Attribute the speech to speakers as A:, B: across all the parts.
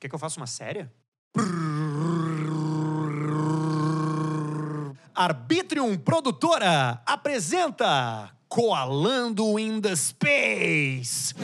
A: Quer que eu faça uma séria? Arbitrium Produtora apresenta Coalando in the Space.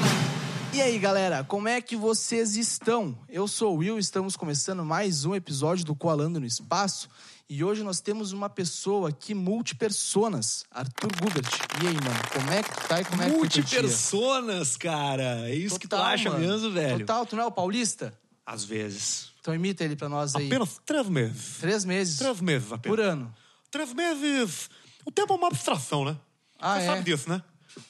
B: E aí, galera, como é que vocês estão? Eu sou o Will, estamos começando mais um episódio do Coalando no Espaço e hoje nós temos uma pessoa que multipersonas, Arthur Gubert. E aí, mano, como é que tu tá e como é que foi teu dia?
C: Multipersonas, cara. É isso que tu
B: Total,
C: acha
B: mano.
C: mesmo, velho?
B: Total, tu não é o paulista?
C: Às vezes.
B: Então imita ele pra nós aí.
C: Apenas três meses.
B: Três meses
C: Três meses apenas.
B: por ano.
C: Três meses. O tempo é uma abstração, né?
B: Ah,
C: Você
B: é?
C: sabe disso, né?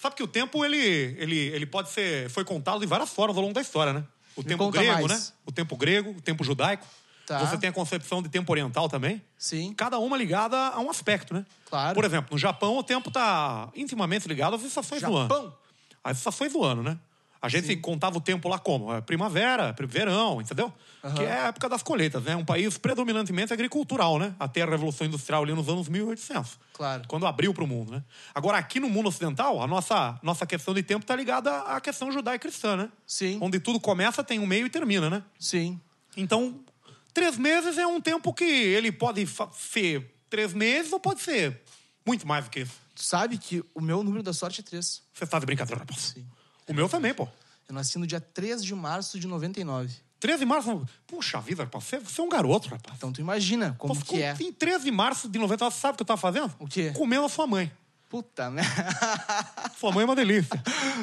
C: Sabe que o tempo, ele, ele, ele pode ser... Foi contado de várias formas ao longo da história, né? O
B: Me
C: tempo
B: conta
C: grego,
B: mais.
C: né? O tempo grego, o tempo judaico.
B: Tá.
C: Você tem a concepção de tempo oriental também.
B: Sim.
C: Cada uma ligada a um aspecto, né?
B: Claro.
C: Por exemplo, no Japão, o tempo tá intimamente ligado às estações do ano.
B: Japão?
C: As estações do ano, né? A gente contava o tempo lá como? É Primavera, pri- verão, entendeu? Que é a época das colheitas, né? Um país predominantemente agricultural, né? Até a Revolução Industrial ali nos anos 1800.
B: Claro.
C: Quando abriu para o mundo, né? Agora, aqui no mundo ocidental, a nossa, nossa questão de tempo está ligada à questão judaico-cristã, né?
B: Sim.
C: Onde tudo começa, tem um meio e termina, né?
B: Sim.
C: Então, três meses é um tempo que ele pode fa- ser três meses ou pode ser muito mais do que isso.
B: Tu sabe que o meu número da sorte é três.
C: Você tá de brincadeira, pô.
B: Sim.
C: O meu também, pô.
B: Eu nasci no dia 3 de março de 99.
C: 13 de março. Puxa vida, rapaz. Você, você é um garoto, rapaz.
B: Então tu imagina como
C: Pô,
B: que é.
C: Em 13 de março de 90, sabe o que eu tava fazendo?
B: O quê?
C: Comendo a sua mãe.
B: Puta merda.
C: Sua mãe é uma delícia.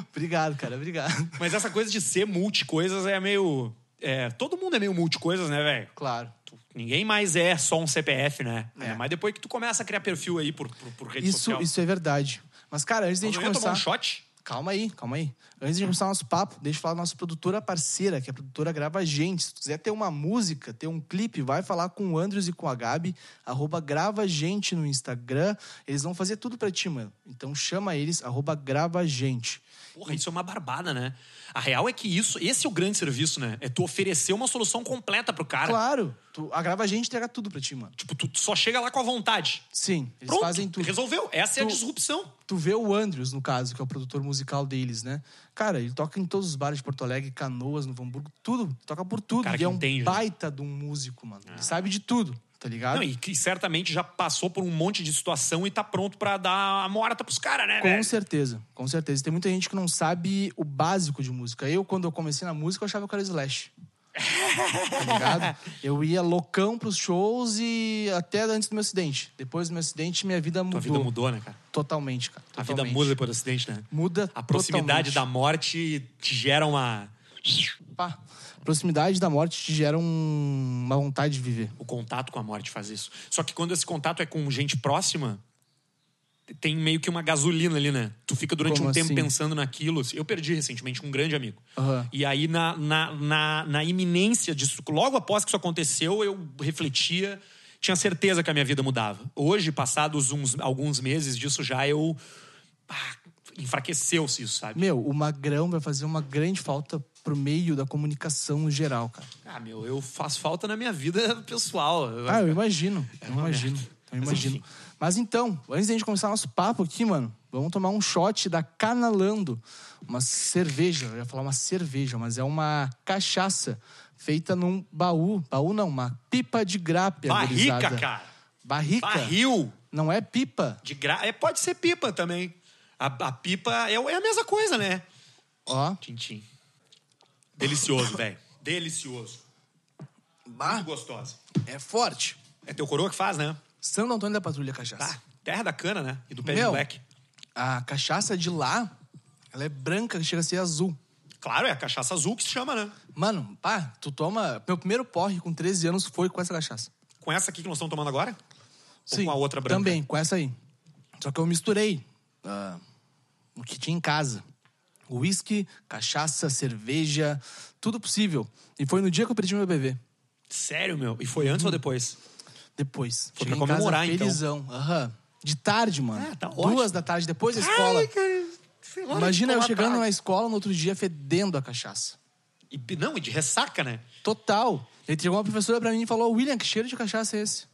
B: obrigado, cara, obrigado.
C: Mas essa coisa de ser multicoisas é meio. É, todo mundo é meio multicoisas, né, velho?
B: Claro.
C: Ninguém mais é só um CPF, né?
B: É.
C: Ainda mais depois que tu começa a criar perfil aí por, por, por rede
B: Isso,
C: social.
B: isso é verdade. Mas, cara, antes da gente
C: um Eu ia tomar
B: começar.
C: um shot?
B: Calma aí, calma aí. Antes de começar o nosso papo, deixa eu falar da nossa produtora parceira, que é a produtora Grava Gente. Se tu quiser ter uma música, ter um clipe, vai falar com o Andrews e com a Gabi, arroba Grava Gente no Instagram. Eles vão fazer tudo pra ti, mano. Então chama eles, arroba Grava Gente.
C: Porra, isso é uma barbada, né? A real é que isso, esse é o grande serviço, né? É tu oferecer uma solução completa pro cara.
B: Claro, tu, a Grava Gente entrega tudo pra ti, mano.
C: Tipo, tu só chega lá com a vontade.
B: Sim, eles
C: Pronto,
B: fazem tudo.
C: resolveu. Essa é a
B: Tu-
C: disrupção.
B: tu vê o Andrews, no caso, que é o produtor musical deles, né? Cara, ele toca em todos os bares de Porto Alegre, Canoas, Novo Hamburgo, tudo. Toca por tudo.
C: Cara
B: ele
C: que
B: é um
C: entende, né? É.
B: baita de um músico, mano. Ele sabe de tudo, tá ligado?
C: Não, e que certamente já passou por um monte de situação e tá pronto pra dar a morta pros caras, né?
B: Com
C: velho?
B: certeza, com certeza. Tem muita gente que não sabe o básico de música. Eu, quando eu comecei na música, eu achava que eu era Slash. tá ligado? Eu ia loucão pros shows e até antes do meu acidente. Depois do meu acidente, minha vida mudou.
C: Tua vida mudou, né, cara?
B: Totalmente, cara.
C: A vida
B: totalmente.
C: muda depois do acidente, né?
B: Muda
C: A proximidade
B: totalmente.
C: da morte te gera uma.
B: Pá. Proximidade da morte te gera um- uma vontade de viver.
C: O contato com a morte faz isso. Só que quando esse contato é com gente próxima, tem meio que uma gasolina ali, né? Tu fica durante
B: Como
C: um tempo
B: assim?
C: pensando naquilo. Eu perdi recentemente um grande amigo.
B: Aham.
C: E aí, na, na, na, na iminência disso, logo após que isso aconteceu, eu refletia, tinha certeza que a minha vida mudava. Hoje, passados uns, alguns meses disso já, eu. pá, Enfraqueceu-se isso, sabe?
B: Meu, o Magrão vai fazer uma grande falta pro meio da comunicação no geral, cara.
C: Ah, meu, eu faço falta na minha vida pessoal. Eu-
B: Ah, eu imagino. Eu imagino. Eu
C: É Mas
B: imagino.
C: enfim.
B: Mas então, antes da gente começar nosso papo aqui, mano, vamos tomar um shot da Canalando. Uma cerveja, eu ia falar uma cerveja, mas é uma cachaça feita num baú. Baú não, uma pipa de grape.
C: Barrica,
B: gurizada.
C: cara.
B: Barrica.
C: Barril.
B: Não é pipa.
C: De gra... é, pode ser pipa também. A, a pipa é, o- é a mesma coisa, né?
B: Ó.
C: Tintim. Delicioso, velho. Delicioso. Muito gostosa.
B: É forte.
C: É teu coroa que faz, né?
B: Santo Antônio da Patrulha Cachaça.
C: Tá. Terra da cana, né? E do pé de
B: Meu.
C: moleque.
B: A cachaça de lá, ela é branca, chega a ser azul.
C: Claro, é a cachaça azul que se chama, né?
B: Mano, pá, tu toma. Meu primeiro porre com 13 anos foi com essa cachaça.
C: Com essa aqui que nós estamos tomando agora? Ou com a outra branca?
B: Também, com essa aí. Só que eu misturei ah, o que tinha em casa. Whisky, cachaça, cerveja, tudo possível. E foi no dia que eu perdi meu bebê.
C: Sério, meu? E foi antes ou depois?
B: Depois.
C: Foi
B: Cheguei
C: pra
B: em casa
C: comemorar, então.
B: felizão. Aham. De tarde, mano.
C: Ah, tá
B: Duas
C: ótimo.
B: da tarde, depois da escola.
C: cara. sei lá,
B: Imagina eu
C: tipo, lá
B: chegando na
C: atrás.
B: escola no outro dia fedendo a cachaça.
C: E, não, e de ressaca, né?
B: Total. Ele chegou uma professora pra mim e falou: William, que cheiro de cachaça é esse?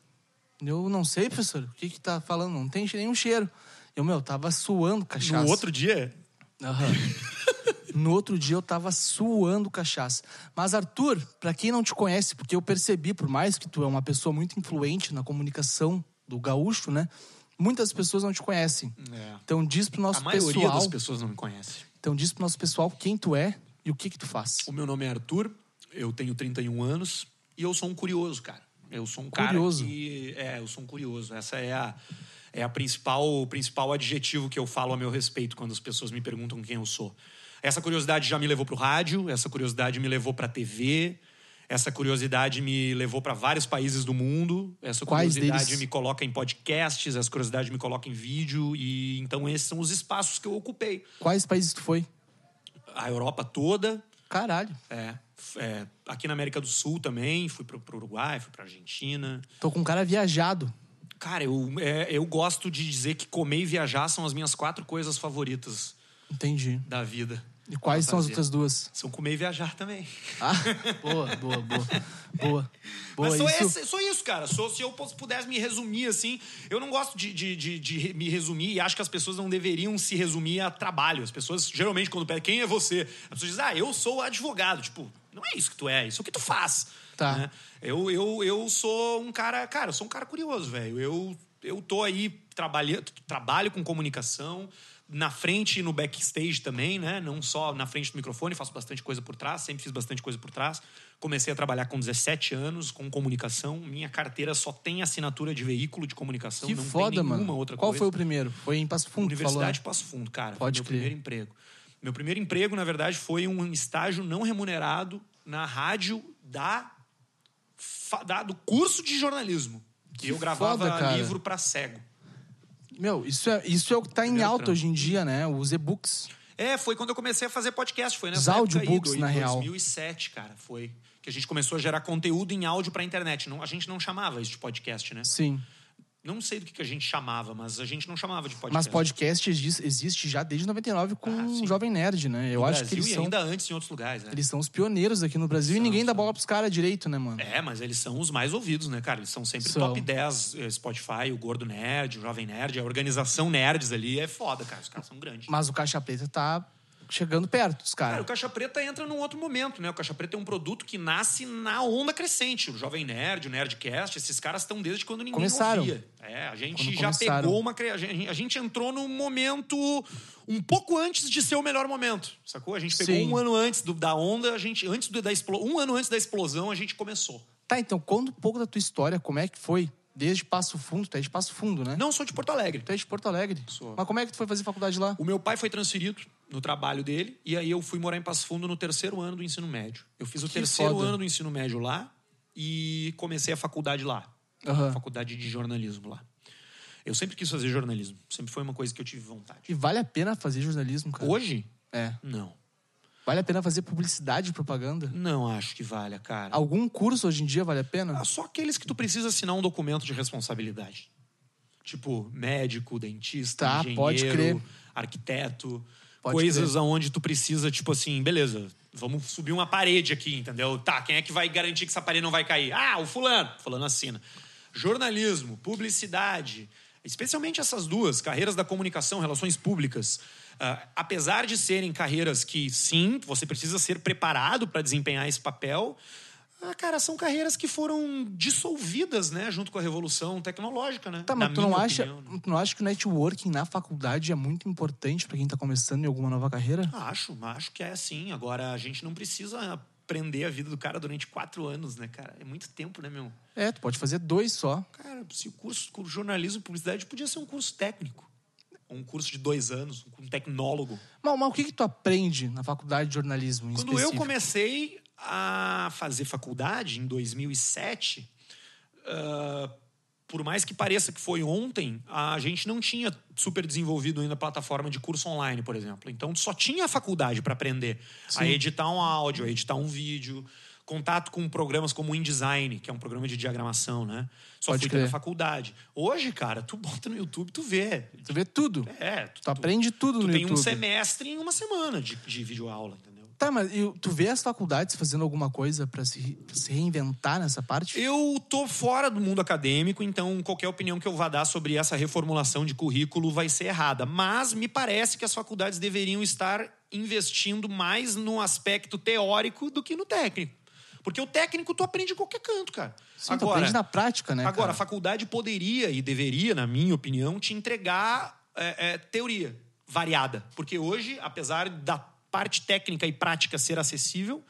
B: Eu não sei, professor. O que que tá falando? Não tem che- nenhum cheiro. Eu, meu, tava suando cachaça.
C: No outro dia,
B: Aham. No outro dia eu tava suando cachaça. Mas, Arthur, pra quem não te conhece, porque eu percebi, por mais que tu é uma pessoa muito influente na comunicação do gaúcho, né? Muitas pessoas não te conhecem.
C: É.
B: Então diz pro nosso
C: a maioria
B: pessoal.
C: das pessoas não me conhece.
B: Então diz pro nosso pessoal quem tu é e o que que tu faz.
C: O meu nome é Arthur, eu tenho 31 anos e eu sou um curioso, cara. Eu sou um cara
B: Curioso.
C: que. É, eu sou um curioso. Essa é a, é a principal, o principal adjetivo que eu falo a meu respeito quando as pessoas me perguntam quem eu sou. Essa curiosidade já me levou pro rádio, essa curiosidade me levou pra TV, essa curiosidade me levou pra vários países do mundo, essa
B: Quais
C: curiosidade
B: deles?
C: me coloca em podcasts, essa curiosidade me coloca em vídeo, e então esses são os espaços que eu ocupei.
B: Quais países tu foi?
C: A Europa toda,
B: Caralho.
C: é, f- é, aqui na América do Sul também, fui pro, pro Uruguai, fui pra Argentina.
B: Tô com um cara viajado.
C: Cara, eu, é, eu gosto de dizer que comer e viajar são as minhas quatro coisas favoritas
B: Entendi.
C: da vida.
B: E quais são as
C: Prazer.
B: outras duas?
C: São comer e viajar também.
B: Ah, boa, boa, boa. Boa. Boa.
C: Mas sou,
B: isso-
C: esse- sou isso, cara. Sou, se eu pus- pudesse me resumir assim, eu não gosto de, de- de- de re- me resumir e acho que as pessoas não deveriam se resumir a trabalho. As pessoas, geralmente, quando pedem quem é você, as pessoas dizem, ah, eu sou advogado. Tipo, não é isso que tu é, isso é o que tu faz.
B: Tá.
C: né? Eu, eu, eu sou um cara, cara, eu sou um cara curioso, velho. Eu, eu tô aí trabalhando, trabalho com comunicação. Na frente e no backstage também, né? Não só na frente do microfone, faço bastante coisa por trás, sempre fiz bastante coisa por trás. Comecei a trabalhar com 17 anos com comunicação. Minha carteira só tem assinatura de veículo de comunicação,
B: Que
C: Então não
B: foda,
C: tem nenhuma
B: mano.
C: outra
B: Qual
C: coisa.
B: foi o primeiro? Foi em Passo Fundo, tu falou. né?
C: Universidade de Passo Fundo, cara. foi
B: Pode
C: meu
B: crer.
C: primeiro emprego. Meu primeiro emprego, na verdade, foi um estágio não remunerado na rádio da, fa- da- do curso de jornalismo. Que eu gravava
B: foda, cara.
C: livro pra cego.
B: Meu, isso é, isso é o que tá em
C: Primeiro
B: alta
C: trampo.
B: hoje em dia, né? Os e-books.
C: É, foi quando eu comecei a fazer podcast, foi
B: Os
C: nessa época
B: audiobooks,
C: aí, do-
B: na
C: em
B: real.
C: 2007, cara, foi que a gente começou a gerar conteúdo em áudio pra internet. Não, a gente não chamava isso de podcast, né?
B: Sim.
C: Não sei do que, que a gente chamava, mas a gente não chamava de podcast.
B: Mas podcast exis- existe já desde 99 com
C: Ah,
B: o
C: sim.
B: Jovem Nerd, né? Eu
C: No
B: acho
C: Brasil
B: que eles
C: e
B: são,
C: ainda antes em outros lugares, né?
B: eles são os pioneiros aqui no Brasil e
C: São,
B: ninguém dá
C: são.
B: bola pros caras direito, né, mano?
C: É, mas eles são os mais ouvidos, né, cara? Eles são sempre
B: São.
C: top 10, eh, Spotify, o Gordo Nerd, o Jovem Nerd, a organização Nerds ali é foda, cara. Os caras são grandes.
B: Mas o Caixa Preta tá chegando perto dos
C: Cara,
B: caras.
C: o Caixa Preta entra num outro momento, né? O Caixa Preta é um produto que nasce na onda crescente. O Jovem Nerd, o Nerdcast, esses caras estão desde quando ninguém
B: Começaram.
C: ouvia. É, a gente
B: Quando
C: já
B: começaram.
C: pegou uma... cre- A gente, a gente entrou num momento um pouco antes de ser o melhor momento, sacou? A gente pegou
B: Sim.
C: um ano antes do- da onda, a gente, antes do, da explo, um ano antes da explosão, a gente começou.
B: Tá, então conta um pouco da tua história, como é que foi? Desde Passo Fundo, tu é de Passo Fundo, né?
C: Não sou de Porto Alegre. tá?
B: Tu é de Porto Alegre.
C: Sou.
B: Mas como é que tu foi fazer faculdade lá?
C: O meu pai foi transferido no trabalho dele e aí eu fui morar em Passo Fundo no terceiro ano do ensino médio. Eu fiz o
B: Que
C: terceiro
B: foda.
C: ano do ensino médio lá e comecei a faculdade lá.
B: Aham.
C: Faculdade de jornalismo lá. Eu sempre quis fazer jornalismo, sempre foi uma coisa que eu tive vontade.
B: E vale a pena fazer jornalismo, cara?
C: Hoje?
B: É.
C: Não.
B: Vale a pena fazer publicidade e propaganda?
C: Não acho que valha, cara.
B: Algum curso hoje em dia vale a pena?
C: Ah, Só aqueles que tu precisa assinar um documento de responsabilidade. Tipo, médico, dentista,
B: Tá,
C: engenheiro,
B: pode crer.
C: arquiteto.
B: Pode
C: coisas aonde tu precisa, tipo assim, beleza, vamos subir uma parede aqui, entendeu? Tá, quem é que vai garantir que essa parede não vai cair? Ah, o fulano. Fulano assina. Jornalismo, publicidade, especialmente essas duas, carreiras da comunicação, relações públicas. ah, apesar de serem carreiras que, sim, você precisa ser preparado para desempenhar esse papel, ah, cara, são carreiras que foram dissolvidas, né, junto com a revolução tecnológica, né?
B: Tá,
C: Na
B: mas tu não,
C: minha
B: acha,
C: opinião, né?
B: tu não acha que o networking na faculdade é muito importante pra quem tá começando em alguma nova carreira?
C: Ah, Acho, acho que é assim. Agora, a gente não precisa aprender a vida do cara durante quatro anos, né, cara? É muito tempo, né, meu?
B: É, tu pode fazer dois só.
C: Cara, se o curso com jornalismo e publicidade podia ser um curso técnico. Um curso de dois anos, um tecnólogo.
B: Mas, mas o que, que tu aprende na faculdade de jornalismo em
C: Quando eu
B: específico?
C: comecei a fazer faculdade, em 2007, ah, por mais que pareça que foi ontem, a gente não tinha super desenvolvido ainda a plataforma de curso online, por exemplo. Então, só tinha a faculdade para aprender a editar um áudio, a editar um vídeo, contato com programas como o InDesign, que é um programa de diagramação, né? Só
B: Pode
C: fui ter na
B: crer.
C: faculdade. Hoje, cara, tu bota no YouTube, tu vê.
B: Tu vê tudo.
C: É, tu,
B: Tu aprende tudo
C: tu
B: Tá no
C: tem um
B: YouTube.
C: semestre em uma semana de, de videoaula, entendeu?
B: Tá, mas e tu vê as faculdades fazendo alguma coisa pra se, pra se reinventar nessa parte?
C: Eu tô fora do mundo acadêmico, então qualquer opinião que eu vá dar sobre essa reformulação de currículo vai ser errada. Mas me parece que as faculdades deveriam estar investindo mais no aspecto teórico do que no técnico. Porque o técnico tu aprende em qualquer canto, cara.
B: Sim, tu aprende na prática, né?
C: Agora, a
B: cara?
C: faculdade poderia e deveria, na minha opinião, te entregar é, é, teoria variada. Porque hoje, apesar da parte técnica e prática ser acessível,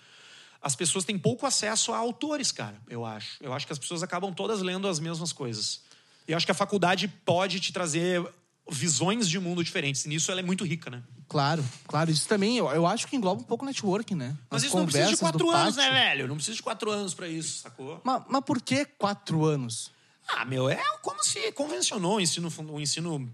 C: as pessoas têm pouco acesso a autores, cara, eu acho. Eu acho que as pessoas acabam todas lendo as mesmas coisas. E eu acho que a faculdade pode te trazer visões de mundo diferentes. E nisso ela é muito rica, né?
B: Claro, claro. Isso também, eu, eu acho que engloba um pouco o networking, né?
C: Mas
B: As
C: isso não precisa de
B: conversas do
C: quatro anos, né,
B: pátio.
C: velho? Não precisa de quatro anos pra isso, sacou?
B: Mas, mas por que quatro anos?
C: Ah, meu, é como se convencionou o ensino, fun- o ensino,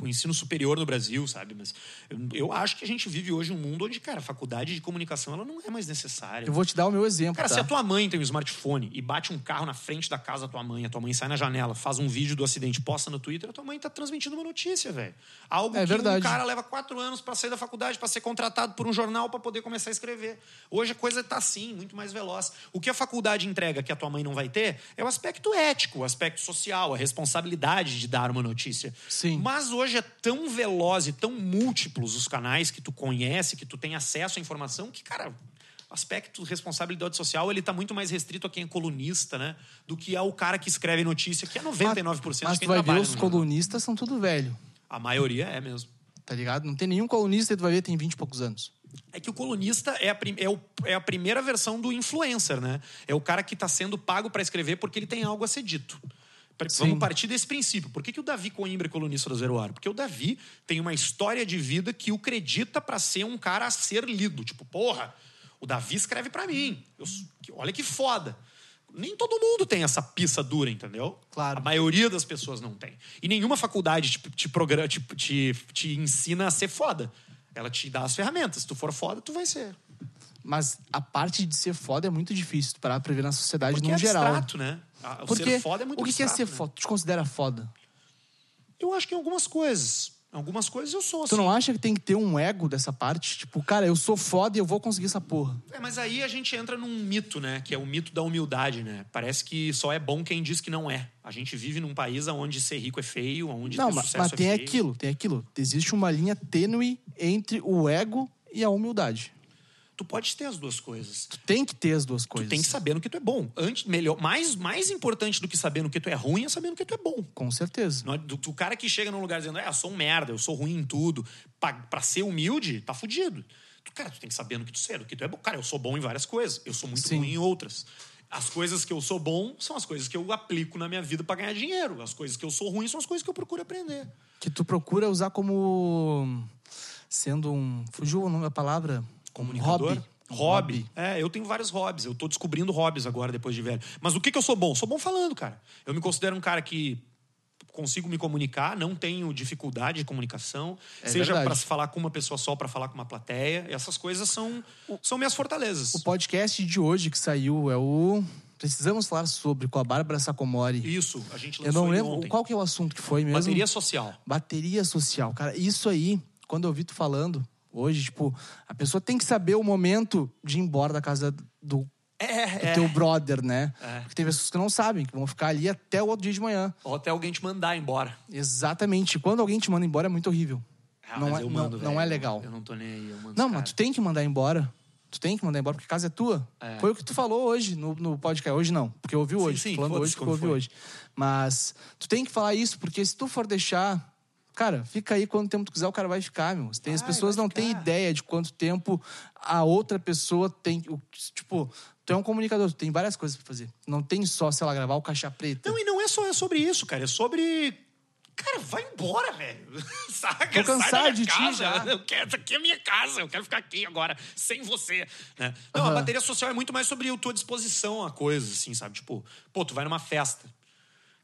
C: o ensino superior no Brasil, sabe? Mas eu, eu acho que a gente vive hoje um mundo onde, cara, a faculdade de comunicação ela não é mais necessária.
B: Eu vou te dar o meu exemplo,
C: Cara,
B: tá?
C: se a tua mãe tem um smartphone e bate um carro na frente da casa da tua mãe, a tua mãe sai na janela, faz um vídeo do acidente, posta no Twitter, a tua mãe tá transmitindo uma notícia, velho. Algo
B: É
C: que
B: verdade.
C: um cara leva quatro anos pra sair da faculdade, pra ser contratado por um jornal pra poder começar a escrever. Hoje a coisa tá assim, muito mais veloz. O que a faculdade entrega que a tua mãe não vai ter é o aspecto ético, o aspecto social, a responsabilidade de dar uma notícia.
B: Sim.
C: Mas hoje é tão veloz e tão múltiplos os canais que tu conhece, que tu tem acesso à informação, que, cara, o aspecto de responsabilidade social, ele tá muito mais restrito a quem é colunista, né? Do que ao cara que escreve notícia, que é 99%
B: mas
C: de
B: tu
C: quem
B: vai ver
C: trabalha.
B: os
C: no jornal.
B: colunistas são tudo velho,
C: A maioria é mesmo.
B: tá ligado? Não tem nenhum colunista que tu vai ver tem 20 e poucos anos.
C: É que o colunista é a, prim- é o- é a primeira versão do influencer, né? É o cara que está sendo pago para escrever porque ele tem algo a ser dito. Pra-
B: Sim.
C: Vamos partir desse princípio. Por que, que o Davi Coimbra é colunista do Zero Hora? Porque o Davi tem uma história de vida que o credita para ser um cara a ser lido. Tipo, porra, o Davi escreve para mim. Eu s- que- olha que foda. Nem todo mundo tem essa pista dura, entendeu?
B: Claro.
C: A maioria das pessoas não tem. E nenhuma faculdade te, te, progra- te, te, te ensina a ser foda. Ela te dá as ferramentas. Se tu for foda, tu vai ser.
B: Mas a parte de ser foda é muito difícil tu parar pra ver na sociedade
C: Porque
B: no
C: é
B: geral.
C: abstrato, né? Ah, O
B: Porque
C: ser foda é muito
B: o que, que é
C: abstrato,
B: ser
C: né?
B: foda? Tu te considera foda?
C: Eu acho que em algumas coisas. Em algumas coisas eu sou,
B: Tu
C: assim.
B: não acha que tem que ter um ego dessa parte? Tipo, cara, eu sou foda e eu vou conseguir essa porra.
C: É, mas aí a gente entra num mito, né? Que é o mito da humildade, né? Parece que só é bom quem diz que não é. A gente vive num país onde ser rico é feio, onde
B: Não,
C: ter
B: mas,
C: sucesso
B: mas
C: é
B: tem
C: feio.
B: aquilo, tem aquilo. Existe uma linha tênue entre o ego e a humildade.
C: Tu pode ter as duas coisas.
B: Tu tem que ter as duas coisas.
C: Tu tem que saber no que tu é bom. Antes, melhor, mais, mais importante do que saber no que tu é ruim é saber no que tu é bom.
B: Com certeza.
C: Não é- Do, do cara que chega num lugar dizendo, é, eu sou um merda, eu sou ruim em tudo. Pra, pra ser humilde, tá fudido. Tu, cara, tu tem que saber no que tu ser, no que tu é bom. Cara, eu sou bom em várias coisas, eu sou muito
B: Sim.
C: ruim em outras. As coisas que eu sou bom são as coisas que eu aplico na minha vida pra ganhar dinheiro. As coisas que eu sou ruim são as coisas que eu procuro aprender.
B: Que tu procura usar como. sendo um. Fugiu o nome da palavra?
C: Comunicador?
B: Hobby. Um
C: Hobby. É, eu tenho vários hobbies. Eu tô descobrindo hobbies agora, depois de velho. Mas o que, que eu sou bom? Sou bom falando, cara. Eu me considero um cara que consigo me comunicar, não tenho dificuldade de comunicação,
B: É
C: seja
B: verdade.
C: para se falar com uma pessoa só, para falar com uma plateia. Essas coisas são, são minhas fortalezas.
B: O podcast de hoje que saiu é o. Precisamos falar sobre, com a Bárbara Sacomori.
C: Isso, a gente
B: Eu
C: lançou
B: não
C: ele
B: lembro
C: ontem.
B: qual que é o assunto que foi mesmo.
C: Bateria social.
B: Bateria social, cara. Isso aí, quando eu vi tu falando hoje, tipo, a pessoa tem que saber o momento de ir embora da casa do, do
C: É, é.
B: teu brother, né? Porque tem pessoas que não sabem, que vão ficar ali até o outro dia de manhã.
C: Ou até alguém te mandar embora.
B: Exatamente. Quando alguém te manda embora é muito horrível.
C: Ah,
B: não,
C: mas
B: é,
C: eu
B: não-
C: mando,
B: não,
C: velho.
B: é legal.
C: Eu não tô nem aí, eu mando os
B: Não, mas
C: cara.
B: tu tem que mandar embora. Tu tem que mandar embora, porque a casa é tua.
C: É.
B: Foi o que tu falou hoje no, no podcast. Hoje não, porque eu ouvi
C: Sim,
B: hoje.
C: sim,
B: falando
C: foda-se
B: hoje que eu
C: quando
B: ouvi
C: foi.
B: hoje. Mas tu tem que falar isso, porque se tu for deixar. Cara, fica aí quanto tempo tu quiser, o cara vai ficar, meu. Tem, as
C: Vai,
B: pessoas
C: vai
B: não têm
C: ficar.
B: ideia de quanto tempo a outra pessoa tem. o- Tipo, tu é um comunicador, tu tem várias coisas pra fazer. Não tem só, sei lá, gravar o caixa preta.
C: Não, e não é só é sobre isso, cara. É sobre. Cara, vai embora, velho. Saca? Sai da
B: cansado
C: minha
B: de ti
C: casa.
B: já.
C: Eu quero, essa aqui é a minha casa. Eu quero ficar aqui agora, sem você. né? Não, a
B: Aham.
C: bateria social é muito mais sobre a tua disposição a coisas, assim, sabe? Tipo, pô, tu vai numa festa.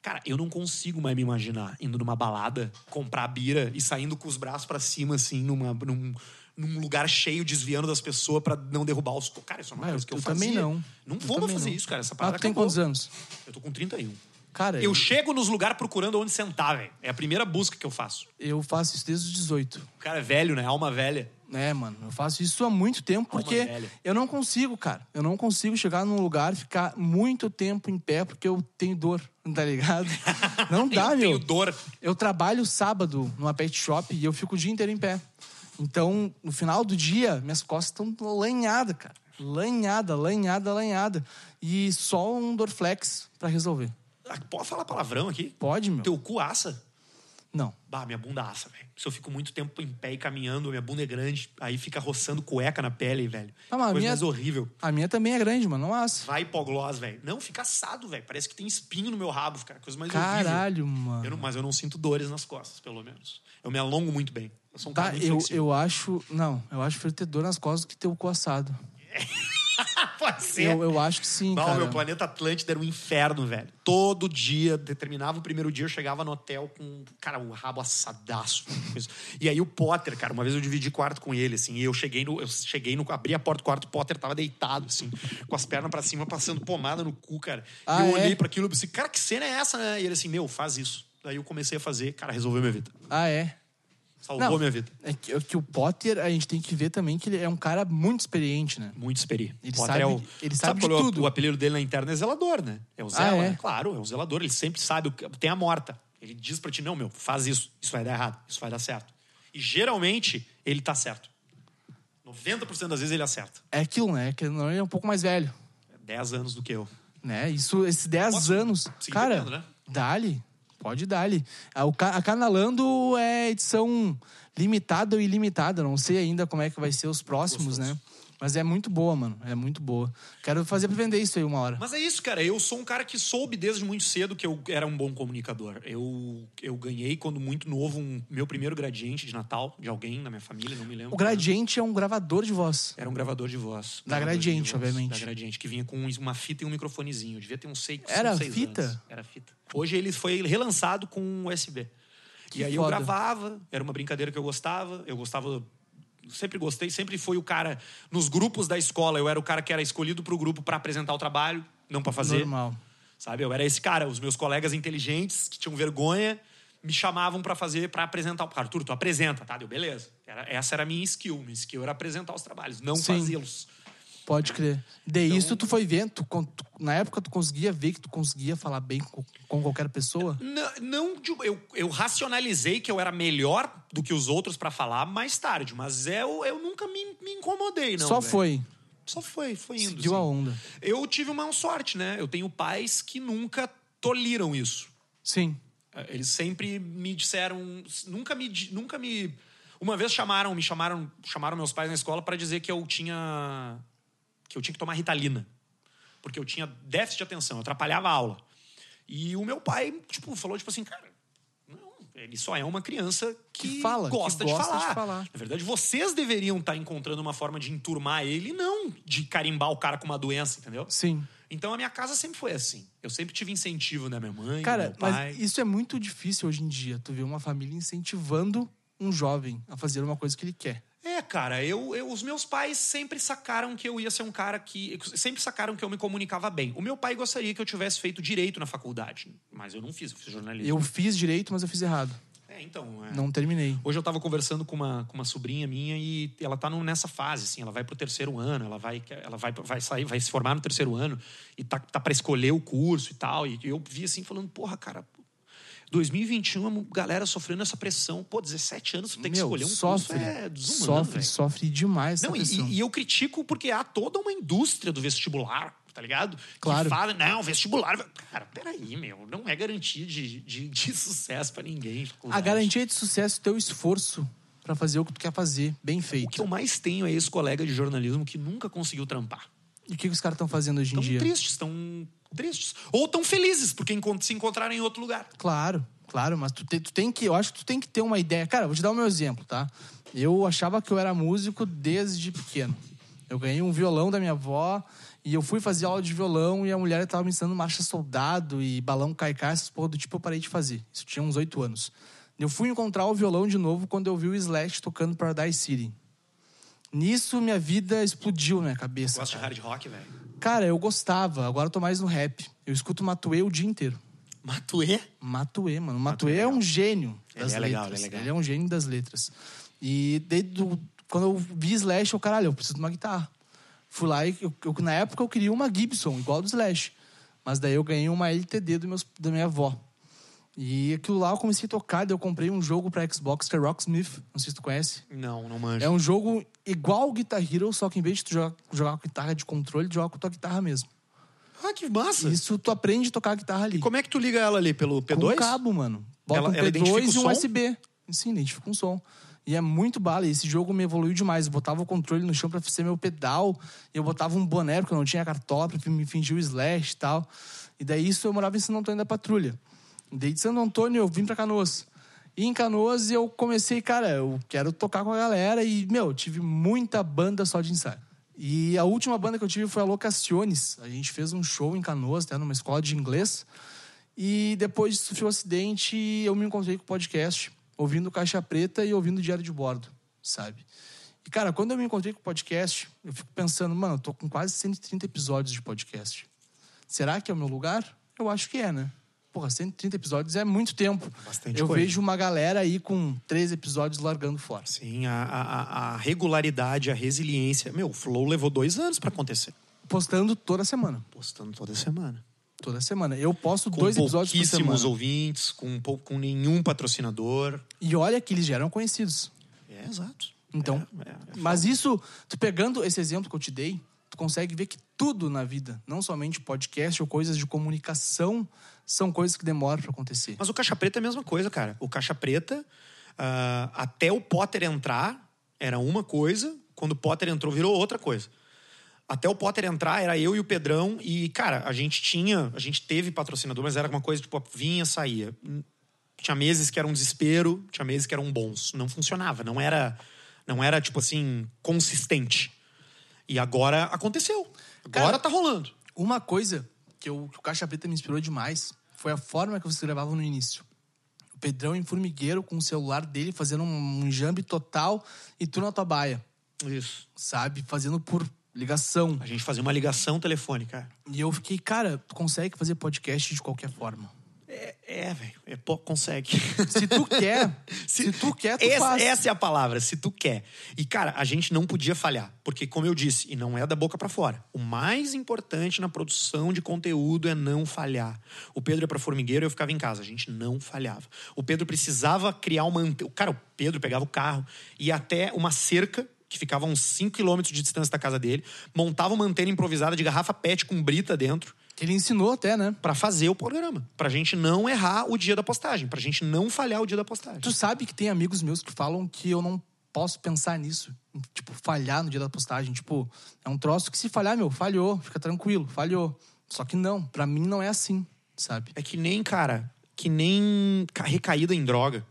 C: Cara, eu não consigo mais me imaginar indo numa balada, comprar bira e saindo com os braços pra cima, assim, numa, num, num lugar cheio, desviando das pessoas pra não derrubar os. co- Cara, isso é uma
B: Ah, eu-
C: coisa que eu,
B: eu
C: fazia.
B: também não.
C: Não
B: Eu
C: vou mais
B: também
C: fazer
B: não.
C: isso, cara. Essa
B: Ah,
C: parada
B: tu tem
C: acabou.
B: quantos anos?
C: Eu tô com 31.
B: Cara,
C: Eu chego nos lugares procurando onde sentar, velho. É a primeira busca que eu faço.
B: eu faço isso desde os 18.
C: O cara é velho, né? Alma velha.
B: É, mano, eu faço isso há muito tempo porque
C: velha.
B: eu não consigo, cara. Eu não consigo chegar num lugar e ficar muito tempo em pé porque eu tenho dor, tá ligado? Não dá,
C: eu
B: meu.
C: tenho dor.
B: Eu trabalho sábado numa pet shop e eu fico o dia inteiro em pé. Então, no final do dia, minhas costas estão lanhadas, cara. Lanhada, lanhada, lanhada. E só um Dorflex pra resolver.
C: Ah, Pode falar palavrão aqui?
B: Pode, meu?
C: Teu cu assa?
B: Não.
C: Bah, minha bunda assa, velho. Se eu fico muito tempo em pé e caminhando, minha bunda é grande, aí fica roçando cueca na pele, velho.
B: Ah, mas a
C: Coisa
B: minha-
C: mais horrível.
B: A minha também é grande, mano. Não assa.
C: Vai hipoglós, velho. Não, fica assado, velho. Parece que tem espinho no meu rabo, cara. Coisa mais é horrível.
B: Caralho, mano.
C: Eu não- mas eu não sinto dores nas costas, pelo menos. Eu me alongo muito bem. Eu sou um cara
B: Tá,
C: muito
B: eu,
C: flexível.
B: eu acho. Não, eu acho que ter dor nas costas do que ter o cu assado.
C: Pode ser.
B: Eu, eu acho que sim,
C: Não,
B: cara.
C: meu planeta Atlântida era um inferno, velho. Todo dia, determinava o primeiro dia, eu chegava no hotel com, cara, um rabo assadaço. coisa. E aí o Potter, cara, uma vez eu dividi quarto com ele, assim, e eu cheguei no. Eu cheguei no. Abri a porta do quarto, o Potter tava deitado, assim, com as pernas pra cima, passando pomada no cu, cara.
B: Ah,
C: e eu
B: é?
C: olhei pra aquilo e pensei, cara, que cena é essa, né? E ele assim, meu, faz isso. Daí eu comecei a fazer, cara, resolveu minha vida.
B: Ah, é.
C: Salvou
B: Não.
C: minha vida.
B: É que, é que o Potter, a gente tem que ver também que ele é um cara muito experiente, né?
C: Muito experi.
B: Ele
C: Potter
B: sabe-
C: é o,
B: ele
C: tu
B: sabe de
C: qual é o-
B: tudo.
C: O apelido dele na interna é zelador, né? É o zela,
B: Ah, é?
C: né? claro, é o zelador. Ele sempre sabe, o que- tem a morta. Ele diz pra ti, não, meu, faz isso. Isso vai dar errado, isso vai dar certo. E geralmente, ele tá certo. 90% das vezes ele acerta.
B: É aquilo, né? Que não, ele é um pouco mais velho.
C: 10 anos do que eu.
B: Né? Isso, esses 10
C: Posso
B: anos.
C: seguir
B: Cara,
C: bebendo, né?
B: dá-lhe. Pode dar-lhe. A, o Ca- a Canalando é edição limitada ou ilimitada. Não sei ainda como é que vai ser os próximos, né? Mas é muito boa, mano. É muito boa. Quero fazer pra vender isso aí uma hora.
C: Mas é isso, cara. Eu sou um cara que soube desde muito cedo que eu era um bom comunicador. Eu, eu ganhei, quando muito novo, um- meu primeiro gradiente de Natal, de alguém na minha família, não me lembro.
B: O Gradiente é um gravador de voz.
C: Era um gravador de voz.
B: Da
C: Gravador de
B: Gradiente,
C: voz,
B: obviamente.
C: Da Gradiente, que vinha com uma fita e um microfonezinho. Devia ter uns seis,
B: Era
C: cinco, seis
B: fita?
C: anos. Era fita. Hoje ele foi relançado com um USB.
B: Que
C: e aí
B: foda.
C: eu gravava, era uma brincadeira que eu gostava. Eu gostava... Sempre gostei, sempre fui o cara... Nos grupos da escola, eu era o cara que era escolhido pro grupo para apresentar o trabalho, não para fazer.
B: Normal.
C: Sabe? Eu era esse cara. Os meus colegas inteligentes que tinham vergonha me chamavam pra fazer, pra apresentar. Arthur, tu apresenta, tá? Deu, beleza. Era- essa era a minha skill. Minha skill era apresentar os trabalhos, não
B: Sim.
C: fazê-los.
B: Pode crer. De
C: Então-
B: isso tu foi vendo, tu con- tu- na época tu conseguia ver que tu conseguia falar bem com, com qualquer pessoa?
C: Não, não de- eu, eu racionalizei que eu era melhor do que os outros pra falar mais tarde, mas eu, eu nunca me, me incomodei, não.
B: Só
C: velho.
B: foi,
C: Só foi, foi indo.
B: seguiu a
C: assim.
B: onda.
C: Eu tive uma sorte, né? Eu tenho pais que nunca tolhiram isso.
B: Sim.
C: É, Eles sempre me disseram, nunca me, di- nunca me, uma vez chamaram, me chamaram, chamaram meus pais na escola para dizer que eu tinha que eu tinha que tomar Ritalina, porque eu tinha déficit de atenção, eu atrapalhava a aula. E o meu pai, tipo, falou tipo assim, cara, não, ele só é uma criança que,
B: Que fala, que
C: gosta,
B: gosta de
C: de, falar.
B: falar.
C: Na verdade, vocês deveriam estar encontrando uma forma de enturmar ele, não de carimbar o cara com uma doença, entendeu?
B: Sim.
C: Então a minha casa sempre foi assim. Eu sempre tive incentivo da minha mãe, do
B: Cara,
C: meu pai.
B: mas isso é muito difícil hoje em dia. Tu vê uma família incentivando um jovem a fazer uma coisa que ele quer.
C: É, cara, eu, eu- os meus pais sempre sacaram que eu ia ser um cara que. Sempre sacaram que eu me comunicava bem. O meu pai gostaria que eu tivesse feito direito na faculdade, mas eu não fiz, eu fiz jornalismo.
B: Eu fiz direito, mas eu fiz errado.
C: É, então. é.
B: Não terminei.
C: Hoje eu tava conversando com uma, com uma sobrinha minha e ela tá num- nessa fase, assim, ela vai pro terceiro ano, ela vai, ela vai, vai sair, vai se formar no terceiro ano e tá, tá para escolher o curso e tal. E eu vi assim, falando, porra, cara. 2021, a galera sofrendo essa pressão. Pô, 17 anos, tu tem que
B: Meu,
C: escolher um
B: sofre,
C: curso. É desumano,
B: sofre,
C: velho.
B: sofre demais essa
C: Não,
B: pressão.
C: e, e eu critico porque há toda uma indústria do vestibular, tá ligado?
B: Claro.
C: Que fala, não, vestibular. vai-" Cara, peraí, meu, não é garantia de, de, de sucesso pra ninguém.
B: A
C: faculdade.
B: garantia de sucesso é teu esforço pra fazer o que tu quer fazer, bem
C: O que
B: feito.
C: eu mais tenho é esse colega de jornalismo que nunca conseguiu trampar.
B: E o que, que os caras estão fazendo hoje em
C: Tão
B: dia?
C: tristes, tão tristes. Ou tão felizes, porque encont- se encontraram em outro lugar.
B: Claro, claro, mas tu, te- tu tem que, eu acho que tu tem que ter uma ideia. Cara, eu vou te dar o meu exemplo, tá? Eu achava que eu era músico desde pequeno. Eu ganhei um violão da minha avó e eu fui fazer aula de violão e a mulher tava me ensinando marcha soldado e balão caicá, essas porra do tipo eu parei de fazer. Isso eu tinha uns oito anos. Eu fui encontrar o violão de novo quando eu vi o Slash tocando Paradise City. Nisso minha vida explodiu na minha cabeça.
C: Gosto de
B: Cara.
C: hard rock, velho.
B: Cara, eu gostava, agora eu tô mais no rap. Eu escuto Matuê o dia inteiro.
C: Matuê?
B: Matuê, mano. Matuê é um gênio
C: Ele
B: das
C: é
B: letras.
C: legal, ele é legal.
B: um gênio das letras. E desde do- Quando eu vi Slash, eu, caralho, eu preciso de uma guitarra. Fui lá e eu- eu- na época eu queria uma Gibson, igual a do Slash. Mas daí eu ganhei uma LTD do meus, da minha avó. E aquilo lá eu comecei a tocar, daí eu comprei um jogo pra Xbox que é Rocksmith, não sei se tu conhece.
C: Não, não manjo.
B: É um jogo igual ao Guitar Hero, só que em vez de tu jogar, jogar com guitarra de controle, tu joga com tua guitarra mesmo. um
C: Ah, que massa.
B: Isso tu aprende a tocar a guitarra ali.
C: Como é que tu liga ela ali? Pelo
B: Com
C: P2?
B: um cabo, mano. Bota
C: Ela-
B: um
C: ela identifica
B: P2
C: o
B: e um
C: som?
B: USB. Sim, identifica um som. E é muito bala. E esse jogo me evoluiu demais. Eu botava o controle no chão pra ser meu pedal. E eu botava um boné, porque eu não tinha cartola, pra me fingir o slash e tal. E daí isso eu morava em Santo Antônio da Patrulha. E daí de Santo Antônio eu vim pra Canoas. E em Canoas eu comecei, cara, eu quero tocar com a galera. E, meu, eu tive muita banda só de ensaio. E a última banda que eu tive foi a Locaciones. A gente fez um show em Canoas, né, numa escola de inglês. E depois sofri um acidente e eu me encontrei com o podcast, ouvindo Caixa Preta e ouvindo Diário de Bordo, sabe? E, cara, quando eu me encontrei com o podcast, eu fico pensando, mano, eu tô com quase 130 episódios de podcast. Será que é o meu lugar? Eu acho que é, né? Porra, 130 episódios é muito tempo.
C: Bastante
B: eu
C: coisa.
B: vejo uma galera aí com três episódios largando fora.
C: Sim, a, a- a- a regularidade, a resiliência. Meu, o Flow levou dois anos pra acontecer.
B: Postando toda semana.
C: Postando toda semana.
B: Toda semana. Eu posto
C: Com
B: dois episódios por semana.
C: pouquíssimos ouvintes, com, pou- com nenhum patrocinador.
B: E olha que eles já eram conhecidos.
C: É, exato.
B: Então,
C: É, é, é
B: mas isso, tu pegando esse exemplo que eu te dei, tu consegue ver que tudo na vida, não somente podcast ou coisas de comunicação, são coisas que demoram pra acontecer.
C: Mas o Caixa Preta é a mesma coisa, cara. O Caixa Preta, ah, até o Potter entrar, era uma coisa. Quando o Potter entrou, virou outra coisa. Até o Potter entrar, era eu e o Pedrão. E, cara, a gente tinha... A gente teve patrocinador, mas era uma coisa, tipo, vinha, saía. Tinha meses que era um desespero, tinha meses que eram bons. Não funcionava, não era... Não era, tipo assim, consistente. E agora aconteceu. Agora
B: Cara,
C: tá rolando.
B: Uma coisa que, eu, que o Caixa Preta me inspirou demais foi a forma que vocês gravavam no início. O Pedrão em formigueiro com o celular dele fazendo um, um jambe total e tu na tua baia,
C: Isso.
B: sabe? Fazendo por ligação.
C: A gente fazia uma ligação telefônica.
B: E eu fiquei, cara, tu consegue fazer podcast de qualquer forma.
C: É, é velho. É, pô, consegue.
B: Se tu quer, se, tu quer, tu
C: essa,
B: faz.
C: essa é a palavra, se tu quer. E, cara, a gente não podia falhar. Porque, como eu disse, e não é da boca pra fora. O mais importante na produção de conteúdo é não falhar. O Pedro ia pra formigueiro eu ficava em casa. A gente não falhava. O Pedro precisava criar uma. ante- Cara, o Pedro pegava o carro e até uma cerca. Que ficava a uns 5 quilômetros de distância da casa dele, montava uma antena improvisada de garrafa PET com brita dentro,
B: Ele ensinou até, né?
C: pra fazer o programa. Pra gente não errar o dia da postagem, pra gente não falhar o dia da postagem.
B: Tu sabe que tem amigos meus que falam que eu não posso pensar nisso. em, Tipo, falhar no dia da postagem. Tipo, é um troço que se falhar, meu, falhou. Fica tranquilo, falhou. Só que não, pra mim não é assim, sabe?
C: É que nem, cara, que nem ca- recaída em droga.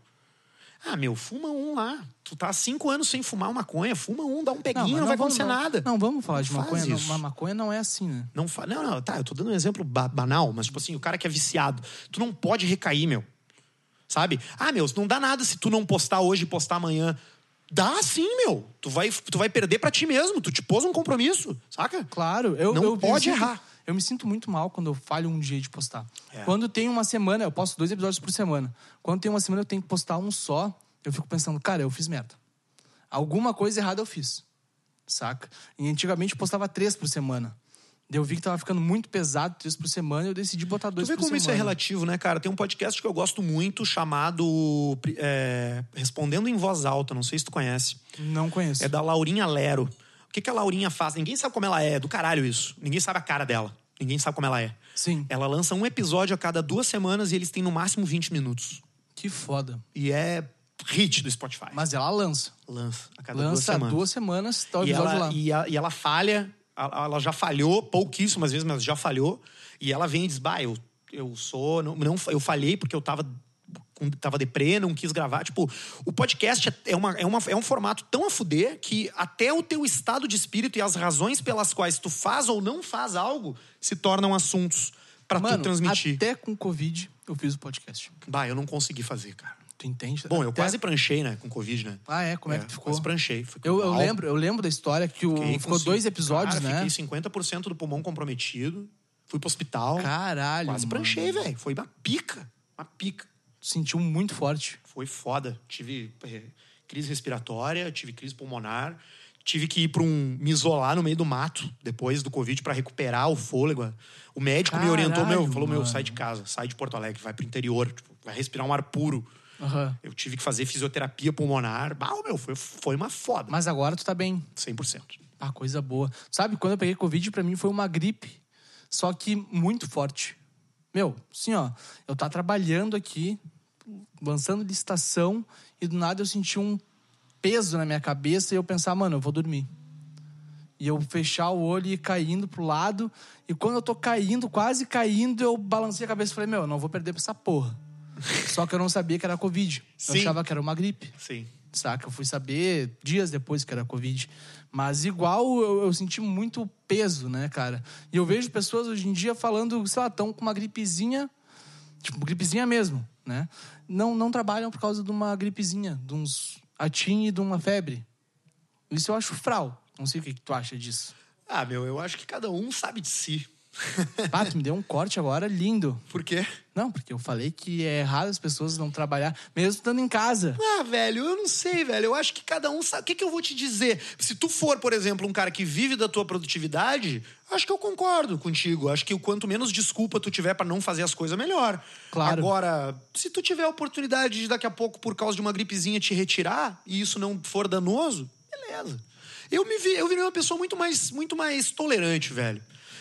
C: Ah, meu, fuma um lá. Tu tá há cinco anos sem fumar uma maconha, fuma um, dá um
B: Não,
C: peguinho,
B: mas
C: não, vai
B: vamos-
C: acontecer nada.
B: Não, vamos falar de
C: Não
B: maconha.
C: faz
B: Não,
C: isso.
B: mas maconha não é assim, né?
C: Não, fa... não, não, tá, eu tô dando um exemplo ba- banal, mas tipo assim, o cara que é viciado, tu não pode recair, meu. Sabe? Ah, meu, não dá nada se tu não postar hoje e postar amanhã. Dá sim, meu. Tu vai, tu vai perder pra ti mesmo. Tu te pôs um compromisso, saca?
B: Claro, eu
C: Não
B: eu me
C: pode
B: sinto-
C: errar.
B: Eu me sinto muito mal quando eu falho um dia de postar.
C: É.
B: Quando tem uma semana, eu posto dois episódios por semana. Quando tem uma semana, eu tenho que postar um só. Eu fico pensando, cara, eu fiz merda. Alguma coisa errada eu fiz. Saca? E antigamente eu postava três por semana. Daí eu vi que tava ficando muito pesado três por semana e eu decidi botar
C: Tu
B: dois
C: vê
B: por
C: como
B: semana.
C: isso é relativo, né, cara? Tem um podcast que eu gosto muito chamado é, Respondendo em Voz Alta, não sei se tu conhece.
B: Não conheço.
C: É da Laurinha Lero. O que, que a Laurinha faz? Ninguém sabe como ela é, é do caralho isso. Ninguém sabe a cara dela. Ninguém sabe como ela é.
B: Sim.
C: Ela lança um episódio a cada duas semanas e eles têm no máximo 20 minutos.
B: Que foda.
C: E é hit do Spotify.
B: Mas ela lança.
C: lança a cada É duas
B: Lança há
C: semanas.
B: duas semanas, tá o
C: E
B: episódio
C: ela,
B: lá.
C: e, a- e ela falha, a- ela já falhou pouquíssimas vezes, mas já falhou. E ela vem e diz: Bah, eu, eu sou. Não, não, eu falhei porque eu tava, com- tava deprê, não quis gravar. Tipo, o podcast é- é, uma, é, uma, é um formato tão a fuder que até o teu estado de espírito e as razões pelas quais tu faz ou não faz algo se tornam assuntos pra tu
B: Mano,
C: transmitir.
B: até com Covid eu fiz o podcast.
C: Bah, eu não consegui fazer, cara.
B: Tu entende?
C: Bom, eu
B: Até-
C: quase pranchei, né? Com Covid, né?
B: Ah, é? Como é, que tu ficou?
C: Quase pranchei. Fui
B: Eu, eu
C: mal.
B: lembro, eu lembro da história que o,
C: Fiquei com
B: Hum, ficou
C: cin-
B: dois episódios,
C: Cara,
B: né?
C: Fiquei 50% do pulmão comprometido. Fui pro hospital.
B: Caralho.
C: quase
B: mano.
C: pranchei, velho. Foi uma pica. Uma pica.
B: Sentiu muito forte.
C: Foi foda. Tive eh, crise respiratória, tive crise pulmonar, tive que ir para um me isolar no meio do mato depois do Covid para recuperar o fôlego. O médico me orientou,
B: Caralho,
C: meu, falou meu,
B: mano.
C: sai de casa, sai de Porto Alegre, vai pro interior, tipo, vai respirar um ar puro.
B: Aham.
C: Eu tive que fazer fisioterapia pulmonar. Bah, meu, foi, foi uma foda.
B: Mas agora tu tá bem.
C: 100%.
B: Ah, coisa boa. Sabe, quando eu peguei Covid, pra mim foi uma gripe, só que muito forte. Meu, assim, ó, eu tava trabalhando aqui, lançando licitação, e do nada eu senti um peso na minha cabeça e eu pensar, mano, eu vou dormir. E eu fechar o olho e ir caindo pro lado, e quando eu tô caindo, quase caindo, eu balancei a cabeça e falei, meu, eu não vou perder pra essa porra. Só que eu não sabia que era Covid. Eu
C: Sim.
B: achava que era uma gripe
C: Sim.
B: saca? Eu fui saber dias depois que era Covid. Mas igual eu, eu senti muito peso, né, cara? E eu vejo pessoas hoje em dia falando, sei lá, estão com uma gripezinha, tipo, gripezinha mesmo, né? Não, não trabalham por causa de uma gripezinha, de uns atim e de uma febre. Isso eu acho fral. Não sei o que, que tu acha disso.
C: Ah, meu, eu acho que cada um sabe de si.
B: Pato, me deu um corte agora lindo.
C: Por quê?
B: Não, porque eu falei que é errado as pessoas não trabalhar, mesmo estando em casa.
C: Ah, velho, eu não sei, velho. Eu acho que cada um sabe. O que, que eu vou te dizer? Se tu for, por exemplo, um cara que vive da tua produtividade, acho que eu concordo contigo. Acho que o quanto menos desculpa tu tiver pra não fazer as coisas, melhor.
B: Claro.
C: Agora, se tu tiver a oportunidade de daqui a pouco, por causa de uma gripezinha, te retirar e isso não for danoso, beleza. Eu me vi, eu virei uma pessoa muito mais, muito mais tolerante, velho.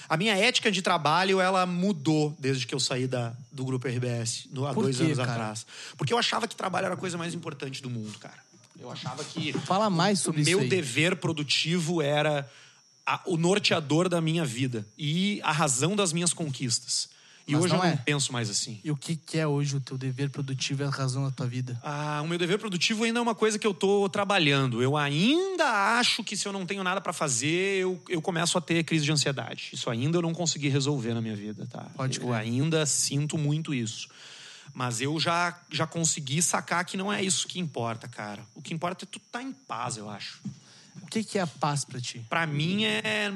C: A minha ética de trabalho, ela mudou desde que eu saí da, do grupo RBS, no, há
B: Por
C: dois
B: quê,
C: anos
B: cara?
C: atrás. Porque eu achava que trabalho era a coisa mais importante do mundo, cara. Eu achava que
B: Fala mais
C: o
B: sobre isso
C: meu
B: aí.
C: dever produtivo era a- o norteador da minha vida e a razão das minhas conquistas. E
B: Mas
C: hoje
B: não
C: eu
B: é.
C: não penso mais assim.
B: E o que, que é hoje o teu dever produtivo e a razão da tua vida?
C: Ah, o meu dever produtivo ainda é uma coisa que eu tô trabalhando. Eu ainda acho que se eu não tenho nada pra fazer, eu, eu começo a ter crise de ansiedade. Isso ainda eu não consegui resolver na minha vida, tá?
B: Pode
C: eu
B: crer.
C: ainda sinto muito isso. Mas eu já, já consegui sacar que não é isso que importa, cara. O que importa é tu tá em paz, eu acho.
B: O que, que é a paz pra ti?
C: Pra mim é,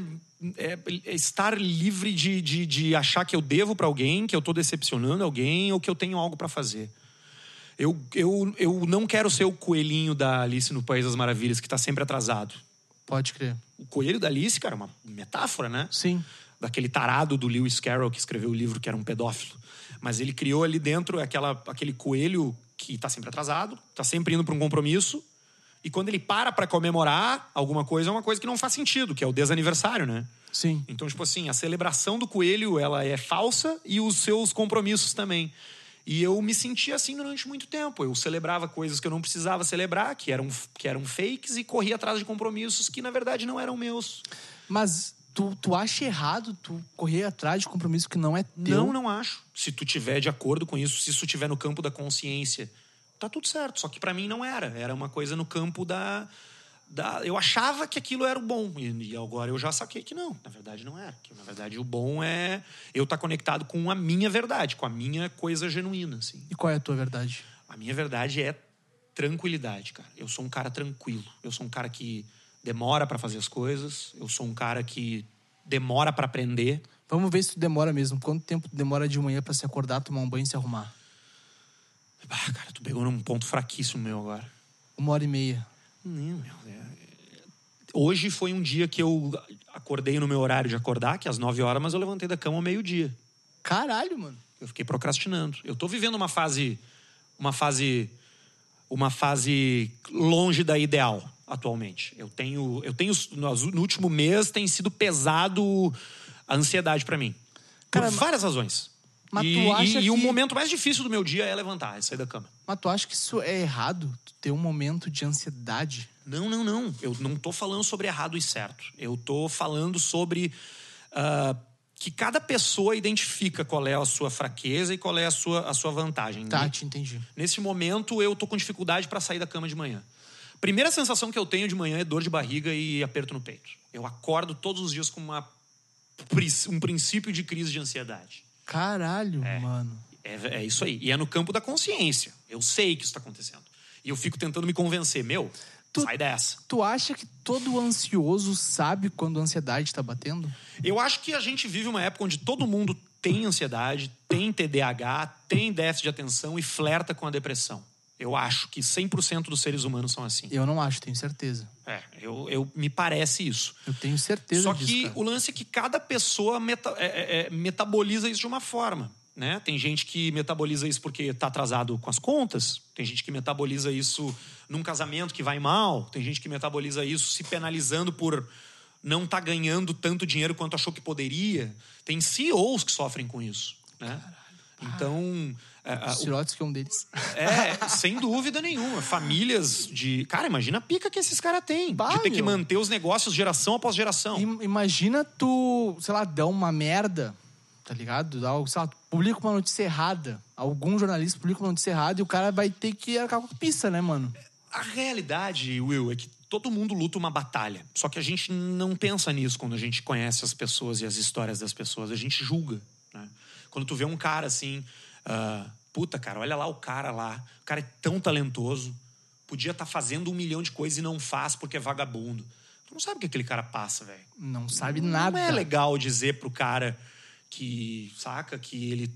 C: é- é estar livre de, de, de achar que eu devo pra alguém, que eu tô decepcionando alguém ou que eu tenho algo pra fazer. Eu, eu, eu não quero ser o coelhinho da Alice no País das Maravilhas, que tá sempre atrasado.
B: Pode crer.
C: O coelho da Alice, cara, é uma metáfora, né?
B: Sim.
C: daquele tarado do Lewis Carroll que escreveu o livro que era um pedófilo. Mas ele criou ali dentro aquela, aquele coelho que tá sempre atrasado, tá sempre indo para um compromisso. E quando ele para para comemorar alguma coisa, é uma coisa que não faz sentido, que é o desaniversário, né?
B: Sim.
C: Então, tipo assim, a celebração do coelho, ela é falsa e os seus compromissos também. E eu me sentia assim durante muito tempo. Eu celebrava coisas que eu não precisava celebrar, que eram, que eram fakes, e corria atrás de compromissos que, na verdade, não eram meus.
B: Mas tu, tu acha errado tu correr atrás de compromisso que não é teu?
C: Não, não acho. Se tu tiver de acordo com isso, se isso tiver no campo da consciência, tá tudo certo. Só que pra mim não era. Era uma coisa no campo da. da eu achava que aquilo era o bom. E, e agora eu já saquei que não. Na verdade, não era. Que, na verdade, o bom é eu estar conectado com a minha verdade, com a minha coisa genuína, assim.
B: E qual é a tua verdade?
C: A minha verdade é tranquilidade, cara. Eu sou um cara tranquilo. Eu sou um cara que demora pra fazer as coisas. Eu sou um cara que demora pra aprender.
B: Vamos ver se tu demora mesmo. Quanto tempo tu demora de manhã pra se acordar, tomar um banho e se arrumar?
C: Ah, cara, tu pegou num ponto fraquíssimo meu agora.
B: Uma hora e meia.
C: Nem, meu, é- é- Hoje foi um dia que eu acordei no meu horário de acordar, que é às 9 horas, mas eu levantei da cama ao meio-dia.
B: Caralho, mano.
C: Eu fiquei procrastinando. Eu tô vivendo uma fase. Uma fase. Uma fase longe da ideal atualmente. Eu tenho. Eu tenho. No no último mês tem sido pesado a ansiedade pra mim.
B: Cara,
C: Por várias razões.
B: mas
C: e,
B: tu acha
C: e- e o
B: que-
C: momento mais difícil do meu dia é levantar, é sair da cama.
B: Mas tu acha que isso é errado? Tu ter um momento de ansiedade?
C: Não, não, não. Eu não tô falando sobre errado e certo. Eu tô falando sobre ah, que cada pessoa identifica qual é a sua fraqueza e qual é a sua, a sua vantagem.
B: Tá, te entendi.
C: Nesse momento, eu tô com dificuldade para sair da cama de manhã. Primeira sensação que eu tenho de manhã é dor de barriga e aperto no peito. Eu acordo todos os dias com uma, pris- um princípio de crise de ansiedade.
B: Caralho, mano.
C: É, é isso aí. E é no campo da consciência. Eu sei que isso tá acontecendo. E eu fico tentando me convencer. Meu,
B: Tu-
C: sai dessa.
B: Tu acha que todo ansioso sabe quando a ansiedade tá batendo?
C: Eu acho que a gente vive uma época onde todo mundo tem ansiedade, tem TDAH, tem déficit de atenção e flerta com a depressão. Eu acho que 100% dos seres humanos são assim.
B: Eu não acho, tenho certeza.
C: É, eu, eu- me parece isso.
B: Eu tenho certeza
C: Só
B: disso,
C: que
B: cara.
C: o lance é que cada pessoa meta- é, é, é, metaboliza isso de uma forma. Né? Tem gente que metaboliza isso porque está atrasado com as contas, tem gente que metaboliza isso num casamento que vai mal, tem gente que metaboliza isso se penalizando por não estar ganhando tanto dinheiro quanto achou que poderia. Tem CEOs que sofrem com isso. Né? Então, é, é, o
B: Sirotsky é um deles.
C: é, sem dúvida nenhuma. Famílias de. Cara, imagina a pica que esses caras têm.
B: Bah,
C: de ter que um.
B: meu.
C: manter os negócios geração após geração.
B: Im- Imagina tu, sei lá, dá uma merda, tá ligado? Dá, algo, sei lá, tu publica uma notícia errada. Algum jornalista publica uma notícia errada e o cara vai ter que arcar com a pista, né, mano?
C: A realidade, Will, é que todo mundo luta uma batalha. Só que a gente não pensa nisso quando a gente conhece as pessoas e as histórias das pessoas. A gente julga. né? Quando tu vê um cara assim. ah, Puta, cara, olha lá o cara lá. O cara é tão talentoso. Podia estar fazendo um milhão de coisas e não faz porque é vagabundo. Tu não sabe o que aquele cara passa, velho.
B: Não sabe nada.
C: Não é legal dizer pro cara que, saca, que ele.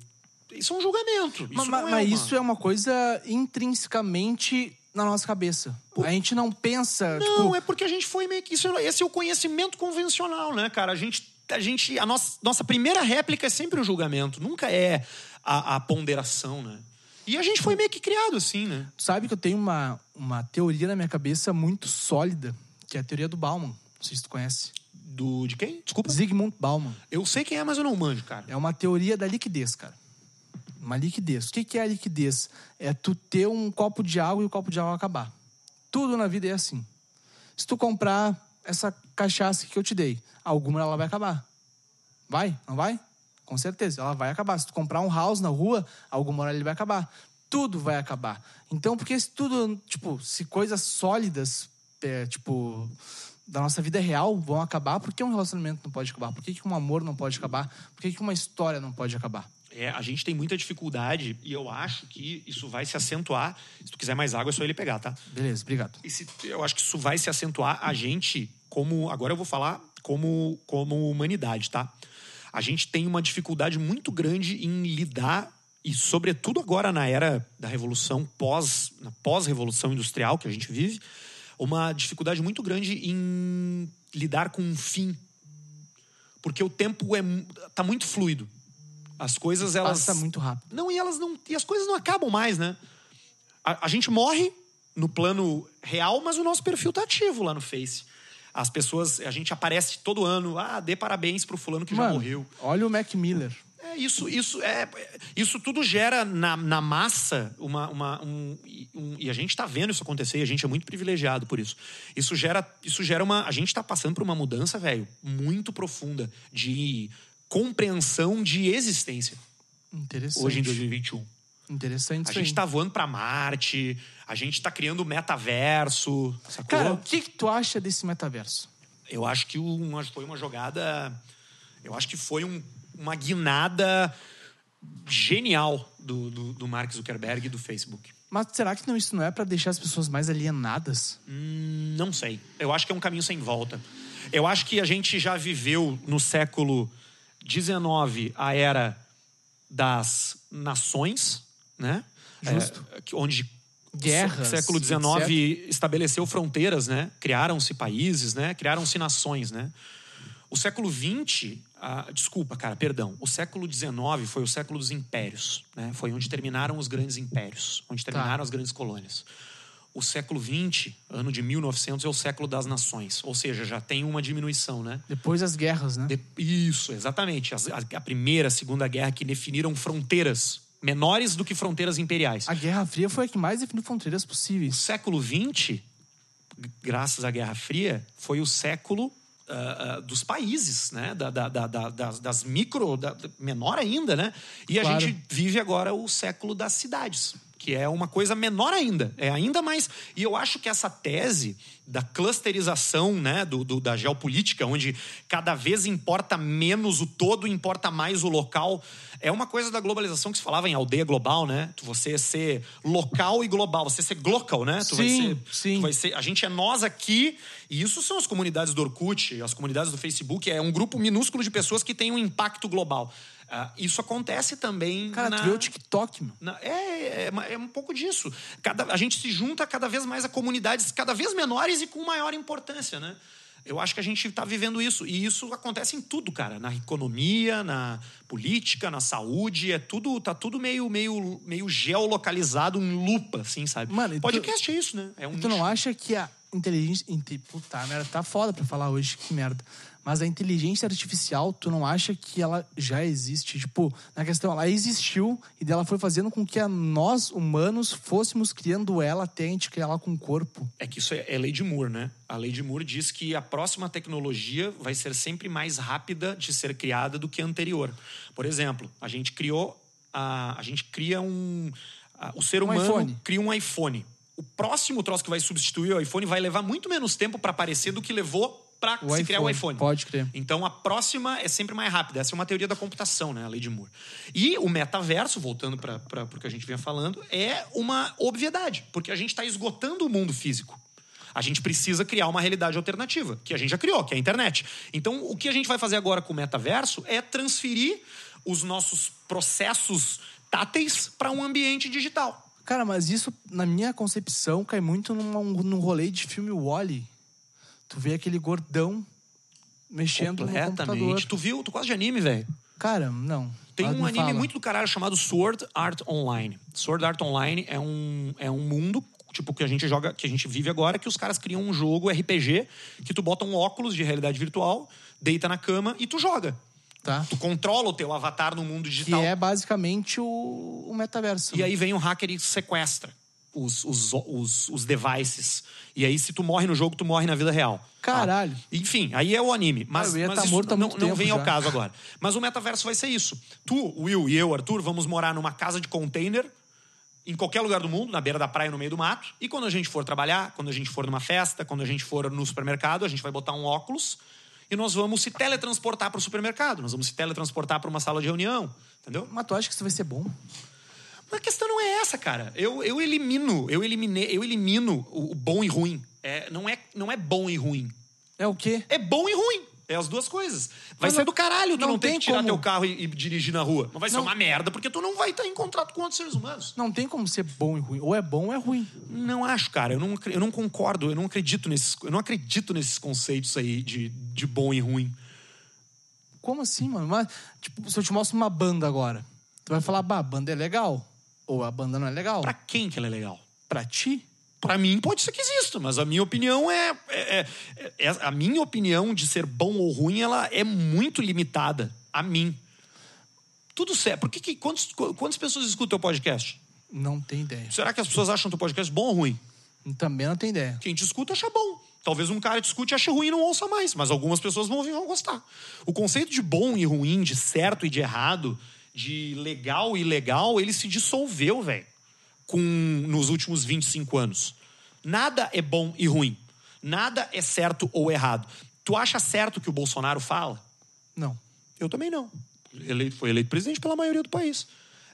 C: Isso é um julgamento. Isso
B: Mas,
C: não
B: mas-
C: é
B: mas
C: uma-
B: isso é uma coisa intrinsecamente na nossa cabeça. A gente não pensa,
C: Não,
B: tipo,
C: é porque a gente foi meio que. Isso, esse é o conhecimento convencional, né, cara? A gente. A, gente, a nossa, nossa primeira réplica é sempre o julgamento, nunca é a, a ponderação, né? E a gente foi meio que criado assim, né?
B: sabe que eu tenho uma, uma teoria na minha cabeça muito sólida, que é a teoria do Bauman. Não sei se tu conhece.
C: Do, de quem? Desculpa.
B: Zygmunt Bauman.
C: Eu sei quem é, mas eu não manjo, cara.
B: É uma teoria da liquidez, cara. Uma liquidez. O que que é a liquidez? É tu ter um copo de água e o copo de água acabar. Tudo na vida é assim. Se tu comprar essa cachaça que eu te dei, alguma ela vai acabar. Vai? Não vai? Com certeza, ela vai acabar. Se tu comprar um house na rua, alguma hora ele vai acabar. Tudo vai acabar. Então, porque se tudo, tipo, se coisas sólidas, é, tipo, da nossa vida real vão acabar, por que um relacionamento não pode acabar? Por que, que um amor não pode acabar? Por que, que uma história não pode acabar?
C: É, a gente tem muita dificuldade e eu acho que isso vai se acentuar. Se tu quiser mais água, é só ele pegar, tá?
B: Beleza, obrigado.
C: E se- eu acho que isso vai se acentuar a gente como agora eu vou falar como como humanidade, tá? A gente tem uma dificuldade muito grande em lidar e sobretudo agora na era da revolução pós na pós-revolução industrial que a gente vive, uma dificuldade muito grande em lidar com um fim. Porque o tempo é mu- tá muito fluido. As coisas elas
B: Passa muito rápido.
C: não, e elas não. E as coisas não acabam mais, né? A, a gente morre no plano real, mas o nosso perfil tá ativo lá no Face. As pessoas. A gente aparece todo ano. Ah, dê parabéns pro fulano que já
B: Mano,
C: morreu.
B: Olha o Mac Miller.
C: É, isso, isso, é, isso tudo gera na, na massa uma, uma- um, e- um- e a gente está vendo isso acontecer e a gente é muito privilegiado por isso. Isso gera, isso gera uma. A gente está passando por uma mudança, velho, muito profunda de compreensão de existência
B: Interessante.
C: hoje em 2021.
B: Interessante
C: A
B: isso
C: gente
B: aí.
C: tá voando pra Marte, a gente tá criando o metaverso. Sacou?
B: Cara, o que, que tu acha desse metaverso?
C: eu acho que uma- foi uma jogada. Eu acho que foi um- uma guinada genial do, do, do Mark Zuckerberg e do Facebook.
B: Mas será que não, isso não é pra deixar as pessoas mais alienadas?
C: Hum, Não sei. Eu acho que é um caminho sem volta. Eu acho que a gente já viveu no século XIX a era das nações, né?
B: Justo.
C: É, que- onde
B: Guerras,
C: sé- século XIX estabeleceu fronteiras, né? Criaram-se países, né? Criaram-se nações, né? O século XX, ah, desculpa, cara, perdão. O século XIX foi o século dos impérios, né? Foi onde terminaram os grandes impérios, onde terminaram as grandes colônias. O século XX, ano de 1900, é o século das nações. Ou seja, já tem uma diminuição, né?
B: Depois as guerras, né?
C: De- Isso, exatamente. As- A, a primeira, a segunda guerra que definiram fronteiras menores do que fronteiras imperiais.
B: A Guerra Fria foi a que mais definiu fronteiras
C: O
B: possíveis.
C: século XX, graças à Guerra Fria, foi o século ah, ah, dos países, né? Da, da- da- da- das, das micro, da- da- menor ainda, né? E a
B: Claro.
C: gente vive agora o século das cidades, que é uma coisa menor ainda, é ainda mais. E eu acho que essa tese da clusterização, né, do, do- da geopolítica, onde cada vez importa menos o todo, importa mais o local, é uma coisa da globalização que se falava em aldeia global, né? Tu- Você ser local e global, você ser glocal, né? Tu vai
B: Sim,
C: ser-
B: sim.
C: tu vai ser- a gente é nós aqui, e isso são as comunidades do Orkut, as comunidades do Facebook, é um grupo minúsculo de pessoas que tem um impacto global. Ah, isso acontece também
B: Cara,
C: na...
B: tu vê o TikTok, meu.
C: Na- é, é, ma- é um pouco disso. Cada, a gente se junta cada vez mais a comunidades cada vez menores e com maior importância, né? Eu acho que a gente está vivendo isso. E isso acontece em tudo, cara. Na economia, na política, na saúde. É tudo, tá tudo meio, meio, meio geolocalizado em lupa, assim, sabe?
B: Mano, e tu-
C: Podcast é isso, né? É um
B: Tu
C: nicho.
B: não acha que a inteligência. inte- Puta merda, tá foda pra falar hoje, que merda. Mas a inteligência artificial, tu não acha que ela já existe? Tipo, na questão, ela existiu e dela foi fazendo com que a nós, humanos, fôssemos criando ela até a gente criar ela com o corpo.
C: É que isso é, é lei de Moore, né? A lei de Moore diz que a próxima tecnologia vai ser sempre mais rápida de ser criada do que a anterior. Por exemplo, a gente criou a, a gente cria um a- o ser
B: Um
C: humano
B: iPhone.
C: cria um iPhone. O próximo troço que vai substituir o iPhone vai levar muito menos tempo para aparecer do que levou para se criar o iPhone.
B: Pode crer.
C: Então a próxima é sempre mais rápida. Essa é uma teoria da computação, né? A lei de Moore. E o metaverso, voltando para o que a gente vinha falando, é uma obviedade, porque a gente está esgotando o mundo físico. A gente precisa criar uma realidade alternativa, que a gente já criou, que é a internet. Então, o que a gente vai fazer agora com o metaverso é transferir os nossos processos táteis para um ambiente digital.
B: Cara, mas isso, na minha concepção, cai muito num, num rolê de filme Wally. Tu vê aquele gordão mexendo no um computador.
C: Completamente. Tu viu? Tu quase de anime, velho.
B: Cara, não.
C: Tem
B: Mas
C: um
B: me
C: anime
B: fala.
C: muito do caralho chamado Sword Art Online. Sword Art Online é um, é um mundo, tipo, que a gente joga, que a gente vive agora, que os caras criam um jogo RPG, que tu bota um óculos de realidade virtual, deita na cama e tu joga.
B: Tá.
C: Tu controla o teu avatar no mundo
B: Que
C: digital.
B: é basicamente o, o metaverso.
C: E aí vem um hacker e sequestra os, os, os, os devices. E aí, se tu morre no jogo, tu morre na vida real.
B: Caralho.
C: Ah, enfim, aí é o anime. Mas,
B: Ah, eu ia
C: mas
B: tá
C: isso
B: morto há
C: não,
B: muito
C: não
B: tempo
C: vem ao
B: já.
C: caso agora. Mas o metaverso vai ser isso. Tu, Will e eu, Arthur, vamos morar numa casa de container em qualquer lugar do mundo, na beira da praia, no meio do mato. E quando a gente for trabalhar, quando a gente for numa festa, quando a gente for no supermercado, a gente vai botar um óculos e nós vamos se teletransportar para o supermercado, nós vamos se teletransportar para uma sala de reunião, entendeu?
B: Mas tu acha que isso vai ser bom?
C: Mas a questão não é essa, cara. Eu, eu elimino, eu eliminei, eu elimino o, o bom e ruim. É, não, é, não é bom e ruim.
B: É o quê?
C: É bom e ruim. É as duas coisas. Vai
B: Mas
C: ser
B: não-
C: do caralho tu não,
B: não
C: ter
B: tem
C: que tirar
B: como.
C: teu carro e, e dirigir na rua. Mas vai ser
B: Não.
C: uma merda, porque tu não vai estar em contrato com outros seres humanos.
B: Não tem como ser bom e ruim. Ou é bom ou é ruim.
C: Não acho, cara. Eu não, acre- eu não concordo, eu não acredito nesses. Eu não acredito nesses conceitos aí de, de bom e ruim.
B: Como assim, mano? Mas, tipo, se eu te mostro uma banda agora, tu vai falar, bah, a banda é legal. Ou a banda não é legal.
C: Pra quem que ela é legal?
B: pra ti?
C: Pra mim pode ser que exista, mas a minha opinião é, é- é- é- a minha opinião de ser bom ou ruim, ela é muito limitada a mim. Tudo certo. Por que, que quantos- qu- quantas pessoas escutam teu podcast?
B: Não tem ideia.
C: Será que as pessoas acham teu podcast bom ou ruim?
B: Também não tem ideia.
C: Quem te escuta acha bom. Talvez um cara te escute e ache ruim e não ouça mais, mas algumas pessoas vão ouvir e vão gostar. O conceito de bom e ruim, de certo e de errado, de legal e ilegal, ele se dissolveu, velho, com nos últimos 25 anos. Nada é bom e ruim. Nada é certo ou errado. Tu acha certo o que o Bolsonaro fala?
B: Não.
C: Eu também não. Eleito, foi eleito presidente pela maioria do país.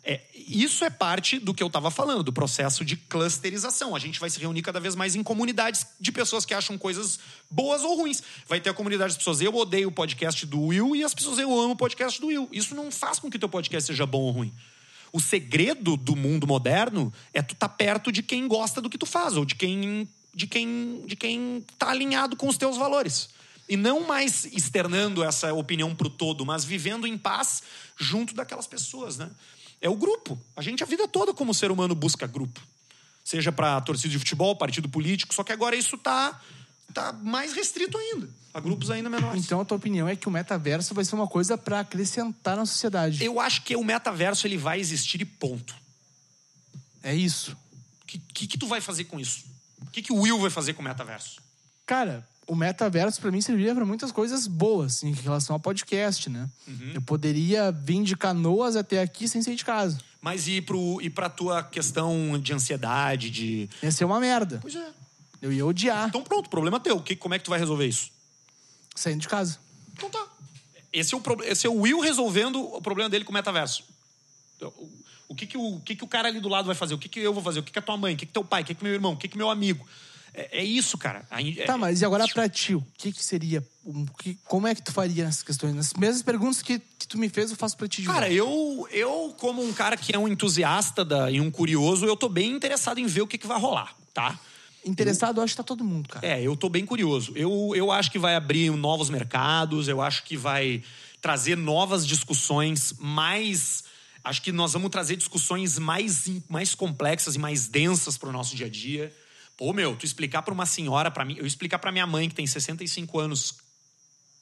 C: É, isso é parte do que eu estava falando, do processo de clusterização. A gente vai se reunir cada vez mais em comunidades de pessoas que acham coisas boas ou ruins. Vai ter a comunidade de pessoas, eu odeio o podcast do Will e as pessoas, eu amo o podcast do Will. Isso não faz com que o teu podcast seja bom ou ruim. O segredo do mundo moderno é tu estar perto de quem gosta do que tu faz, ou de quem, de quem, de quem tá alinhado com os teus valores. E não mais externando essa opinião pro todo, mas vivendo em paz junto daquelas pessoas, né? É o grupo. A gente a vida toda como ser humano busca grupo. Seja pra torcida de futebol, partido político, só que agora isso tá tá mais restrito ainda. A grupos ainda menores.
B: Então a tua opinião é que o metaverso vai ser uma coisa pra acrescentar na sociedade.
C: eu acho que é o metaverso ele vai existir e ponto.
B: É isso.
C: O que, que que tu vai fazer com isso? O que que o Will vai fazer com o metaverso?
B: Cara, o metaverso pra mim serviria pra muitas coisas boas em relação ao podcast, né?
C: Uhum.
B: Eu poderia vir de canoas até aqui sem sair de casa.
C: Mas e pro e pra tua questão de ansiedade, de
B: Ia ser uma merda.
C: Pois é.
B: Eu ia odiar
C: Então pronto, problema teu. Que, como é que tu vai resolver isso?
B: saindo de casa.
C: Então tá. Esse é o, prob- esse é o Will resolvendo o problema dele com o metaverso. Então, O- O que que o, o que que o cara ali do lado vai fazer? O que que eu vou fazer? O que que a tua mãe? O que que teu pai? O que que meu irmão? O que que meu amigo? É, é isso, cara. A in- é-
B: Tá, mas e agora pra ti, o que que seria, um, que, como é que tu faria nessas questões? Nas mesmas perguntas que, que tu me fez, eu faço pra ti de
C: Cara,
B: novo.
C: eu, eu, como um cara que é um entusiasta da- e um curioso, eu tô bem interessado em ver o que, que vai rolar, tá?
B: Interessado, eu acho que tá todo mundo, cara.
C: É, eu tô bem curioso. Eu, eu acho que vai abrir novos mercados, eu acho que vai trazer novas discussões mais. Acho que nós vamos trazer discussões mais, in- mais complexas e mais densas pro nosso dia a dia. Pô, meu, tu explicar pra uma senhora, para mim, eu explicar pra minha mãe que tem 65 anos o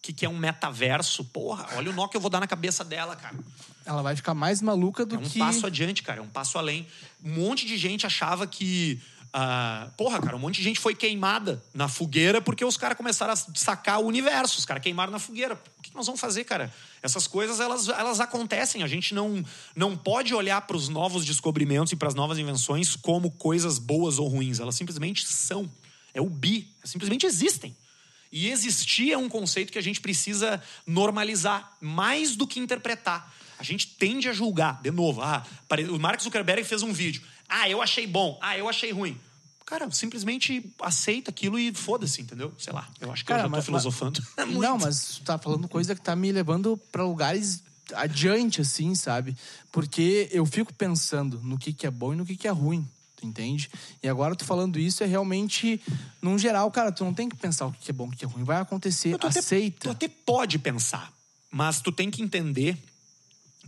C: que, que é um metaverso, porra, olha o nó que eu vou dar na cabeça dela, cara.
B: Ela vai ficar mais maluca do
C: É um
B: que...
C: passo adiante, cara. É um passo além. Um monte de gente achava que. ah, porra, cara, um monte de gente foi queimada na fogueira porque os caras começaram a sacar o universo. Os caras queimaram na fogueira. O que nós vamos fazer, cara? Essas coisas, elas, elas acontecem. A gente não, não pode olhar para os novos descobrimentos e para as novas invenções como coisas boas ou ruins. Elas simplesmente são. É o bi. Elas simplesmente existem. E existir é um conceito que a gente precisa normalizar mais do que interpretar. A gente tende a julgar, de novo. Ah, pare- o Mark Zuckerberg fez um vídeo. Ah, eu achei bom. Ah, eu achei ruim. Cara, simplesmente aceita aquilo e foda-se, entendeu? Sei lá. Eu acho que
B: Cara,
C: eu já tô
B: mas-
C: filosofando.
B: Não, mas tu tá falando coisa que tá me levando pra lugares adiante, assim, sabe? Porque eu fico pensando no que que é bom e no que que é ruim, tu entende? E agora tu falando isso é realmente, num geral, cara, tu não tem que pensar o que que é bom e o que que é ruim. Vai acontecer,
C: Tu até- tu
B: aceita.
C: até pode pensar, mas tu tem que entender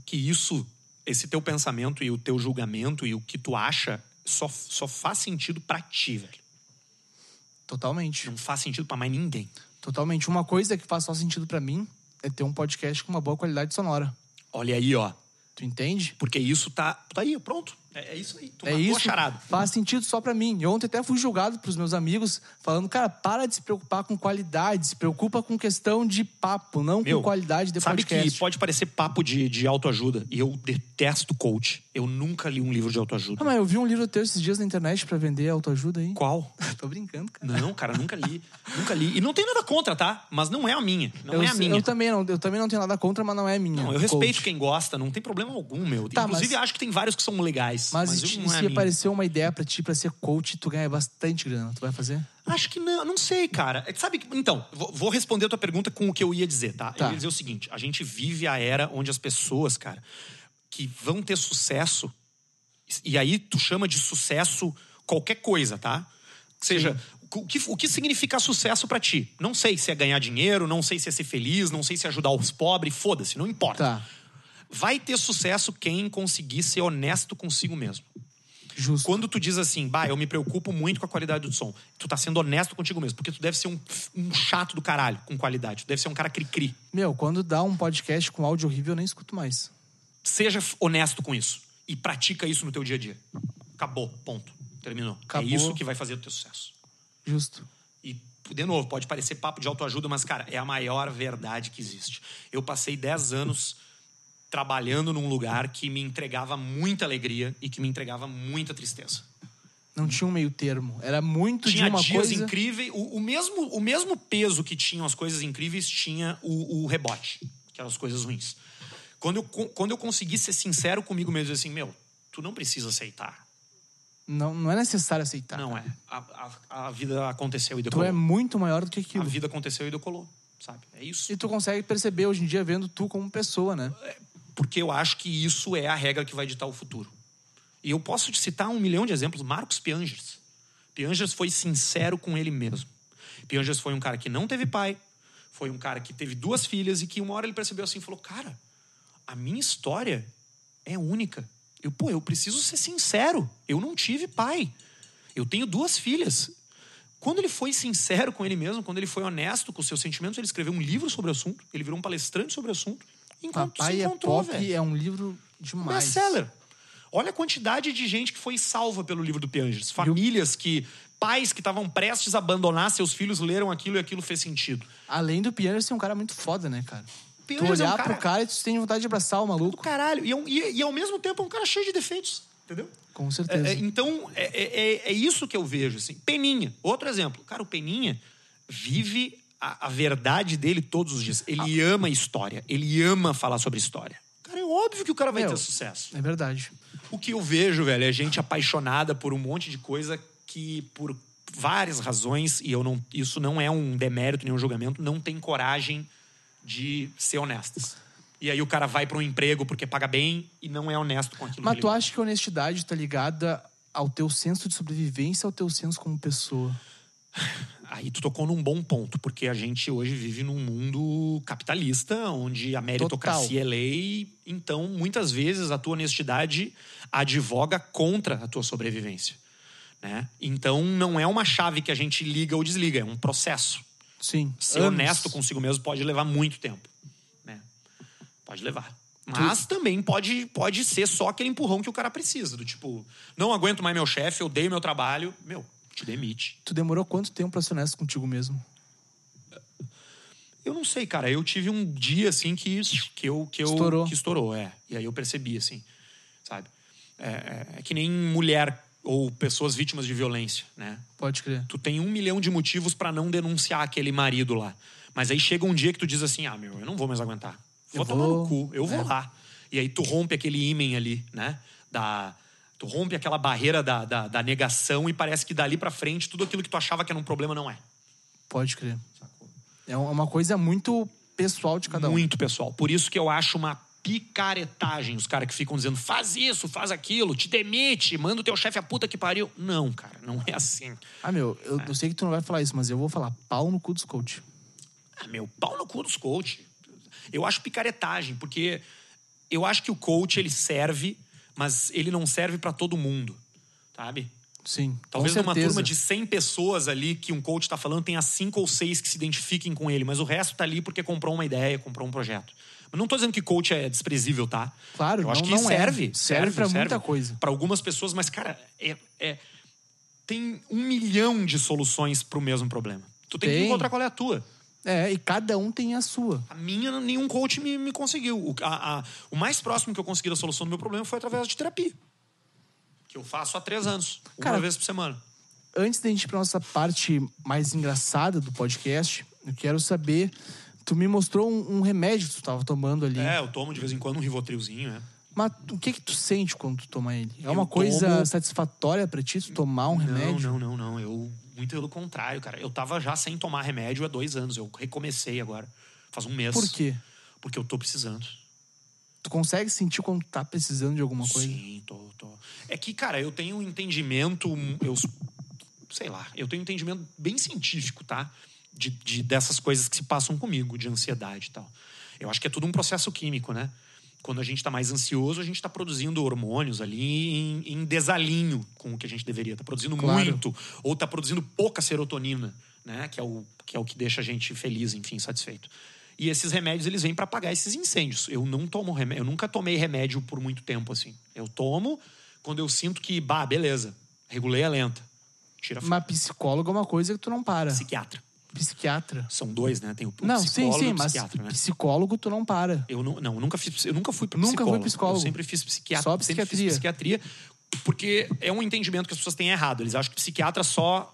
C: que isso, esse teu pensamento e o teu julgamento e o que tu acha só, só faz sentido pra ti, velho.
B: Totalmente.
C: Não faz sentido pra mais ninguém.
B: Totalmente. Uma coisa que faz só sentido pra mim é ter um podcast com uma boa qualidade sonora.
C: Olha aí, ó.
B: Tu entende?
C: Porque isso tá. Tá aí, pronto. É, é isso aí. Tu
B: É
C: matou a
B: isso.
C: charada.
B: Faz sentido só pra mim. Eu ontem até fui julgado pros meus amigos, falando, cara, para de se preocupar com qualidade, se preocupa com questão de papo, não
C: Meu,
B: com qualidade de
C: Sabe
B: podcast.
C: que pode parecer papo de, de autoajuda. E eu detesto coach. Eu nunca li um livro de autoajuda.
B: Ah, mas eu vi um livro teu esses dias na internet pra vender autoajuda aí.
C: Qual?
B: Tô brincando, cara.
C: Não, cara, nunca li. nunca li. E não tem nada contra, tá? Mas não é a minha. Não
B: eu,
C: é a minha.
B: eu também não, eu também não tenho nada contra, mas não é a minha.
C: Não, eu
B: coach.
C: respeito quem gosta, não tem problema algum, meu.
B: Tá,
C: Inclusive,
B: mas-
C: acho que tem vários que são legais.
B: Mas,
C: Mas,
B: e
C: eu,
B: te-
C: não é a
B: se
C: minha.
B: aparecer uma ideia pra ti pra ser coach, tu ganha bastante grana. Tu vai fazer?
C: Acho que não, não sei, cara. É que Sabe que. Então, vou, vou responder a tua pergunta com o que eu ia dizer, tá?
B: Tá.
C: Eu ia dizer o seguinte: a gente vive a era onde as pessoas, cara, que vão ter sucesso, e aí tu chama de sucesso qualquer coisa, tá? Ou seja, o que, o que significa sucesso pra ti? Não sei se é ganhar dinheiro, não sei se é ser feliz, não sei se é ajudar os pobres, foda-se, não importa.
B: Tá.
C: Vai ter sucesso quem conseguir ser honesto consigo mesmo.
B: Justo.
C: Quando tu diz assim, bah, eu me preocupo muito com a qualidade do som, tu tá sendo honesto contigo mesmo, porque tu deve ser um, um chato do caralho com qualidade, tu deve ser um cara cri-cri.
B: Meu, quando dá um podcast com áudio horrível, eu nem escuto mais.
C: Seja f- honesto com isso e pratica isso no teu dia a dia. Acabou, ponto. Terminou.
B: Acabou.
C: É isso que vai fazer o teu sucesso.
B: Justo.
C: E, de novo, pode parecer papo de autoajuda, mas, cara, é a maior verdade que existe. Eu passei 10 anos trabalhando num lugar que me entregava muita alegria e que me entregava muita tristeza.
B: Não tinha um meio termo. Era muito
C: tinha
B: de uma
C: dias
B: coisa.
C: incríveis. O, o mesmo, o mesmo peso que tinham as coisas incríveis tinha o, o rebote, que eram as coisas ruins. Quando eu, co- quando eu consegui ser sincero comigo mesmo, dizer assim, meu, tu não precisa aceitar.
B: Não, não é necessário aceitar.
C: Não é. A, a- a vida aconteceu e
B: Tu é
C: decolou.
B: muito maior do que
C: A
B: aquilo.
C: vida aconteceu e decolou, sabe? É isso.
B: E tu consegue perceber hoje em dia vendo tu como pessoa, né?
C: É, Porque eu acho que isso é a regra que vai ditar o futuro. E eu posso te citar um milhão de exemplos. Marcos Piangers. Piangers foi sincero com ele mesmo. Piangers foi um cara que não teve pai, foi um cara que teve duas filhas e que uma hora ele percebeu assim e falou: Cara, a minha história é única. Eu, pô, eu preciso ser sincero. Eu não tive pai. Eu tenho duas filhas. Quando ele foi sincero com ele mesmo, quando ele foi honesto com os seus sentimentos, ele escreveu um livro sobre o assunto, ele virou um palestrante sobre o assunto. Enquanto
B: Papai
C: se
B: é
C: encontrou,
B: Pop
C: velho é
B: é um livro demais.
C: best-seller. Olha a quantidade de gente que foi salva pelo livro do Piangers. Famílias que. Pais que estavam prestes a abandonar seus filhos leram aquilo e aquilo fez sentido.
B: Além do Piangers ser um cara muito foda, né, cara? Tu
C: Piangers é um
B: olhar
C: cara-
B: pro cara e tu tem vontade de abraçar o
C: Do
B: maluco.
C: caralho. E, é um- e- e ao mesmo tempo é um cara cheio de defeitos. Entendeu?
B: Com certeza.
C: É, é, então, é, é- é- é isso que eu vejo. Assim. Peninha, outro exemplo. Cara, o Peninha vive a, a verdade dele todos os dias. Ele ama história. Ele ama falar sobre história. Cara, é óbvio que o cara vai
B: Meu,
C: ter sucesso.
B: É verdade.
C: O que eu vejo, velho, é gente apaixonada por um monte de coisa que por várias razões, e eu não, isso não é um demérito, nenhum julgamento, não tem coragem de ser honestas. E aí o cara vai para um emprego porque paga bem e não é honesto com aquilo
B: Mas
C: que
B: tu
C: ele-
B: acha que a honestidade tá ligada ao teu senso de sobrevivência, ao teu senso como pessoa?
C: Aí tu tocou num bom ponto, porque a gente hoje vive num mundo capitalista, onde a meritocracia
B: Total.
C: é lei. Então, muitas vezes, a tua honestidade advoga contra a tua sobrevivência. Né? Então, não é uma chave que a gente liga ou desliga, é um processo.
B: Sim.
C: Ser
B: anos.
C: honesto consigo mesmo pode levar muito tempo. Né? Pode levar. Mas também pode, pode ser só aquele empurrão que o cara precisa. Do tipo, não aguento mais meu chefe, odeio meu trabalho. Meu, te demite.
B: Tu demorou quanto tempo pra ser honesto contigo mesmo?
C: Eu não sei, cara. Eu tive um dia assim que que eu que eu
B: Estourou.
C: que estourou, é. E aí eu percebi assim, sabe? É, é- é que nem mulher ou pessoas vítimas de violência, né?
B: Pode crer.
C: Tu tem um milhão de motivos pra não denunciar aquele marido lá, mas aí chega um dia que tu diz assim, ah meu, eu não vou mais aguentar. Vou
B: Eu
C: tomar no
B: vou-
C: cu, eu vou
B: é.
C: lá. E aí tu rompe aquele ímã ali, né? Da Tu rompe aquela barreira da, da, da negação e parece que dali pra frente tudo aquilo que tu achava que era um problema não é.
B: Pode crer. É um- é uma coisa muito pessoal de cada um.
C: Muito, pessoal. Por isso que eu acho uma picaretagem os caras que ficam dizendo faz isso, faz aquilo, te demite, manda o teu chefe a puta que pariu. Não, cara, não é assim.
B: Ah, meu, eu, eu sei que tu não vai falar isso, mas eu vou falar pau no cu dos coach.
C: Ah, meu, pau no cu dos coach. Eu acho picaretagem, porque eu acho que o coach ele serve, mas ele não serve pra todo mundo, sabe?
B: Sim.
C: Talvez
B: com
C: numa
B: certeza.
C: turma de 100 pessoas ali que um coach tá falando, tenha cinco ou seis que se identifiquem com ele, mas o resto tá ali porque comprou uma ideia, comprou um projeto. Mas não tô dizendo que coach é desprezível, tá?
B: Claro,
C: Eu acho
B: não-
C: que
B: não é.
C: serve.
B: Serve pra muita coisa.
C: Pra algumas pessoas, mas, cara, é, é- tem um milhão de soluções pro mesmo problema. Tu tem, que
B: Tem.
C: encontrar qual é a tua.
B: É, e cada um tem a sua.
C: A minha, nenhum coach me, me conseguiu. O, a- a- o mais próximo que eu consegui da solução do meu problema foi através de terapia. Que eu faço há três anos.
B: Cara,
C: uma vez por semana.
B: Antes da gente ir pra nossa parte mais engraçada do podcast, eu quero saber. Tu me mostrou um, um remédio que tu tava tomando ali.
C: É, eu tomo de vez em quando um rivotrilzinho, é.
B: Mas o que que tu sente quando tu toma ele? É uma
C: Eu
B: coisa
C: tomo-
B: satisfatória pra ti, tu tomar um remédio?
C: Não, não, não, não. Eu, muito pelo contrário, cara. Eu tava já sem tomar remédio há dois anos. Eu recomecei agora. Faz um mês.
B: Por quê?
C: Porque eu tô precisando.
B: Tu consegue sentir quando tu tá precisando de alguma coisa?
C: Sim, tô, tô. É que, cara, eu tenho um entendimento, eu sei lá, eu tenho um entendimento bem científico, tá? De, de- dessas coisas que se passam comigo, de ansiedade e tal. Eu acho que é tudo um processo químico, né? Quando a gente tá mais ansioso, a gente tá produzindo hormônios ali em, em desalinho com o que a gente deveria. Tá produzindo
B: Claro.
C: muito, ou tá produzindo pouca serotonina, né? Que é, o, que é o que deixa a gente feliz, enfim, satisfeito. E esses remédios, eles vêm para apagar esses incêndios. Eu não tomo remédio, eu nunca tomei remédio por muito tempo, assim. Eu tomo quando eu sinto que, bah, beleza, regulei a lenta. Tira a
B: Mas psicólogo é uma coisa que tu não para.
C: psiquiatra.
B: Psiquiatra.
C: São dois, né? Tem o psicólogo
B: Não, sim,
C: e
B: sim,
C: o
B: mas
C: psiquiatra, né?
B: psicólogo tu não para.
C: Eu não, não, eu nunca fiz, eu nunca fui pra
B: Nunca foi
C: psicólogo.
B: psicólogo.
C: Eu sempre fiz psiquiatra,
B: Só
C: sempre fiz psiquiatria, porque é um entendimento que as pessoas têm errado. Eles acham que psiquiatra só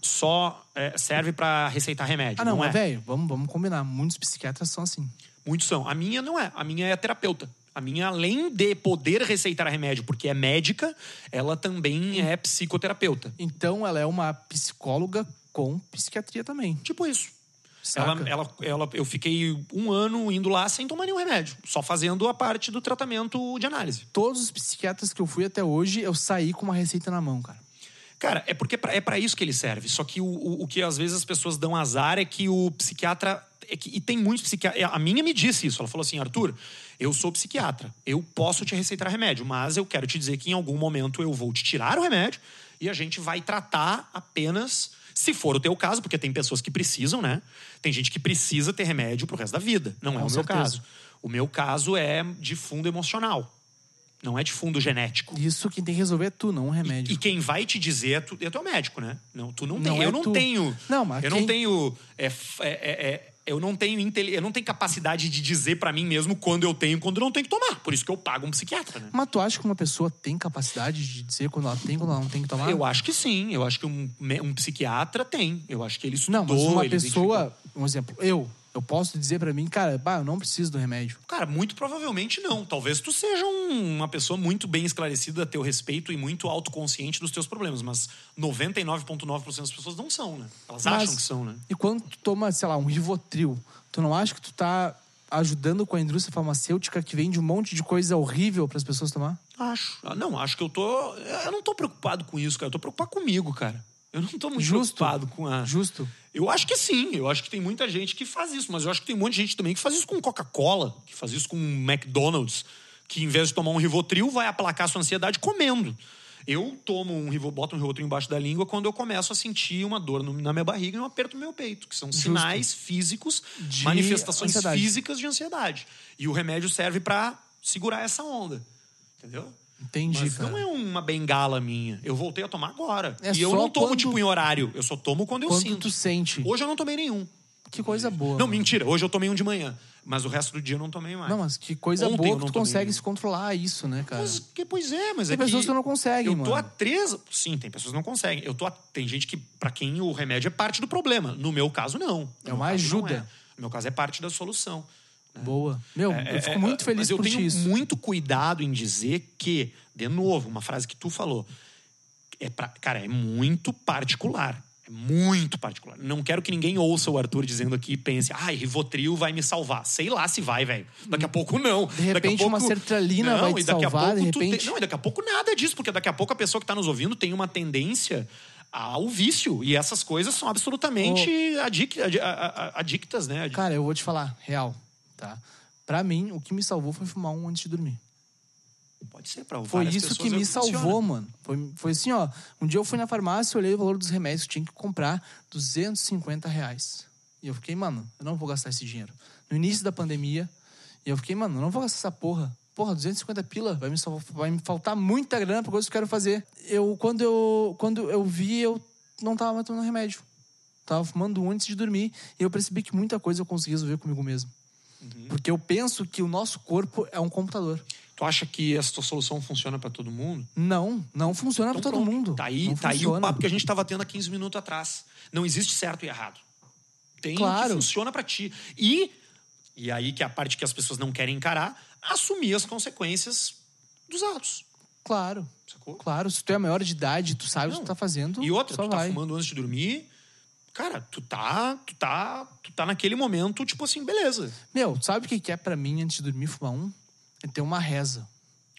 C: só é, serve pra receitar remédio,
B: Ah, não,
C: é?
B: mas velho, vamos, vamos combinar. Muitos psiquiatras são assim.
C: Muitos são. A minha não é. A minha é terapeuta. A minha, além de poder receitar remédio porque é médica, ela também é psicoterapeuta.
B: Então ela é uma psicóloga com psiquiatria também.
C: Tipo isso.
B: Saca?
C: Ela, é ela, ela, eu fiquei um ano indo lá sem tomar nenhum remédio, só fazendo a parte do tratamento de análise.
B: Todos os psiquiatras que eu fui até hoje, eu saí com uma receita na mão, cara.
C: Cara, é porque pra- é para isso que ele serve. Só que o, o, o que às vezes as pessoas dão azar é que o psiquiatra. é que- e tem muitos psiquiatras. A minha me disse isso. Ela falou assim: Arthur, eu sou psiquiatra. Eu posso te receitar remédio, mas eu quero te dizer que em algum momento eu vou te tirar o remédio e a gente vai tratar apenas. Se for o teu caso, porque tem pessoas que precisam, né? Tem gente que precisa ter remédio pro resto da vida. Não é
B: Com
C: o meu
B: certeza.
C: caso. O meu caso é de fundo emocional. Não é de fundo genético.
B: Isso quem tem que resolver é tu, não um remédio.
C: E quem vai te dizer é tu, é teu médico, né? Não, tu não,
B: Não
C: tem,
B: é
C: eu não
B: tu.
C: tenho.
B: Não, mas
C: eu
B: quem-
C: não tenho. é, f- é, é, é, eu não tenho intele- eu não tenho capacidade de dizer pra mim mesmo quando eu tenho e quando eu não tenho que tomar. Por isso que eu pago um psiquiatra, né?
B: Mas tu acha que uma pessoa tem capacidade de dizer quando ela tem, quando ela não tem que tomar?
C: Eu acho que sim. Eu acho que um, me- um psiquiatra tem. Eu acho que ele estudou.
B: Não, mas uma
C: ele
B: pessoa. Um exemplo, eu. Eu posso dizer pra mim, cara, bah, eu não preciso do remédio.
C: Cara, muito provavelmente não. Talvez tu seja um- uma pessoa muito bem esclarecida a teu respeito e muito autoconsciente dos teus problemas, mas 99,9% das pessoas não são, né? Elas acham
B: Mas-
C: que são, né?
B: E quando tu toma, sei lá, um Rivotril, tu não acha que tu tá ajudando com a indústria farmacêutica que vende um monte de coisa horrível pras pessoas tomar?
C: Acho. Ah, Não, acho que eu tô. Eu não tô preocupado com isso, cara. Eu tô preocupado comigo, cara. Eu não tô muito
B: Justo.
C: preocupado com a.
B: Justo.
C: Eu acho que sim, eu acho que tem muita gente que faz isso, mas eu acho que tem um monte de gente também que faz isso com Coca-Cola, que faz isso com McDonald's, que em vez de tomar um Rivotril, vai aplacar sua ansiedade comendo. Eu tomo um Rivotril, boto um Rivotril embaixo da língua quando eu começo a sentir uma dor no- na minha barriga e um aperto no meu peito, que são sinais físicos,
B: De
C: manifestações
B: ansiedade.
C: físicas de ansiedade. E o remédio serve pra segurar essa onda. Entendeu?
B: Entendi,
C: Mas
B: cara.
C: não é uma bengala minha. Eu voltei a tomar agora.
B: É
C: e eu
B: só
C: não tomo,
B: quando-
C: tipo, em horário. Eu só tomo quando eu
B: Quanto
C: sinto.
B: tu sente.
C: Hoje eu não tomei nenhum.
B: Que coisa boa.
C: um Não,
B: mano.
C: mentira. Hoje eu tomei um de manhã. Mas o resto do dia eu não tomei mais.
B: Não, mas que coisa
C: Ontem eu
B: boa que
C: não
B: tu
C: tomei
B: consegue
C: nenhum.
B: se controlar isso, né, cara?
C: Mas que- pois é, mas
B: Tem
C: é
B: pessoas que
C: que
B: não conseguem,
C: eu tô
B: mano.
C: há três... Sim, tem pessoas que não conseguem. Eu tô há- Tem gente que, pra quem o remédio é parte do problema. No meu caso, não. No
B: É
C: meu
B: uma
C: caso, não
B: ajuda.
C: é. No meu caso, é parte da solução.
B: É Boa. Meu, eu fico
C: É,
B: muito feliz
C: mas eu
B: por
C: tenho
B: ti isso.
C: muito cuidado em dizer que, de novo, uma frase que tu falou, é pra- cara, é muito particular. É muito particular. Não quero que ninguém ouça o Arthur dizendo aqui e pense, ai, Rivotril vai me salvar. Sei lá se vai, velho. Daqui a pouco não. De
B: Hum. repente, uma sertralina vai te salvar, de repente-
C: Não, e daqui a pouco nada disso, porque daqui a pouco a pessoa que tá nos ouvindo tem uma tendência ao vício. E essas coisas são absolutamente adic- adi- a- a- a- adictas, né?
B: Cara, eu vou te falar, real, tá? Pra mim, o que me salvou foi fumar um antes de dormir.
C: Pode ser pra
B: Foi
C: várias
B: isso
C: pessoas
B: que
C: é
B: me
C: funciona.
B: salvou, mano. Foi, foi assim, ó. Um dia eu fui na farmácia, olhei o valor dos remédios que tinha que comprar, 250 reais. E eu fiquei, mano, eu não vou gastar esse dinheiro. No início da pandemia, e eu fiquei, mano, eu não vou gastar essa porra. Porra, 250 pila, vai me, salvar- vai me faltar muita grana pra coisas que eu quero fazer. Eu, quando eu, quando eu vi, eu não tava mais tomando remédio. Tava fumando um antes de dormir e eu percebi que muita coisa eu consegui resolver comigo mesmo.
C: Uhum.
B: Porque eu penso que o nosso corpo é um computador.
C: Tu acha que essa tua solução funciona pra todo mundo?
B: Não, não funciona pra
C: Então
B: todo
C: pronto.
B: mundo.
C: Tá aí,
B: não
C: tá aí o
B: funciona.
C: papo que a gente tava tendo há 15 minutos atrás. Não existe certo e errado. Tem o que
B: Claro.
C: funciona pra ti. E e aí que é a parte que as pessoas não querem encarar, assumir as consequências dos atos.
B: Claro,
C: Sacou?
B: claro. Se tu é maior de idade, tu sabe o que
C: Não.
B: tu tá fazendo.
C: E outra,
B: só
C: tu tá
B: vai.
C: fumando antes de dormir, cara, tu tá, tu tá, tu tá naquele momento tipo assim, beleza.
B: Meu, tu sabe o que que é pra mim antes de dormir fumar um? É ter uma reza.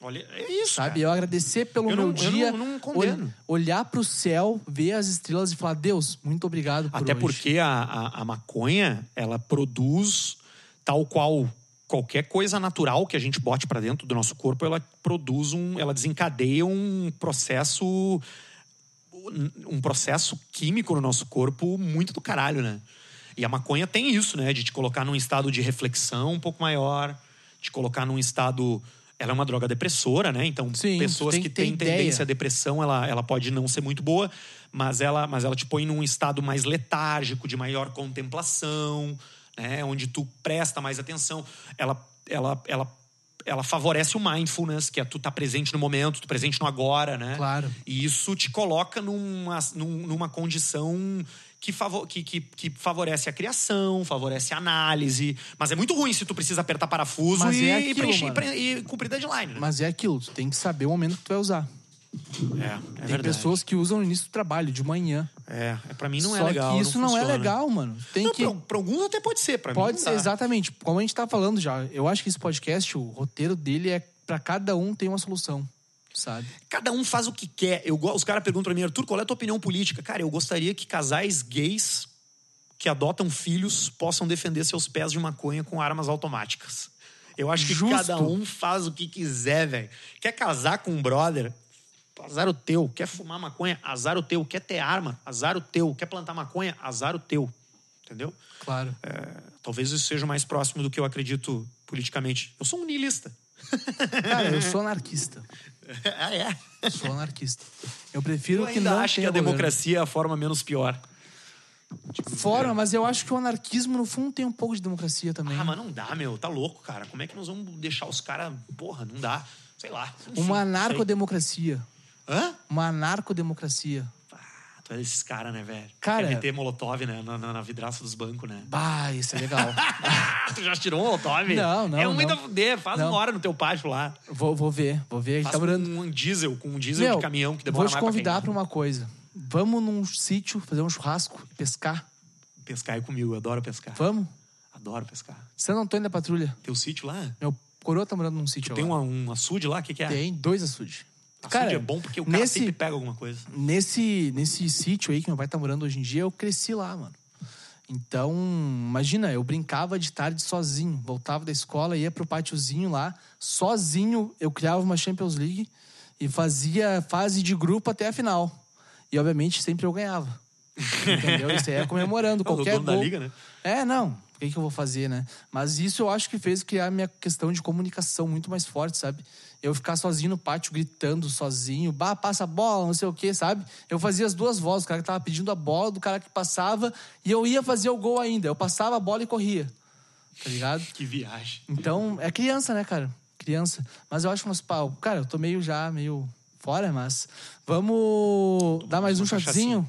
C: Olha, é isso.
B: Sabe?
C: cara.
B: Eu agradecer pelo
C: Eu
B: meu
C: não- eu
B: dia.
C: não- não condeno.
B: ol- olhar pro céu, ver as estrelas e falar: Deus, muito obrigado por
C: Até
B: hoje."
C: porque a, a, a maconha, ela produz tal qual qualquer coisa natural que a gente bote pra dentro do nosso corpo, ela produz um, ela desencadeia um processo um processo químico no nosso corpo muito do caralho, né? E a maconha tem isso, né? De te colocar num estado de reflexão um pouco maior, te colocar num estado. Ela é uma droga depressora, né? Então,
B: Sim,
C: pessoas
B: tem
C: que
B: que ter
C: têm
B: ideia.
C: tendência à depressão, ela, ela pode não ser muito boa, mas ela, mas ela te põe num estado mais letárgico, de maior contemplação, né? Onde tu presta mais atenção. Ela, ela, ela, ela favorece o mindfulness, que é tu tá presente no momento, tu presente no agora, né?
B: Claro.
C: E isso te coloca numa, num- numa condição que, favo- que- que- que favorece a criação, favorece a análise. Mas é muito ruim se tu precisa apertar parafuso
B: Mas
C: e,
B: é aquilo,
C: e preencher-
B: mano.
C: e pre- e cumprir deadline. Né?
B: Mas é aquilo, tu tem que saber o momento que tu vai usar.
C: É, é
B: tem
C: verdade.
B: pessoas que usam no início do trabalho, de manhã.
C: É, é, pra mim não é
B: Só
C: legal.
B: que isso não, é
C: funciona.
B: legal, mano. Tem
C: Não,
B: que.
C: pra, um pra alguns até pode ser, pra mim.
B: Pode
C: não
B: ser,
C: dá.
B: exatamente. Como a gente tá falando já, eu acho que esse podcast, o roteiro dele é pra cada um tem uma solução, sabe?
C: Cada um faz o que quer. Eu, go- os caras perguntam pra mim, Arthur, qual é a tua opinião política? Cara, eu gostaria que casais gays que adotam filhos possam defender seus pés de maconha com armas automáticas. Eu acho que
B: Justo.
C: cada um faz o que quiser, velho. Quer casar com um brother? Azar o teu. Quer fumar maconha? Azar o teu. Quer ter arma? Azar o teu. Quer plantar maconha? Azar o teu. Entendeu?
B: Claro.
C: Talvez isso seja mais próximo do que eu acredito politicamente. Eu sou um niilista.
B: Cara, eu sou anarquista.
C: ah, é?
B: Sou anarquista. Eu prefiro
C: Eu
B: que
C: ainda
B: não
C: acho que
B: tenha
C: a
B: governo.
C: democracia é a forma menos pior.
B: Fora, mas eu acho que o anarquismo, no fundo, tem um pouco de democracia também.
C: Ah, mas não dá, meu. Tá louco, cara. Como é que nós vamos deixar os caras. Porra, não dá. Sei lá. Enfim,
B: Uma
C: não sei.
B: anarcodemocracia.
C: Hã?
B: Uma anarcodemocracia.
C: Ah, Tu é esses caras, né, velho?
B: Cara-
C: Quer meter molotov, né? Na, na- na vidraça dos bancos, né?
B: Bah, isso é legal.
C: Ah, tu já tirou um molotov?
B: Não, não,
C: É um
B: não.
C: ainda fuder. Faz
B: Não.
C: uma hora no teu pátio lá.
B: vou, vou ver, vou ver. A gente
C: Faz
B: tá morando
C: um, um diesel com um diesel de caminhão que demora
B: Vou te
C: mais
B: convidar pra
C: pra,
B: uma coisa. Vamos num sítio fazer um churrasco, pescar.
C: queimar. Pescar é comigo. Eu adoro pescar.
B: Vamos?
C: Adoro pescar.
B: Você não Antônio da Patrulha.
C: Teu sítio lá?
B: Meu coroa tá morando num sítio
C: Tem
B: agora.
C: um, um açude lá? O que, que é?
B: Tem dois açudes.
C: Açude
B: Cara,
C: é bom porque o cara
B: nesse-
C: sempre pega alguma coisa.
B: Nesse, nesse sítio aí que meu pai tá morando hoje em dia, eu cresci lá, mano. Então, imagina, eu brincava de tarde sozinho. Voltava da escola, ia pro pátiozinho lá. Sozinho, eu criava uma Champions League e fazia fase de grupo até a final. E, obviamente, sempre eu ganhava. Entendeu? Isso aí é comemorando.
C: Não, o
B: Qualquer
C: dono da
B: gol-
C: liga, né?
B: É, não. O que, que eu vou fazer, né? Mas isso eu acho que fez criar a minha questão de comunicação muito mais forte, sabe? Eu ficar sozinho no pátio, gritando sozinho, bah, passa a bola, não sei o quê, sabe? Eu fazia as duas vozes, o cara que tava pedindo a bola, do cara que passava, e eu ia fazer o gol ainda. Eu passava a bola e corria. Tá ligado?
C: Que viagem.
B: Então, é criança, né, cara? Criança. Mas eu acho que nosso pau. Cara, eu tô meio já, meio fora, mas. Vamos dar mais um
C: uma
B: shotzinho?
C: assim.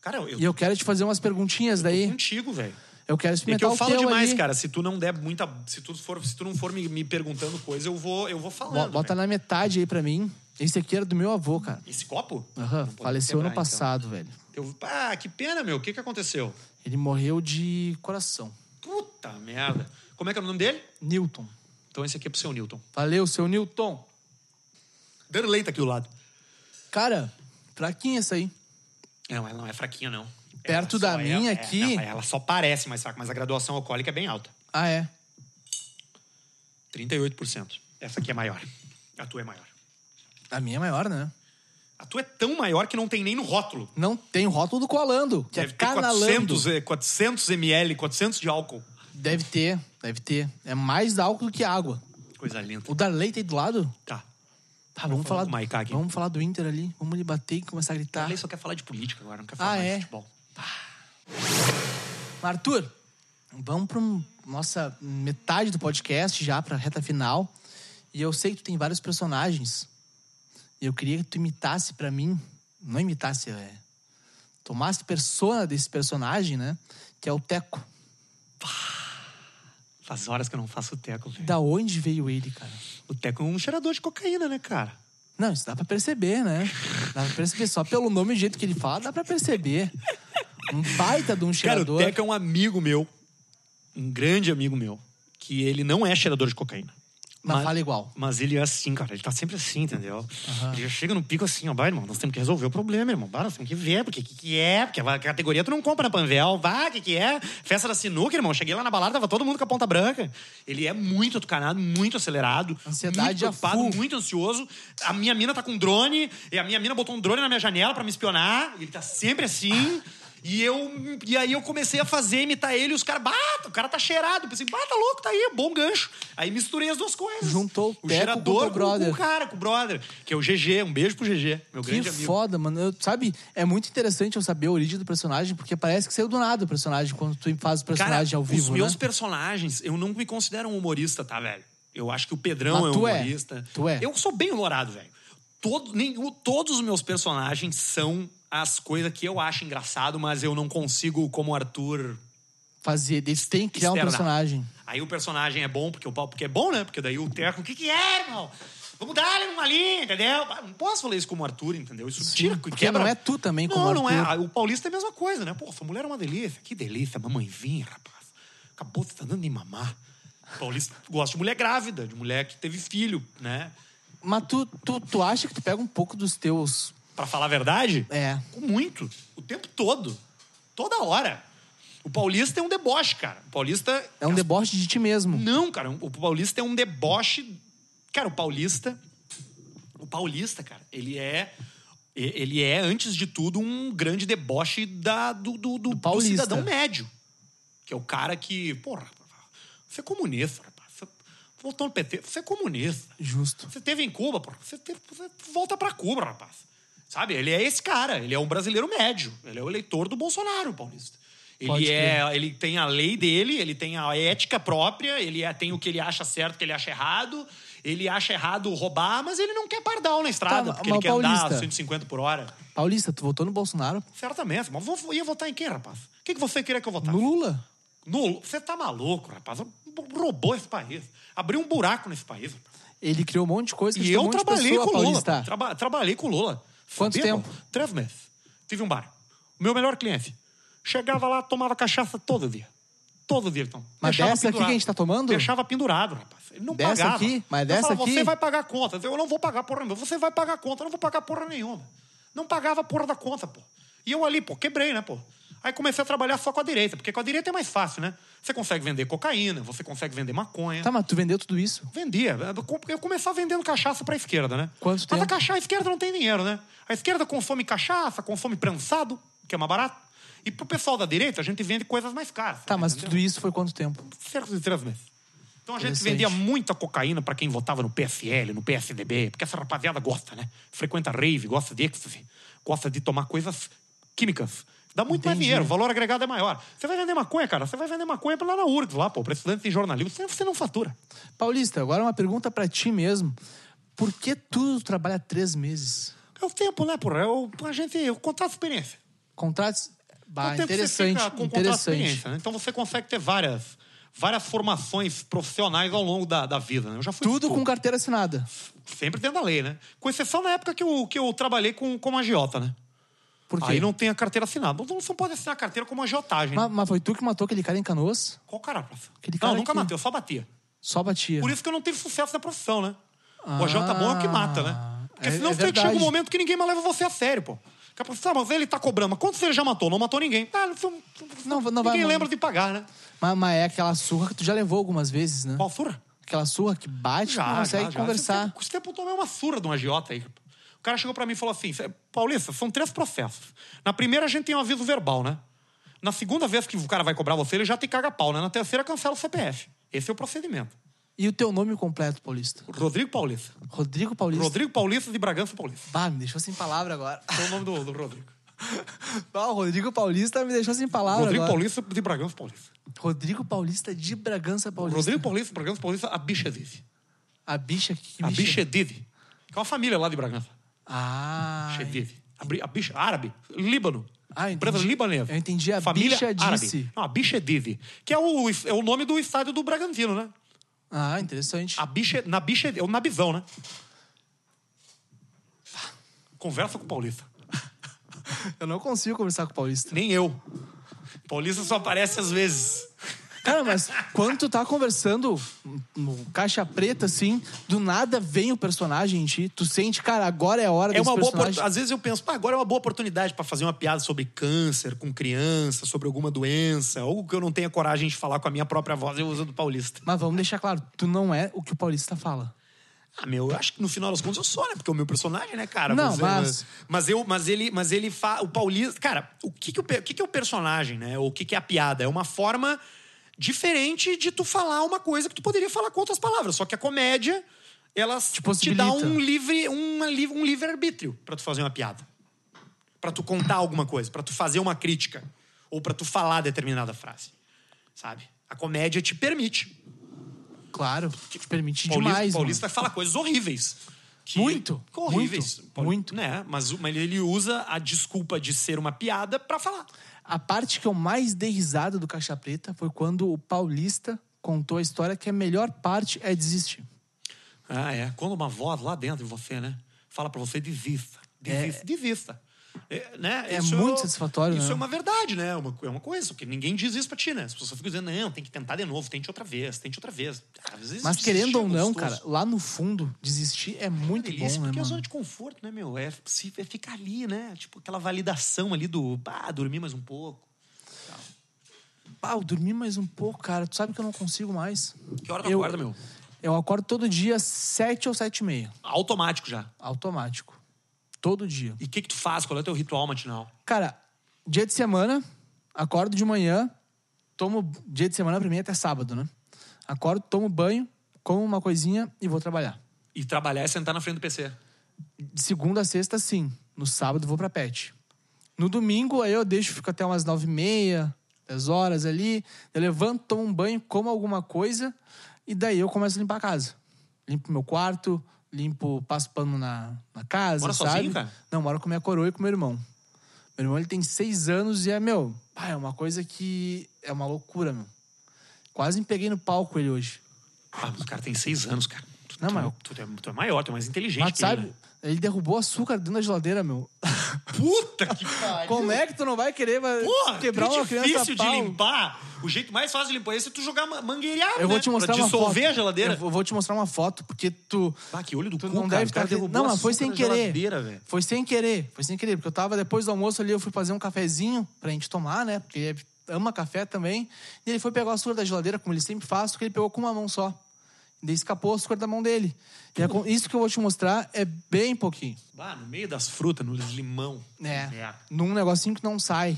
C: Cara, eu,
B: E eu quero te fazer umas perguntinhas daí.
C: contigo, velho.
B: Eu quero
C: É que
B: experimentar
C: eu
B: o
C: falo
B: teu
C: demais,
B: ali.
C: cara. Se tu não der muita. Se tu, for, se tu não for me, me perguntando coisa, eu vou, eu vou
B: Bo-
C: falando.
B: Bota
C: velho.
B: na metade aí pra mim. Esse aqui era do meu avô, cara.
C: Esse copo?
B: Aham,
C: Não pode
B: faleceu
C: quebrar,
B: ano passado, velho.
C: então. Eu- Ah, que pena, meu. O que, que aconteceu?
B: Ele morreu de coração.
C: Puta merda. Como é que é o nome dele?
B: Newton.
C: Então esse aqui é pro seu Newton.
B: Valeu, seu Newton.
C: Derlei tá aqui do lado.
B: Cara, fraquinha essa aí.
C: Não, ela não é fraquinha, não.
B: Perto
C: Ela só
B: da
C: é-
B: minha
C: é,
B: aqui-
C: não, ela só parece mais fraca, mas a graduação alcoólica é bem alta.
B: Ah, é.
C: 38%. Essa aqui é maior. A tua é maior.
B: A minha é maior, né?
C: A tua é tão maior que não tem nem no rótulo.
B: Não tem o rótulo do colando, que
C: Deve ter
B: é canalando.
C: 400, eh, 400 ml, 400 de álcool.
B: Deve ter, deve ter. É mais álcool do que água.
C: Coisa linda.
B: O Darley tá aí do lado?
C: Tá.
B: Tá, vamos
C: falar
B: falar,
C: com o Maiká aqui.
B: vamos falar do Inter ali. Vamos lhe bater e começar a
C: Tá.
B: gritar.
C: Ele só quer falar de política agora, não quer falar
B: Ah,
C: mais
B: é?
C: de futebol.
B: Arthur, vamos para nossa metade do podcast já, para reta final. E eu sei que tu tem vários personagens. E eu queria que tu imitasse para mim, não imitasse, é, tomasse persona desse personagem, né? Que é o Teco.
C: Faz horas que eu não faço o teco, velho.
B: Da onde veio ele, cara?
C: O teco é um cheirador de cocaína, né, cara?
B: Não, isso dá pra perceber, né? Dá pra perceber. Só pelo nome e jeito que ele fala, dá pra perceber. Um baita de um
C: Cara, o
B: cheirador.
C: Teco é um amigo meu, um grande amigo meu, que ele não é cheirador de cocaína.
B: Mas fala igual.
C: Mas ele é assim, cara. Ele tá sempre assim, entendeu? Ele já chega no pico assim, ó, vai, irmão, nós temos que resolver o problema, irmão. Vai, nós temos que ver, porque o que, que é? Porque a categoria tu não compra na Panvel. Vai, o que, que é? Festa da sinuca, irmão. Cheguei lá na balada, tava todo mundo com a ponta branca. Ele é muito atucanado, muito acelerado.
B: Ansiedade
C: muito preocupado,
B: a full.
C: muito ansioso. A minha mina tá com um drone, e a minha mina botou um drone na minha janela pra me espionar. Ele tá sempre assim. E eu. E aí eu comecei a fazer, imitar ele, e os caras. Bata, o cara tá cheirado. Eu Pensei, bah, tá louco, tá aí, bom gancho. Aí misturei as duas coisas.
B: Juntou o Teco com o
C: cheirador
B: teu brother.
C: com o cara, com o brother. Que é o GG. Um beijo pro GG, meu
B: Que
C: grande amigo.
B: foda, mano. Eu- sabe, é muito interessante eu saber a origem do personagem, porque parece que saiu do nada o personagem quando tu faz o
C: Cara,
B: personagem ao
C: os
B: vivo, né?
C: meus personagens, eu não me considero um humorista, tá, velho? Eu acho que o Pedrão
B: Mas
C: é um
B: tu é.
C: humorista.
B: Tu é.
C: Eu sou bem humorado, velho. Todo, nenhum, todos os meus personagens são as coisas que eu acho engraçado, mas eu não consigo, como Arthur,
B: Fazer, eles têm que criar um
C: Externar.
B: personagem.
C: Aí o personagem é bom, porque o pau porque é bom, né? Porque daí o Teco, o que que é, irmão? Vamos dar ele uma linha, entendeu? Não posso falar isso como Arthur, entendeu? Isso tira e
B: porque
C: quebra.
B: não é tu também como
C: Não, não é.
B: Arthur.
C: Ah, O paulista é a mesma coisa, né? Pô, sua mulher é uma delícia. Que delícia, mamãezinha, rapaz. Acabou, você tá dando de mamar. O paulista gosta de mulher grávida, de mulher que teve filho, né?
B: Mas tu, tu, tu acha que tu pega um pouco dos teus.
C: Pra falar a verdade,
B: É.
C: com muito. O tempo todo. Toda hora. O paulista é um deboche, cara. O paulista
B: É um deboche de ti mesmo.
C: Não, cara, o paulista é um deboche. Cara, o paulista. O paulista, cara, ele é. e- Ele é, antes de tudo, um grande deboche da, do, do, do- do
B: paulista.
C: cidadão médio. Que é o cara que. Porra, você é comunista, rapaz. Você votou no PT, você é comunista.
B: Justo.
C: Você teve em Cuba, porra. Você, teve- você volta pra Cuba, rapaz. Sabe? Ele é esse cara. Ele é um brasileiro médio. Ele é o eleitor do Bolsonaro, paulista.
B: Pode
C: Ele,
B: crer.
C: é, ele tem a lei dele, ele tem a ética própria, ele é- tem o que ele acha certo, o que ele acha errado, Ele acha errado roubar, mas ele não quer pardal na estrada,
B: Tá,
C: porque
B: mas
C: ele quer andar
B: Paulista-
C: 150 por hora.
B: Paulista, tu votou no Bolsonaro?
C: Certamente. Mas vou, ia votar em quem, rapaz? O que, que você queria que eu votasse?
B: No Lula?
C: Nulo. Você tá maluco, rapaz. Roubou esse país. Abriu um buraco nesse país.
B: Ele criou um monte de coisa que
C: E eu
B: ajudou um monte de
C: trabalhei
B: pessoa,
C: com o Lula.
B: Paulista.
C: Traba- trabalhei com o Lula.
B: Quanto tempo?
C: pô? Três meses. Tive um bar. O meu melhor cliente. Chegava lá, tomava cachaça todo dia. Todo dia, então.
B: Mas
C: Deixava
B: dessa aqui
C: pendurado.
B: que a gente tá tomando?
C: Deixava pendurado, rapaz. Ele não
B: Dessa
C: pagava.
B: aqui? Mas
C: eu
B: dessa
C: falava,
B: aqui?
C: você vai pagar a conta. Eu não vou pagar porra nenhuma. Você vai pagar a conta. Eu não vou pagar porra nenhuma. Não pagava a porra da conta, pô. E eu ali, pô, quebrei, né, pô. Aí comecei a trabalhar só com a direita, porque com a direita é mais fácil, né? Você consegue vender cocaína, você consegue vender maconha.
B: Tá, mas tu vendeu tudo isso?
C: Vendia. Eu com- Eu começava vendendo cachaça pra esquerda, né?
B: Quanto
C: Mas a,
B: tempo?
C: cachaça, a esquerda não tem dinheiro, né? A esquerda consome cachaça, consome prensado, que é mais barato. E pro pessoal da direita, a gente vende coisas mais caras.
B: Tá, mas
C: entendeu?
B: tudo isso foi quanto tempo?
C: Cerca de três meses. Então a gente
B: Interessante.
C: vendia muita cocaína pra quem votava no PSL, no PSDB, porque essa rapaziada gosta, né? Frequenta rave, gosta de ecstasy, gosta de tomar coisas químicas. Dá muito mais
B: Entendi.
C: dinheiro, o valor agregado é maior. Você vai vender maconha, cara? Você vai vender maconha pra lá na URGS, lá, pô, pra estudante de jornalismo, você- você não fatura.
B: Paulista, agora uma pergunta pra ti mesmo. Por que tu trabalha três meses?
C: É o tempo, né, porra? É o, a gente, o contrato de experiência.
B: Contratos.
C: é
B: Bah,
C: o tempo
B: Ah, interessante,
C: que você fica com o contrato de
B: interessante.
C: experiência. Né? Então você consegue ter várias, várias formações profissionais ao longo da, da vida, né? Eu já fui
B: Tudo
C: de
B: com carteira assinada.
C: Sempre dentro da lei, né? Com exceção na época que eu, que eu trabalhei com, como agiota, né?
B: Por quê?
C: Aí não tem a carteira assinada. Então Não, não pode assinar a carteira como agiotagem.
B: Ma- Mas, foi tu que matou aquele cara em canoas?
C: Qual cara, prof?
B: Aquele
C: Não,
B: cara
C: nunca
B: que-
C: matei, eu só batia.
B: Só batia.
C: Por isso que eu não tive sucesso na profissão, né?
B: Ah.
C: o agiota bom é o que mata, né? Porque
B: É-
C: senão
B: é
C: você chega um
B: verdade.
C: momento que ninguém mais leva você a sério, pô. Porque a profissão, mas ele tá cobrando. Mas quantos ele já matou? Não matou ninguém. Ah, não,
B: Não, não vai-
C: ninguém
B: não-
C: lembra de pagar, né?
B: Mas, mas é aquela surra que tu já levou algumas vezes, né?
C: Qual surra?
B: Aquela surra que bate, tu não consegue conversar.
C: Esse tempo eu tomei uma surra de um agiota aí. O cara chegou pra mim e falou assim: "Cê- Paulista, são três processos. Na primeira a gente tem um aviso verbal, né? Na segunda vez que o cara vai cobrar você, ele já te caga pau, né? Na terceira cancela o CPF. Esse é o procedimento.
B: E o teu nome completo, Paulista?
C: Rodrigo Paulista.
B: Rodrigo Paulista.
C: Rodrigo Paulista de Bragança Paulista.
B: Bah, me deixou sem palavra agora.
C: Esse é o nome do, do Rodrigo.
B: Bah, o Rodrigo Paulista me deixou sem palavra
C: Rodrigo
B: Ah, agora.
C: Paulista de Bragança Paulista.
B: Rodrigo Paulista de Bragança Paulista.
C: Rodrigo Paulista de Bragança Paulista, a bicha Didi.
B: A bicha que
C: A bicha Didi. Que é uma família lá de Bragança.
B: Ah.
C: Chedive. A, bri- a bicha árabe, Líbano.
B: Ah, eu entendi.
C: Empresa libanesa.
B: Eu entendi, a
C: Família
B: bicha
C: árabe.
B: disse.
C: Não, a bicha Dive, que é o, é o nome do estádio do Bragantino, né?
B: Ah, interessante.
C: A bicha, na bicha, é o nabizão, né? Conversa com o Paulista.
B: Eu não consigo conversar com o Paulista.
C: Nem eu. Paulista só aparece às vezes.
B: Cara, mas quando tu tá conversando no caixa preta, assim, do nada vem o personagem em ti. Tu sente, cara, agora é a hora
C: É
B: desse
C: uma boa
B: personagem.
C: oportu- Às vezes eu penso, "Pá, agora é uma boa oportunidade pra fazer uma piada sobre câncer com criança, sobre alguma doença, algo que eu não tenha coragem de falar com a minha própria voz, eu uso do paulista.
B: Mas vamos deixar claro, tu não é o que o Paulista fala.
C: Ah, meu, eu acho que no final das contas eu sou, né? Porque é o meu personagem, né, cara?
B: Não,
C: Você-
B: mas-
C: Mas, eu, mas ele, mas ele fa... O Paulista... Cara, o que que, o, pe- o que que é o personagem, né? O que que é a piada? É uma forma diferente de tu falar uma coisa que tu poderia falar com outras palavras. Só que a comédia, ela te, dá
B: possibilita.
C: um livre, uma, li- um livre arbítrio pra tu fazer uma piada. Pra tu contar alguma coisa, pra tu fazer uma crítica. Ou pra tu falar determinada frase, sabe? A comédia te permite.
B: Claro, te permite
C: Paulista,
B: demais.
C: Paulista fala coisas horríveis. que-
B: Muito,
C: Horríveis.
B: muito,
C: Paul-
B: muito.
C: Né? Mas, o- mas ele usa a desculpa de ser uma piada pra falar.
B: mano. A parte que eu mais dei risada do Caixa Preta foi quando o Paulista contou a história que a melhor parte é desistir.
C: Ah, é. Quando uma voz lá dentro de você, né? Fala pra você, desista. Desista, desista. É, né?
B: É muito satisfatório,
C: Isso
B: né?
C: é uma verdade, né? É uma, é uma coisa, porque ninguém diz isso pra ti, né? As pessoas ficam dizendo, não, tem que tentar de novo, tente outra vez, tente outra vez. Ah, às vezes
B: Mas
C: desistir
B: querendo
C: é
B: ou não,
C: gostoso.
B: cara, lá no fundo, desistir é muito
C: delícia,
B: bom, né,
C: porque é a
B: mano?
C: zona de conforto, né, meu? É, se- é ficar ali, né? Tipo, aquela validação ali do, ah, dormir mais um pouco.
B: Pau, dormir mais um pouco, cara. Tu sabe que eu não consigo mais.
C: Que hora tu acorda, meu?
B: Eu acordo todo dia sete ou sete e meia.
C: Automático já.
B: Automático. Todo dia.
C: E o que, que tu faz? Qual é o teu ritual matinal?
B: Cara, dia de semana, acordo de manhã, tomo. Dia de semana pra mim é até sábado, né? Acordo, tomo banho, como uma coisinha e vou trabalhar.
C: E trabalhar é sentar na frente do PC.
B: De segunda a sexta, sim. No sábado, vou pra pet. No domingo, aí eu deixo, fico até umas nove e meia, dez horas ali. Eu levanto, tomo um banho, como alguma coisa e daí eu começo a limpar a casa. Limpo meu quarto, limpo, passo pano na, na casa,
C: Mora
B: sabe?
C: sozinho, cara?
B: Não, moro com minha coroa e com meu irmão. Meu irmão, ele tem seis anos e é, meu, pá, é uma coisa que é uma loucura, meu. Quase me peguei no palco ele hoje.
C: Ah, mas o cara tem seis anos, cara. Tu,
B: Não,
C: tu-
B: mas-
C: tu, é, tu é maior, tu é mais inteligente
B: Mas
C: que
B: sabe,
C: ele. né?
B: ele derrubou açúcar dentro da geladeira, meu.
C: Puta que pariu.
B: Como é que tu não vai querer vai
C: Porra,
B: quebrar
C: que
B: uma criança a
C: difícil de
B: pau?
C: limpar. O jeito mais fácil de limpar é se tu jogar ma- mangueirada,
B: Eu vou
C: né?
B: te mostrar
C: pra
B: uma foto.
C: dissolver a geladeira.
B: Eu vou- eu vou te mostrar uma foto, porque tu...
C: Ah, que olho do
B: Tu
C: cu,
B: não
C: cara.
B: deve
C: o cara
B: estar-
C: derrubou
B: Não, mas
C: açúcar
B: foi sem
C: na
B: querer.
C: geladeira, velho.
B: Foi sem querer, foi sem querer, porque eu tava depois do almoço ali, eu fui fazer um cafezinho pra gente tomar, né? Porque ele ama café também. E ele foi pegar o açúcar da geladeira, como ele sempre faz, só que ele pegou com uma mão só. E daí escapou o açúcar da mão dele. E a co- isso que eu vou te mostrar é bem pouquinho,
C: Ah, no meio das frutas, no limão.
B: né?
C: É.
B: Num negocinho que não sai.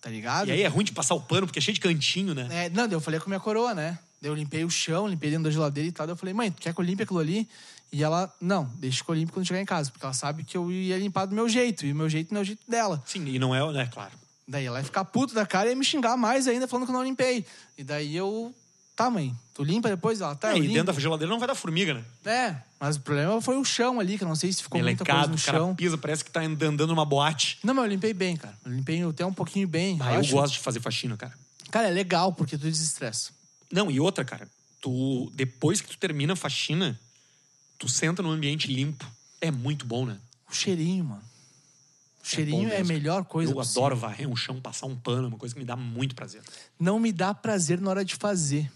B: Tá ligado?
C: E aí é ruim de passar o pano, porque é cheio de cantinho, né?
B: É, não, daí eu falei com a minha coroa, né? Daí eu limpei o chão, limpei dentro da geladeira e tal. Daí eu falei, mãe, tu quer que eu limpe aquilo ali? E ela, não, deixa que eu limpe quando chegar em casa, porque ela sabe que eu ia limpar do meu jeito, e o meu jeito não é o jeito dela.
C: Sim, e não é, né? Claro.
B: Daí ela ia ficar puta da cara e ia me xingar mais ainda, falando que eu não limpei. E daí eu, tá, mãe, tu limpa depois? Ela, tá,
C: É,
B: eu
C: e
B: limpo.
C: dentro da geladeira não vai dar formiga, né?
B: É, mas o problema foi o chão ali, que eu não sei se ficou
C: Melecado, o
B: muita coisa
C: cara
B: no chão.
C: pisa, parece que tá andando numa boate.
B: Não, mas eu limpei bem, cara. Eu limpei até um pouquinho bem.
C: Ah, eu
B: acho.
C: gosto de fazer faxina, cara.
B: Cara, é legal, porque tu desestressa.
C: Não, e outra, cara. Tu, depois que tu termina a faxina, tu senta num ambiente limpo. É muito bom, né?
B: O cheirinho, mano. O
C: bom
B: cheirinho é, a
C: mesmo.
B: melhor coisa
C: eu
B: possível.
C: adoro varrer um chão, passar um pano, é uma coisa que me dá muito prazer.
B: Não me dá prazer na hora de fazer,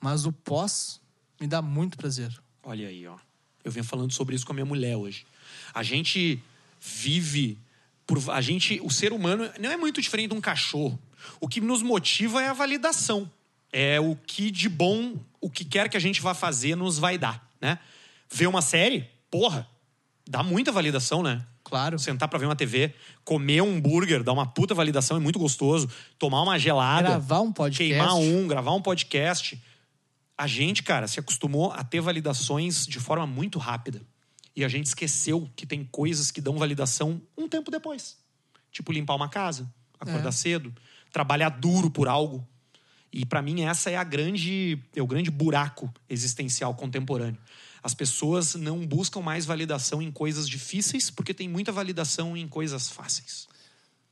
B: mas o pós me dá muito prazer.
C: Olha aí, ó. Eu venho falando sobre isso com a minha mulher hoje. A gente vive por a gente, o ser humano não é muito diferente de um cachorro. O que nos motiva é a validação. É o que de bom, o que quer que a gente vá fazer nos vai dar, né? Ver uma série, porra, dá muita validação, né?
B: Claro.
C: Sentar pra ver uma TV, comer um hambúrguer, dá uma puta validação, é muito gostoso. Tomar uma gelada,
B: Gravar um podcast.
C: queimar um, gravar um podcast a gente, cara, se acostumou a ter validações de forma muito rápida. E a gente esqueceu que tem coisas que dão validação um tempo depois. Tipo limpar uma casa, acordar
B: É.
C: cedo, trabalhar duro por algo. E pra mim essa é a grande, é o grande buraco existencial contemporâneo. As pessoas não buscam mais validação em coisas difíceis porque tem muita validação em coisas fáceis.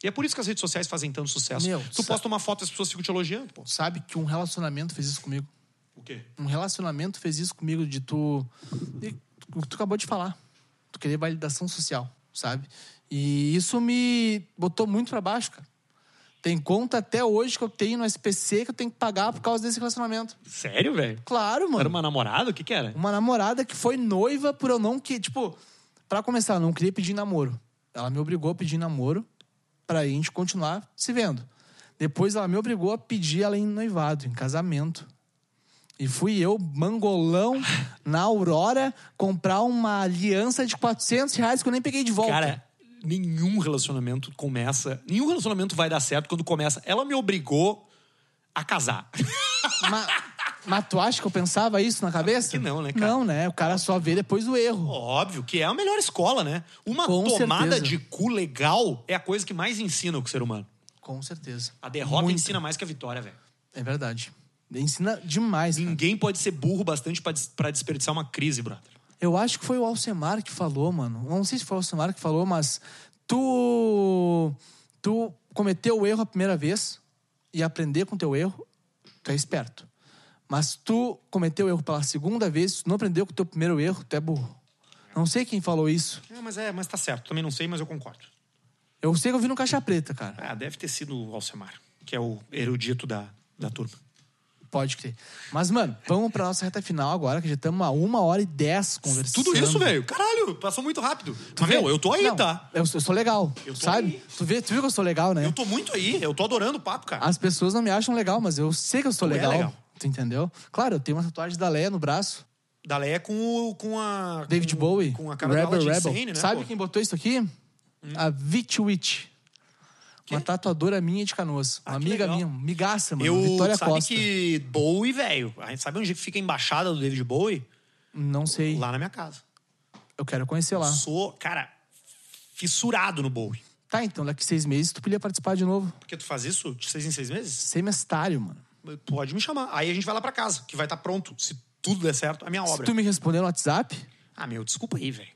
C: E é por isso que as redes sociais fazem tanto sucesso.
B: Meu,
C: tu
B: sa-
C: posta uma foto e as pessoas ficam te elogiando, pô.
B: Sabe que um relacionamento fez isso comigo.
C: O quê?
B: Um relacionamento fez isso comigo de tu. de- O que tu acabou de falar. Tu querer validação social, sabe? E isso me botou muito pra baixo, cara. Tem conta até hoje que eu tenho no SPC que eu tenho que pagar por causa desse relacionamento.
C: Sério, velho?
B: Claro, mano.
C: Era uma namorada? O que que era?
B: Uma namorada que foi noiva por eu não que, tipo, pra começar, eu não queria pedir namoro. Ela me obrigou a pedir namoro pra gente continuar se vendo. Depois ela me obrigou a pedir ela em noivado, em casamento. E fui eu, mangolão, na Aurora, comprar uma aliança de 400 reais que eu nem peguei de volta.
C: Cara, nenhum relacionamento começa... Nenhum relacionamento vai dar certo quando começa... Ela me obrigou a casar.
B: Ma- Mas tu acha que eu pensava isso na cabeça?
C: que não, né, cara?
B: Não, né? O cara só vê depois o erro.
C: Óbvio que é a melhor escola, né? Uma
B: Com
C: tomada
B: certeza.
C: de cu legal é a coisa que mais ensina o ser humano.
B: Com certeza.
C: A derrota
B: Muito.
C: ensina mais que a vitória, velho.
B: É verdade. Ensina demais, cara.
C: Ninguém pode ser burro bastante pra des- pra desperdiçar uma crise, brother.
B: Eu acho que foi o Alcemar que falou, mano. Não sei se foi o Alcemar que falou, mas tu tu cometeu o erro a primeira vez e aprender com teu erro, tu é esperto. Mas tu cometeu o erro pela segunda vez, tu não aprendeu com o teu primeiro erro, tu é burro. Não sei quem falou isso.
C: É, mas, é, mas tá certo. Também não sei, mas eu concordo.
B: Eu sei que eu vi no Caixa Preta, cara.
C: Ah, deve ter sido o Alcemar, que é o erudito da, da turma.
B: Pode crer. Mas, mano, vamos pra nossa reta final agora, que já estamos a uma hora e dez conversando.
C: Tudo isso, velho. Caralho, passou muito rápido. Mas, meu, eu tô aí,
B: Não,
C: tá?
B: Eu, sou- eu sou legal,
C: Eu tô
B: sabe?
C: aí.
B: Tu, vê, tu viu que eu sou legal, né?
C: Eu tô muito aí, eu tô adorando o papo, cara.
B: As pessoas não me acham legal, mas eu sei que eu sou
C: Tu é
B: legal.
C: legal.
B: Tu entendeu? Claro, eu tenho uma tatuagem da Leia no braço.
C: Da Leia com, o- com a.
B: David
C: com-
B: Bowie.
C: Com a cara da Aladdin Sane, né?
B: Sabe
C: pô? Hum.
B: quem botou isso aqui? A Vit Witch. Uma tatuadora minha de canoas. Uma
C: Ah, que
B: amiga
C: legal.
B: minha, migaça, mano.
C: Eu
B: Vitória
C: sabe
B: Costa.
C: que Bowie, velho. a gente Sabe onde fica a embaixada do David Bowie?
B: Não sei.
C: Lá na minha casa.
B: Eu quero conhecer lá.
C: Sou, cara, fissurado no Bowie.
B: Tá, então, daqui seis meses tu podia participar de novo.
C: Porque tu faz isso de seis em seis meses?
B: Semestário, mano.
C: Pode me chamar. Aí a gente vai lá pra casa, que vai estar pronto. Se tudo der certo, a minha
B: Se
C: obra.
B: tu me responder no WhatsApp,
C: Ah, meu, desculpa aí, velho.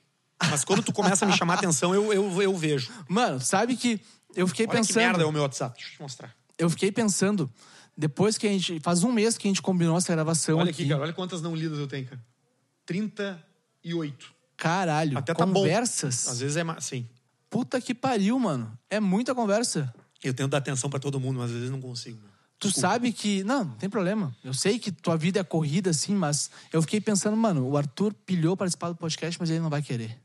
C: Mas quando tu começa a me chamar atenção, eu, eu, eu vejo.
B: mano, sabe que eu fiquei
C: Olha que
B: pensando.
C: merda é o meu WhatsApp. Deixa eu te mostrar.
B: Eu fiquei pensando, depois que a gente. Faz um mês que a gente combinou essa gravação.
C: Olha aqui, cara. Olha quantas não lidas eu tenho, cara. 38.
B: Caralho,
C: Até tá bom.
B: conversas.
C: Às vezes é mais... Sim.
B: Puta que pariu, mano. É muita conversa.
C: Eu tento dar atenção pra todo mundo, mas às vezes não consigo. meu.
B: Tu sabe que. Não, não tem problema. Eu sei que tua vida é corrida, assim, mas eu fiquei pensando, mano, o Arthur pilhou participar do podcast, mas ele não vai querer.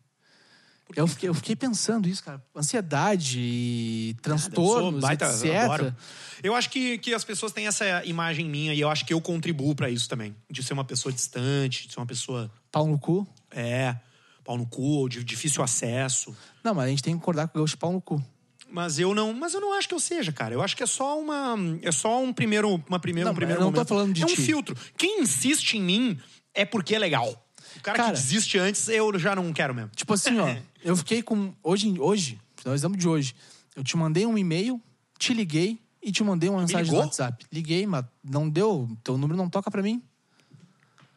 B: Eu fiquei, eu fiquei pensando isso, cara. Ansiedade e
C: Sou
B: transtornos,
C: baita,
B: etc.
C: eu adoro. Eu acho que, que as pessoas têm essa imagem minha e eu acho que eu contribuo pra isso também. De ser uma pessoa distante, de ser uma pessoa...
B: Pau no cu.
C: É... Pau no cu, ou de difícil acesso.
B: Não, mas a gente tem que concordar com o Gaúcho pau no cu.
C: Mas eu não, mas eu não acho que eu seja, cara. Eu acho que é só uma, é só um primeiro, uma primeiro,
B: Não,
C: um primeiro
B: eu não tô
C: momento.
B: falando de
C: é um
B: ti.
C: filtro. Quem insiste em mim é porque é legal. O cara,
B: Cara.
C: que desiste antes, eu já não quero mesmo.
B: Tipo assim, ó, eu fiquei com. Hoje, em- hoje, nós estamos de hoje. Eu te mandei um e-mail, te liguei e te mandei uma mensagem no
C: ligou?
B: WhatsApp. Liguei, mas não deu. Teu número não toca pra mim.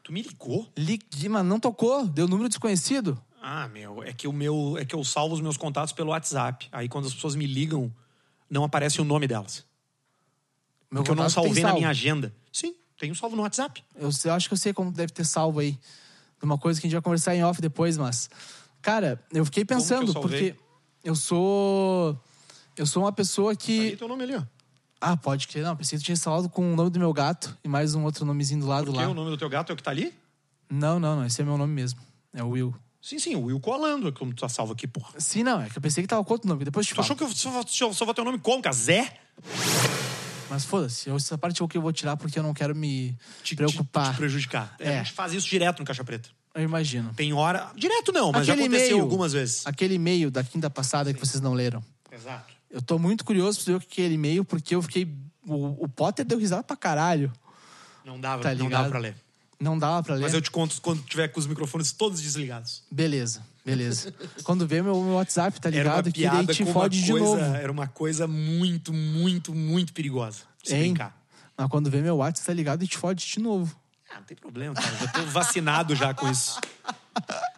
C: Tu me ligou?
B: Liguei, mas não tocou. Deu número desconhecido.
C: Ah, meu, é que o meu, é que eu salvo os meus contatos pelo WhatsApp. Aí quando as pessoas me ligam, não aparece o nome delas.
B: Meu
C: porque eu não
B: contato tem
C: salvei na
B: salvo.
C: minha agenda. Sim, tenho salvo no WhatsApp.
B: Eu, sei- eu acho que eu sei como deve ter salvo aí. Uma coisa que a gente vai conversar em off depois, mas. Cara, eu fiquei
C: que eu
B: pensando,
C: salvei?
B: porque eu sou. Eu sou uma pessoa que.
C: Ali Tá teu nome ali, ó.
B: Ah, pode crer. Não, pensei que tu tinha salvado com o nome do meu gato e mais um outro nomezinho do lado
C: Porque
B: lá.
C: o nome do teu gato é o que tá ali?
B: Não, não, não. Esse é meu nome mesmo. É o Will.
C: Sim, sim, o Will Colando, é como tu tá salvo aqui, porra.
B: Sim, não. É que eu pensei que tava com outro nome. Depois eu te
C: Tu achou
B: falo.
C: que eu só, só, só vou ter o nome como, cara? Zé?
B: Mas foda-se. eu- Essa parte é o que eu vou tirar porque eu não quero me
C: Te, Te,
B: preocupar.
C: te prejudicar. É,
B: É.
C: A gente faz isso direto no Caixa Preta.
B: eu imagino.
C: Tem hora... Direto não, mas já aconteceu algumas vezes.
B: Aquele e-mail da quinta passada que vocês não leram.
C: Exato.
B: Eu tô muito curioso pra ver o que é aquele e-mail porque eu fiquei... O, o Potter deu risada pra caralho.
C: Não dava,
B: Tá
C: não
B: ligado?
C: dava pra ler.
B: Não dava pra ler.
C: Mas eu te conto quando tiver com os microfones todos desligados.
B: Beleza, beleza. Quando vê meu, meu WhatsApp, tá
C: Era uma
B: ligado? Que daí
C: piada
B: te
C: com
B: fode
C: uma
B: de
C: coisa...
B: novo.
C: Era uma coisa muito, muito, muito perigosa. Se
B: Hein?
C: brincar.
B: Mas quando vê meu WhatsApp, tá ligado? E te fode de novo.
C: Ah, não tem problema, cara. Já tô vacinado já com isso.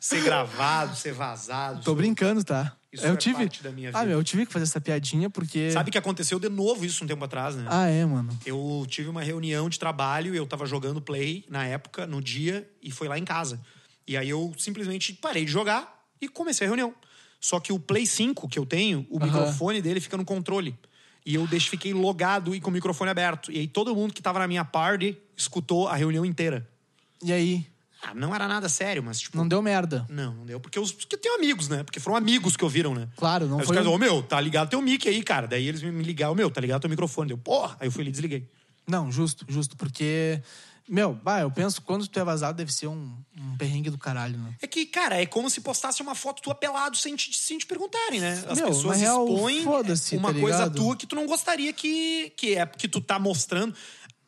C: Ser gravado, ser vazado.
B: Tô brincando, tá?
C: Isso
B: eu
C: é
B: tive...
C: parte da minha
B: Ah,
C: vida.
B: meu, eu tive que fazer essa piadinha porque...
C: Sabe que aconteceu de novo isso um tempo atrás, né?
B: Ah, é, mano.
C: Eu tive uma reunião de trabalho, eu tava jogando play na época, no dia, e foi lá em casa. E aí eu simplesmente parei de jogar e comecei a reunião. Só que o Play 5 que eu tenho, o
B: Aham.
C: microfone dele fica no controle. E eu deixo, fiquei logado e com o microfone aberto. E aí todo mundo que tava na minha party escutou a reunião inteira.
B: E aí?
C: Ah, não era nada sério, mas tipo.
B: Não deu merda.
C: Não, não deu. Porque, os, porque tem amigos, né? Porque foram amigos que ouviram, né?
B: Claro, não
C: Aí os
B: foi...
C: caras, ô
B: um-
C: meu, tá ligado teu mic aí, cara. Daí eles me- me ligaram, meu, tá ligado teu microfone. Deu, porra. Aí eu fui ali e desliguei.
B: Não, justo, justo. Porque... Meu, bah, eu penso que quando tu é vazado deve ser um, um perrengue do caralho, né?
C: É que, cara, é como se postasse uma foto tua pelado sem te, sem te perguntarem, né? As
B: Meu,
C: pessoas
B: na real,
C: expõem
B: foda-se,
C: uma
B: tá
C: coisa
B: ligado?
C: tua que tu não gostaria que, que é que tu tá mostrando.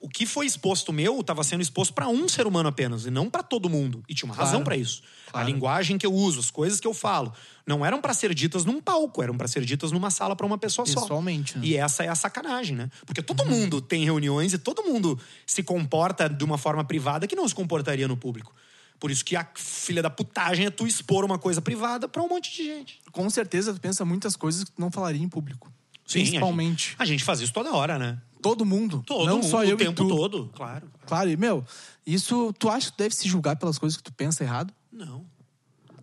C: O que foi exposto meu estava sendo exposto para um ser humano apenas e não para todo mundo. E tinha uma
B: Claro.
C: razão para isso.
B: Claro.
C: A linguagem que eu uso, as coisas que eu falo, não eram para ser ditas num palco, eram para ser ditas numa sala para uma pessoa só.
B: Pessoalmente, né?
C: E essa é a sacanagem, né? Porque todo mundo tem reuniões e todo mundo se comporta de uma forma privada que não se comportaria no público. Por isso que a filha da putagem é tu expor uma coisa privada pra um monte de gente.
B: Com certeza tu pensa muitas coisas que tu não falaria em público.
C: Sim, a gente-
B: Principalmente.
C: A gente faz isso toda hora, né?
B: Todo mundo.
C: Todo
B: não
C: mundo,
B: só eu
C: o tempo
B: e tu.
C: todo, claro.
B: Claro, e meu, isso tu acha que tu deve se julgar pelas coisas que tu pensa errado?
C: Não.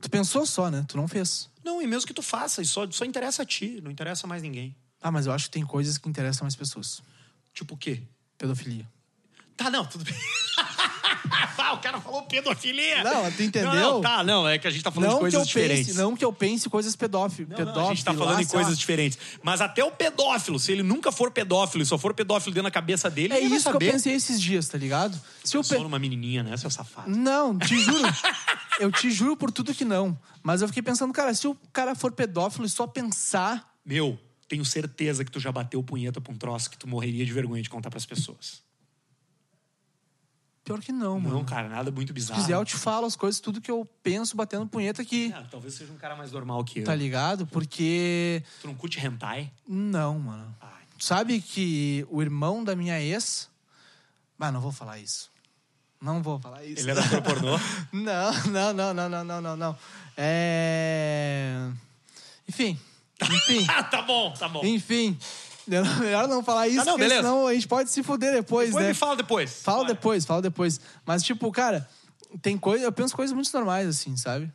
B: Tu pensou só, né? Tu não fez.
C: Não, e mesmo que tu faça, isso só, só interessa a ti, não interessa mais ninguém.
B: Ah, mas eu acho que tem coisas que interessam mais pessoas.
C: Tipo o quê?
B: Pedofilia.
C: Tá, não, tudo bem. Ah, o cara falou pedofilia.
B: Não, tu entendeu?
C: Não, não, tá, não, é que a gente tá falando de
B: Não que,
C: coisas
B: eu
C: diferentes.
B: pense, não que eu pense coisas pedófilas.
C: Não, não, a gente tá falando em coisas diferentes. Mas até o pedófilo, se ele nunca for pedófilo e só for pedófilo dentro da cabeça dele,
B: É
C: ele vai
B: isso que
C: saber.
B: eu pensei esses dias, tá ligado? Se eu
C: Só
B: pe...
C: numa menininha, né, seu safado?
B: Não, te juro. eu te juro por tudo que não. Mas eu fiquei pensando, cara, se o cara for pedófilo e só pensar.
C: Meu, tenho certeza que tu já bateu punheta pra um troço que tu morreria de vergonha de contar pras pessoas.
B: Pior que não, mano.
C: Não, cara, nada muito
B: Se
C: bizarro.
B: quiser, eu te falo as coisas, tudo que eu penso batendo punheta que.
C: Ah, talvez seja um cara mais normal que eu.
B: Tá ligado? Porque.
C: Tu não curte hentai?
B: Não, mano.
C: Ai.
B: Tu Sabe que o irmão da minha ex. Ah, não vou falar isso. Não vou falar isso.
C: Ele era ator pornô.
B: Não, não, não, não, não, não, não, não. É... Enfim. Enfim.
C: ah, tá bom, tá bom.
B: Enfim. Melhor não falar isso,
C: Tá, não,
B: porque
C: beleza.
B: senão a gente pode se foder depois,
C: Depois
B: né?
C: me fala depois.
B: Fala
C: Bora.
B: depois, fala depois. Mas, tipo, cara, tem coisa. Eu penso coisas muito normais, assim, sabe?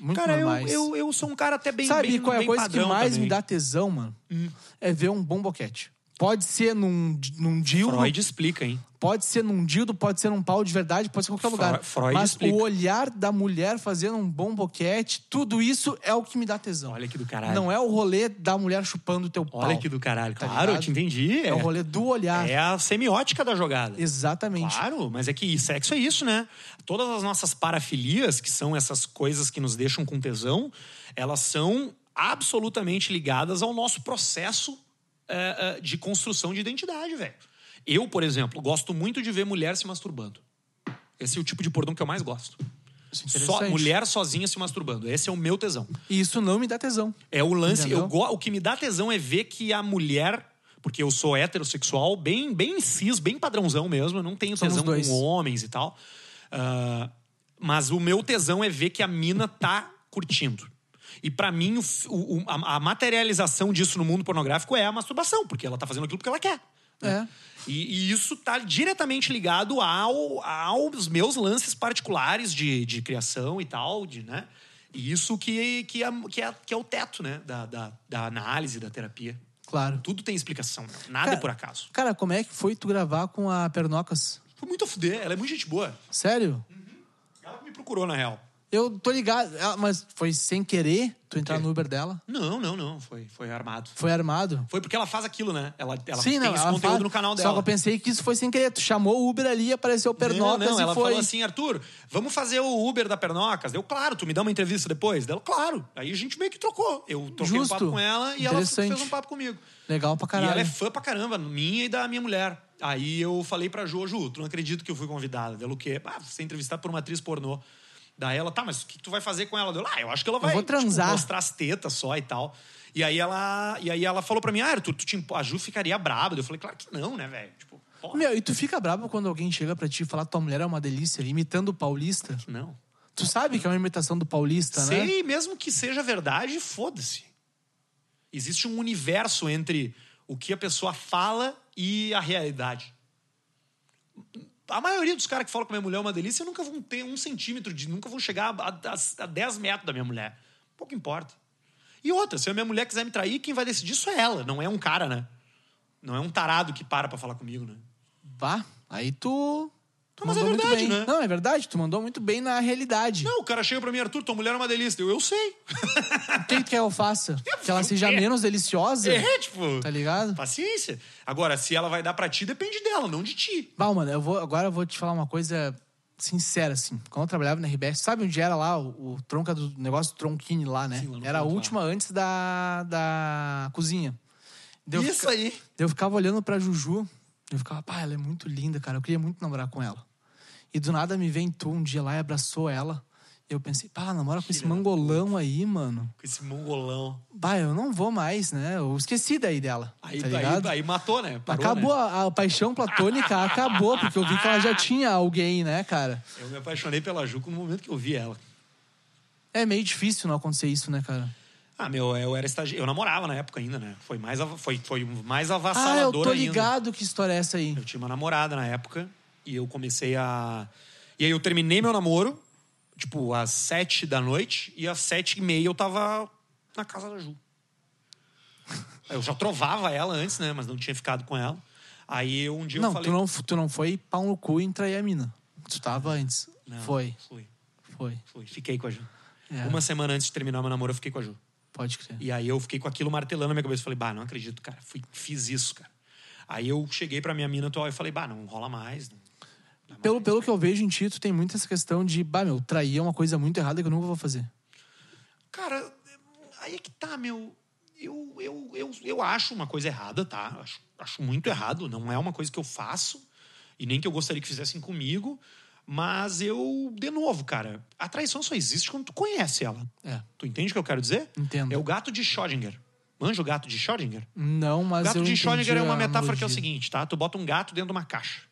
B: Muito
C: Cara, eu,
B: normais.
C: eu, eu sou um cara até bem
B: sabe
C: bem,
B: qual é a
C: bem
B: coisa que
C: padrão
B: mais
C: também. Hum.
B: me dá tesão, mano? É ver um bom boquete. Pode ser num, num dildo,
C: Freud explica, hein?
B: pode ser num dildo, pode ser num pau de verdade, pode ser em qualquer
C: Freud-
B: lugar.
C: Freud
B: Mas
C: explica.
B: o olhar da mulher fazendo um bom boquete, tudo isso é o que me dá tesão.
C: Olha que do caralho.
B: Não é o rolê da mulher chupando o teu pau.
C: Olha que do caralho.
B: Tá
C: claro, eu
B: ligado?
C: te entendi.
B: É o rolê do olhar.
C: é a semiótica da jogada.
B: Exatamente.
C: Claro, mas é que sexo é isso, né? Todas as nossas parafilias, que são essas coisas que nos deixam com tesão, elas são absolutamente ligadas ao nosso processo é, é, de construção de identidade, velho. Eu, por exemplo, gosto muito de ver mulher se masturbando. Esse é o tipo de pornô que eu mais gosto.
B: Isso é
C: Só
B: interessante.
C: mulher sozinha se masturbando. Esse é o meu tesão.
B: E isso não me dá tesão.
C: É o lance.
B: Entendeu?
C: Eu go... O que me dá tesão é ver que a mulher. Porque eu sou heterossexual, bem, bem cis, bem padrãozão mesmo. Eu não tenho
B: Somos
C: tesão
B: dois.
C: com homens e tal. Ah, mas o meu tesão é ver que a mina tá curtindo. E pra mim, o f- o- o- a, a materialização disso no mundo pornográfico é a masturbação, porque ela tá fazendo aquilo porque ela quer. né?
B: É.
C: E, e isso tá diretamente ligado ao, aos meus lances particulares de, de criação e tal, de, né? E isso que, que, é, que, é, que é o teto, né? Da, da, da análise, da terapia.
B: Claro.
C: Tudo tem explicação, né? nada
B: Cara-
C: é por acaso.
B: Cara, como é que foi tu gravar com a Pernocas?
C: Foi muito a fuder, ela é muito gente boa.
B: Sério?
C: Ela que me procurou, na real.
B: Eu tô ligado. Ah, Mas foi sem querer tu entrar
C: quê?
B: no Uber dela?
C: Não, não, não, foi, foi armado.
B: Foi armado?
C: Foi porque ela faz aquilo, né? Ela, ela
B: Sim,
C: tem
B: não,
C: esse
B: ela
C: conteúdo
B: fala-
C: no canal
B: Só que
C: dela.
B: eu pensei que isso foi sem querer. Tu chamou o Uber ali, apareceu o Pernocas
C: não, não,
B: e
C: ela
B: foi.
C: falou assim, Arthur, vamos fazer o Uber da Pernocas? Deu, claro, tu me dá uma entrevista depois? Dela, claro. Aí a gente meio que trocou. Eu troquei um
B: Justo.
C: papo com ela e ela
B: Interessante.
C: fez um papo comigo.
B: Legal pra
C: E
B: caralho.
C: ela é fã pra caramba, minha e da minha mulher. Aí eu falei pra Jojo, Ju, tu não acredito que eu fui convidada. Dela o quê? Ah, você é entrevistado por uma atriz pornô. Daí ela, tá, mas o que que tu vai fazer com ela? Deu, ah, eu acho que ela vai
B: vou transar."
C: mostrar as tetas só e tal. E aí ela, e aí ela falou pra mim, ah, Arthur, tu te impo- a Ju ficaria braba. Eu falei, claro que não, né, velho? Tipo, porra,
B: Meu, e tu fica bravo quando alguém chega pra ti e fala que tua mulher é uma delícia, imitando o paulista?
C: não.
B: Tu sabe que é uma imitação do paulista, né?
C: Sei, mesmo que seja verdade, foda-se. Existe um universo entre o que a pessoa fala e a realidade. A maioria dos caras que falam que minha mulher é uma delícia nunca vão ter um centímetro de. nunca vão chegar a, a, a 10 metros da minha mulher. Pouco importa. E outra, se a minha mulher quiser me trair, quem vai decidir isso é ela, não é um cara, né? Não é um tarado que para pra falar comigo, né?
B: Vá. Aí tu. tu
C: Mas é
B: mandou muito
C: verdade,
B: bem.
C: né?
B: Não, é verdade. Tu mandou muito bem na realidade.
C: Não, o cara chega pra mim, Arthur, tua mulher é uma delícia. Eu, eu sei.
B: O que tu quer que eu faça? Que ela
C: o
B: seja
C: quê?
B: menos deliciosa?
C: É, tipo.
B: Tá ligado?
C: Paciência. Agora, se ela vai dar pra ti, depende dela, não de ti.
B: Bom, mano, eu vou, agora eu vou te falar uma coisa sincera, assim. Quando eu trabalhava na RBS, sabe onde era lá o, o tronca do o negócio do tronquine lá, né?
C: Sim, lá no
B: era a
C: canto lá.
B: última antes da, da cozinha. Daí eu
C: Isso
B: fica-
C: aí.
B: daí Eu ficava olhando pra Juju, eu ficava, pá, ela é muito linda, cara, eu queria muito namorar com ela. E do nada me vem tu um dia lá e abraçou ela. E eu pensei, pá, namora com esse mangolão aí, mano.
C: Com esse mongolão.
B: Bah, eu não vou mais, né? Eu esqueci daí dela.
C: Aí,
B: tá
C: aí-
B: ligado?
C: aí matou, né? Parou,
B: acabou
C: né?
B: a, a paixão platônica, acabou, porque eu vi que ela já tinha alguém, né, cara?
C: Eu me apaixonei pela Juca no momento que eu vi ela.
B: É meio difícil não acontecer isso, né, cara?
C: Ah, meu, eu era estagiário. Eu namorava na época ainda, né? Foi mais, av- foi, foi mais
B: Ah, eu
C: avassalador
B: tô
C: Tá ainda.
B: ligado que história é essa aí.
C: Eu tinha uma namorada na época e eu comecei a. E aí eu terminei meu namoro, tipo, às sete da noite, e às sete e meia eu tava na casa da Ju. Eu já trovava ela antes, né? Mas não tinha ficado com ela. Aí eu- um dia
B: Não,
C: eu falei.
B: tu não, f- tu não foi pau no cu em trair a mina. Tu tava antes.
C: Não,
B: Foi,
C: Fui,
B: foi.
C: fui. Fiquei com a Ju.
B: É.
C: Uma semana antes de terminar meu namoro, eu fiquei com a Ju.
B: Pode crer.
C: E aí eu fiquei com aquilo martelando na minha cabeça. Falei, bah, não acredito, cara. Fui, fiz isso, cara. Aí eu cheguei pra minha mina atual e falei, bah, não rola mais. Não,
B: Pelo, pelo que eu vejo em ti, tu tem muito essa questão de, bah, meu, trair é uma coisa muito errada que eu nunca vou fazer.
C: Cara, aí é que tá, meu. Eu, eu, eu, eu acho uma coisa errada, tá? Acho, acho muito errado. Não é uma coisa que eu faço e nem que eu gostaria que fizessem comigo. Mas eu, de novo, cara, a traição só existe quando tu conhece ela.
B: É.
C: Tu entende o que eu quero dizer?
B: Entendo.
C: É o gato de Schrödinger. Manja o gato de Schrödinger?
B: Não, mas.
C: gato
B: eu
C: de
B: entendi
C: Schrödinger é
B: a
C: uma metáfora que é
B: analogia.
C: o seguinte, tá? Tu bota um gato dentro de uma caixa.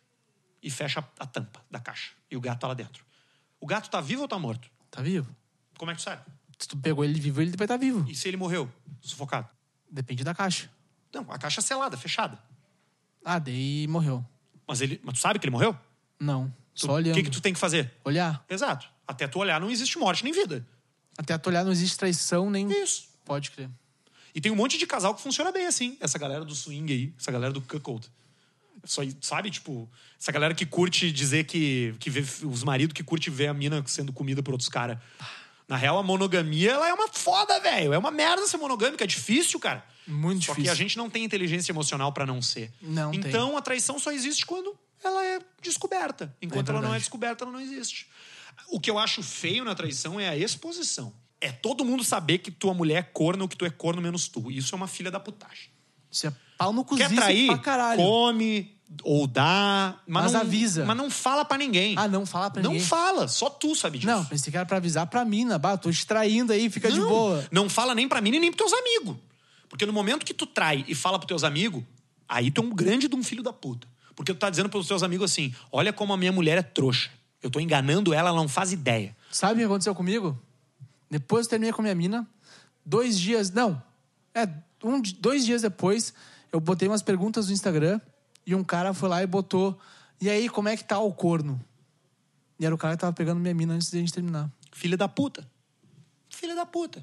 C: e fecha a tampa da caixa. E o gato tá lá dentro. O gato tá vivo ou tá morto?
B: Tá vivo.
C: Como é que tu sabe?
B: Se tu pegou ele vivo, ele vai estar vivo.
C: E se ele morreu? Sufocado?
B: Depende da caixa.
C: Não, a caixa é selada, fechada.
B: Ah, daí morreu.
C: Mas ele. Mas tu sabe que ele morreu?
B: Não.
C: Tu-
B: Só
C: O
B: olhando.
C: que, que tu tem que fazer?
B: Olhar.
C: Exato. Até tu olhar, não existe morte nem vida.
B: Até tu olhar não existe traição nem.
C: É isso.
B: Pode crer.
C: E tem um monte de casal que funciona bem assim. Essa galera do swing aí, essa galera do cuckold. Só, sabe, tipo, essa galera que curte dizer que. que vê, os maridos que curte ver a mina sendo comida por outros caras. Na real, a monogamia ela é uma foda, velho. É uma merda ser monogâmica, é difícil, cara.
B: Muito
C: só que
B: difícil.
C: a gente não tem inteligência emocional pra não ser.
B: Não tem.
C: então a traição só existe quando ela é descoberta. Enquanto
B: É
C: ela não é
B: verdade.
C: descoberta, ela não existe. O que eu acho feio na traição é a exposição. É todo mundo saber que tua mulher é corna ou que tu é corno menos tu. Isso é uma filha da putagem.
B: Isso é pau no cozinho
C: Quer trair?
B: pra caralho.
C: Come ou dá, mas,
B: Mas
C: não,
B: avisa.
C: Mas não fala pra ninguém.
B: Ah, não fala pra
C: não
B: ninguém.
C: fala, só tu sabe disso.
B: Não, pensei que era pra avisar pra mina. Bah, tô te traindo aí, fica de
C: Não,
B: boa.
C: Não fala nem pra mim e nem pros teus amigos. Porque no momento que tu trai e fala pros teus amigos, aí tu é um grande de um filho da puta. Porque tu tá dizendo pros teus amigos assim: olha como a minha mulher é trouxa. Eu tô enganando ela, ela não faz ideia.
B: Sabe o que aconteceu comigo? Depois eu terminei com a minha mina. Dois dias. Não. É, um, di- dois dias depois, eu botei umas perguntas no Instagram e um cara foi lá e botou. E aí, como é que tá o corno? E era o cara que tava pegando minha mina antes de a gente terminar.
C: Filha da puta. Filha da puta.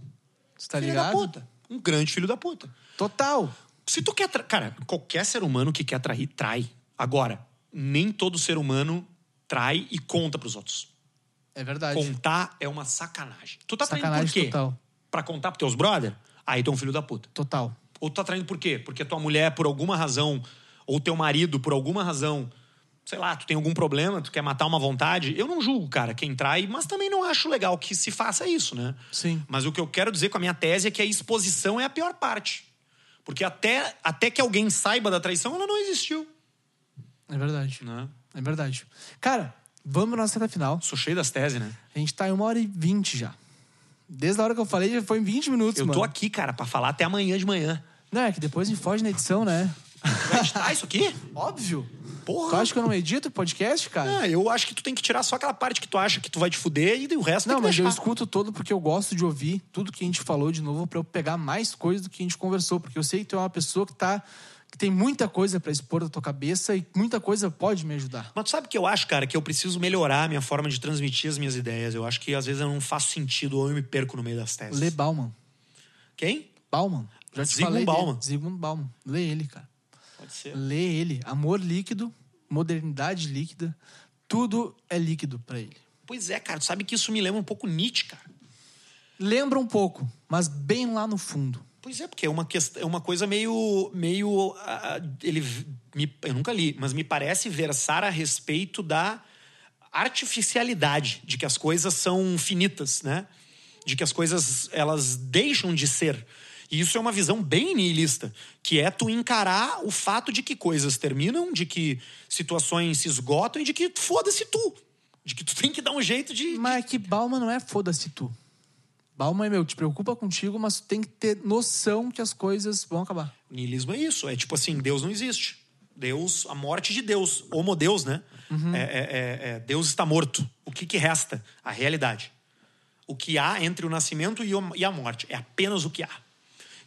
B: Você tá
C: filho
B: ligado?
C: da puta. Um grande filho da puta.
B: Total.
C: Se tu quer. Tra... Cara, qualquer ser humano que quer trair, trai. Agora, nem todo ser humano trai e conta pros outros.
B: É verdade.
C: Contar é uma sacanagem. Tu tá traindo
B: Sacanagem
C: por quê?
B: total.
C: Pra contar pros teus brother? Aí tu é um filho da puta.
B: Total.
C: Ou tu tá traindo por quê? Porque tua mulher, por alguma razão, ou teu marido, por alguma razão, sei lá, tu tem algum problema, tu quer matar uma vontade. Eu não julgo, cara, quem trai, mas também não acho legal que se faça isso, né?
B: Sim.
C: Mas o que eu quero dizer com a minha tese é que a exposição é a pior parte. Porque até, até que alguém saiba da traição, ela não existiu.
B: É verdade.
C: Né?
B: É verdade. Cara, vamos na reta final.
C: Sou cheio das teses, né?
B: A gente tá em uma hora e vinte já. Desde a hora que eu falei, já foi em 20 minutos,
C: Eu
B: mano.
C: tô aqui, cara, pra falar até amanhã de manhã.
B: Não, é que depois a gente foge na edição, né?
C: Vai editar isso aqui?
B: Óbvio. Tu
C: Porra!
B: acha que eu não edito podcast, cara?
C: Ah, eu acho que tu tem que tirar só aquela parte que tu acha que tu vai te fuder e o resto
B: Não,
C: tem
B: mas
C: que
B: eu
C: deixar.
B: escuto todo porque eu gosto de ouvir tudo que a gente falou de novo pra eu pegar mais coisa do que a gente conversou, porque eu sei que tu é uma pessoa que tá que tem muita coisa pra expor da tua cabeça e muita coisa pode me ajudar.
C: Mas tu sabe o que eu acho, cara? Que eu preciso melhorar a minha forma de transmitir as minhas ideias. Eu acho que às vezes eu não faço sentido ou eu me perco no meio das teses.
B: Lê Bauman.
C: Quem?
B: Bauman. Já te
C: É Zygmunt
B: falei
C: Bauman.
B: dele. Zygmunt Bauman. Lê ele, cara.
C: Pode ser.
B: Lê ele. Amor líquido, modernidade líquida, tudo é líquido pra ele.
C: Pois é, cara. Tu sabe que isso me lembra um pouco Nietzsche, cara.
B: Lembra um pouco, mas bem lá no fundo.
C: Pois é, porque é uma, quest... é uma coisa meio. meio ah, ah, ele v- me... Eu nunca li, mas me parece versar a respeito da artificialidade, de que as coisas são finitas, né? De que as coisas elas deixam de ser. E isso é uma visão bem niilista, que é tu encarar o fato de que coisas terminam, de que situações se esgotam e de que foda-se tu. De que tu tem que dar um jeito de.
B: Mas é que Bauman não é foda-se tu. Bauman é meu, te preocupa contigo, mas tu tem que ter noção que as coisas vão acabar.
C: O niilismo é isso. É tipo assim, Deus não existe. Deus, a morte de Deus. Homo Deus, né?
B: Uhum.
C: É, é- é- é, Deus está morto. O que, que resta? A realidade. O que há entre o nascimento e o- e a morte. É apenas o que há.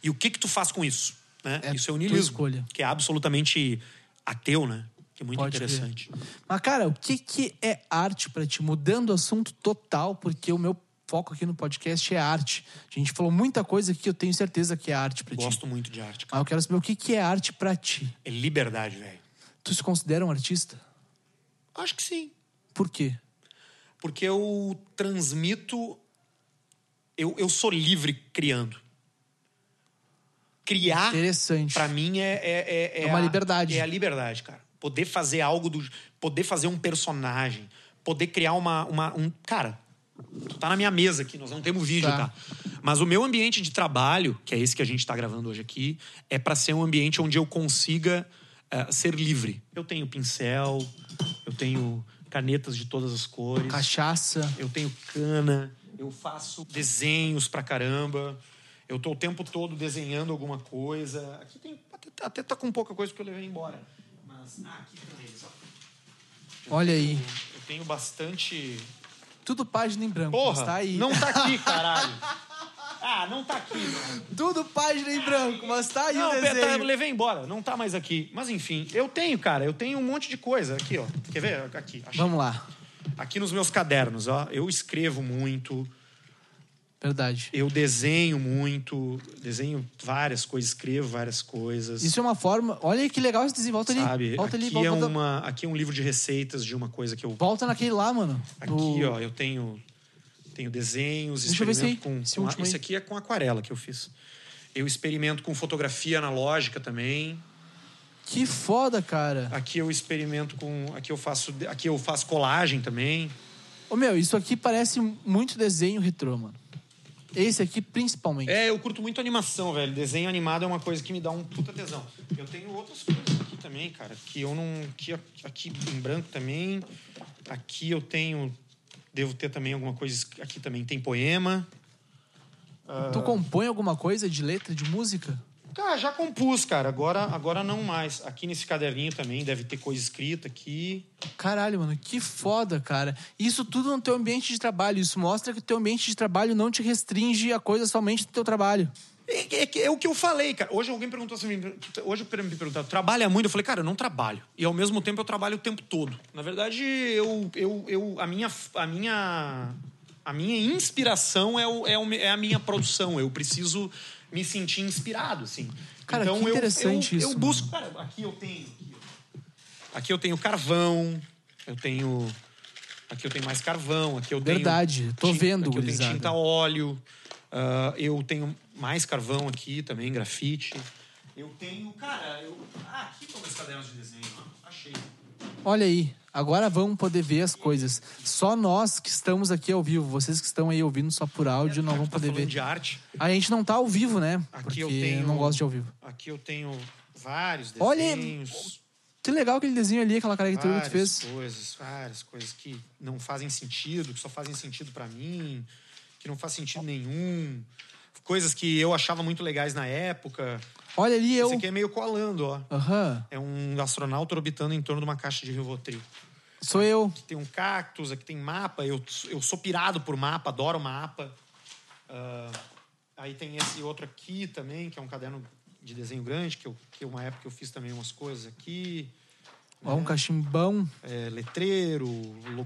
C: E o que que tu faz com isso? Né?
B: É
C: isso é o
B: tua
C: niilismo.
B: escolha.
C: Que é absolutamente ateu, né? Que é muito
B: Pode crer.
C: interessante.
B: Mas, cara, o que, que é arte pra ti? Mudando o assunto total, porque o meu foco aqui no podcast é arte. A gente falou muita coisa aqui que eu tenho certeza que é arte pra ti.
C: Gosto muito de arte. cara.
B: Mas eu quero saber o que, que é arte pra ti.
C: É liberdade, velho.
B: Tu se considera um artista?
C: Acho que sim.
B: Por quê?
C: Porque eu transmito. Eu, eu sou livre criando. Criar.
B: Interessante.
C: Ah, Pra mim é é, é,
B: É uma
C: a-
B: liberdade.
C: É a liberdade, cara. Poder fazer algo do, poder fazer um personagem, poder criar uma uma um cara. Tu tá na minha mesa aqui, nós não temos vídeo,
B: Tá.
C: tá? Mas o meu ambiente de trabalho, que é esse que a gente tá gravando hoje aqui, é pra ser um ambiente onde eu consiga eh, ser livre. Eu tenho pincel, eu tenho canetas de todas as cores.
B: Cachaça.
C: Eu tenho cana, eu faço desenhos pra caramba. Eu tô o tempo todo desenhando alguma coisa. tá Aqui tem. Até, até tá com pouca coisa porque eu levei embora. Mas. Ah, aqui tem eles, ó.
B: Olha aí.
C: Eu tenho bastante.
B: Tudo página em branco.
C: Porra!
B: mas tá aí.
C: Não tá aqui, caralho. Ah, não tá aqui, mano. Tudo
B: Página em branco, mas tá aí
C: Não,
B: o
C: tá, eu
B: desenho.
C: levei embora, não tá mais aqui. Mas enfim, eu tenho, cara, eu tenho um monte de coisa aqui, ó. Quer ver? Aqui, achei.
B: Vamos lá.
C: aqui nos meus cadernos, ó. Eu escrevo muito,
B: Verdade.
C: eu desenho muito, desenho várias coisas, escrevo várias coisas.
B: Isso é uma forma. Olha aí que legal esse desenho. Volta ali.
C: sabe?
B: Volta ali,
C: aqui
B: volta.
C: é
B: volta-
C: uma, aqui é um livro de receitas de uma coisa que eu
B: Volta naquele lá, mano.
C: aqui, ó, eu tenho tenho desenhos,
B: Deixa eu ver
C: experimento
B: esse aí,
C: com,
B: esse
C: com a-
B: último aí.
C: esse aqui é com aquarela que eu fiz. Eu experimento com fotografia analógica também.
B: Que foda, cara.
C: Aqui eu experimento com. Aqui eu faço. Aqui eu faço colagem também.
B: Ô, meu, isso aqui parece muito desenho retrô, mano. Esse aqui, principalmente.
C: É, eu curto muito animação, velho. Desenho animado é uma coisa que me dá um puta tesão. Eu tenho outras coisas aqui também, cara, que eu não. Que a- aqui em branco também. Aqui eu tenho. Devo ter também alguma coisa. es- Aqui também tem poema. É.
B: Tu compõe alguma coisa de letra, de música?
C: Cara, já compus, cara. Agora, agora não mais. Aqui nesse caderninho também deve ter coisa escrita aqui.
B: Caralho, mano, que foda, cara. Isso tudo no teu ambiente de trabalho. Isso mostra que o teu ambiente de trabalho não te restringe a coisa somente do teu trabalho.
C: É, é que- é o que eu falei, cara. Hoje alguém perguntou assim, me- hoje per- me perguntaram, trabalha muito? Eu falei, cara, eu não trabalho. E ao mesmo tempo eu trabalho o tempo todo. Na verdade, eu, eu, eu a minha, a minha, a minha inspiração é, o, é, o me- é a minha produção. Eu preciso me sentir inspirado, assim.
B: Cara, que
C: eu- eu-
B: interessante
C: eu,
B: isso, mano.
C: busco, cara, aqui eu tenho, aqui, ó. aqui eu tenho carvão, eu tenho, aqui eu tenho mais carvão, aqui eu tenho
B: Verdade, tô
C: tin-
B: vendo,
C: aqui eu tenho
B: gurizada.
C: tinta a óleo, ah, eu tenho mais carvão aqui também, grafite. Eu tenho, cara, eu. Ah, aqui estão meus cadernos de desenho, ó. Achei.
B: Olha aí, agora vamos poder ver as coisas. Só nós que estamos aqui ao vivo, vocês que estão aí ouvindo só por áudio não
C: Já que
B: vão
C: tu tá
B: poder
C: falando
B: ver.
C: de arte.
B: A gente não tá ao vivo, né?
C: Aqui
B: Porque
C: eu tenho.
B: não gosto de ao vivo.
C: Aqui eu tenho vários
B: Olha,
C: desenhos.
B: Que legal aquele desenho ali, aquela caricatura que tu
C: várias
B: fez.
C: coisas, várias coisas que não fazem sentido, que só fazem sentido pra mim, que não faz sentido nenhum. Coisas que eu achava muito legais na época.
B: Olha ali eu.
C: Esse aqui é meio colando, ó.
B: Aham,
C: É um astronauta orbitando em torno de uma caixa de Rivotril.
B: sou eu.
C: Aqui tem um cactus, aqui tem mapa. Eu, eu sou pirado por mapa, adoro mapa. Ah, aí tem esse outro aqui também, que é um caderno de desenho grande, que, eu, que uma época eu fiz também umas coisas aqui.
B: Ó, um cachimbão.
C: É, letreiro,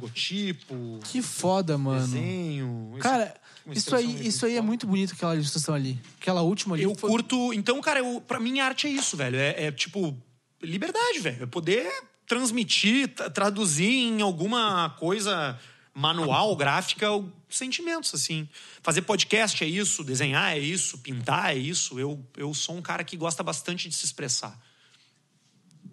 C: logotipo,
B: Que foda, mano.
C: desenho. Isso-
B: Cara,
C: uma
B: isso
C: ilustração
B: aí, isso aí é
C: foda.
B: muito bonito, aquela ilustração ali. Aquela última ali.
C: Eu
B: foi-
C: curto. Então, cara, eu, pra mim a arte é isso, velho. É, é, tipo, liberdade, velho. É poder transmitir, tra- traduzir em alguma coisa manual, gráfica, o- sentimentos, assim. Fazer podcast é isso, desenhar é isso, pintar é isso. Eu, eu sou um cara que gosta bastante de se expressar.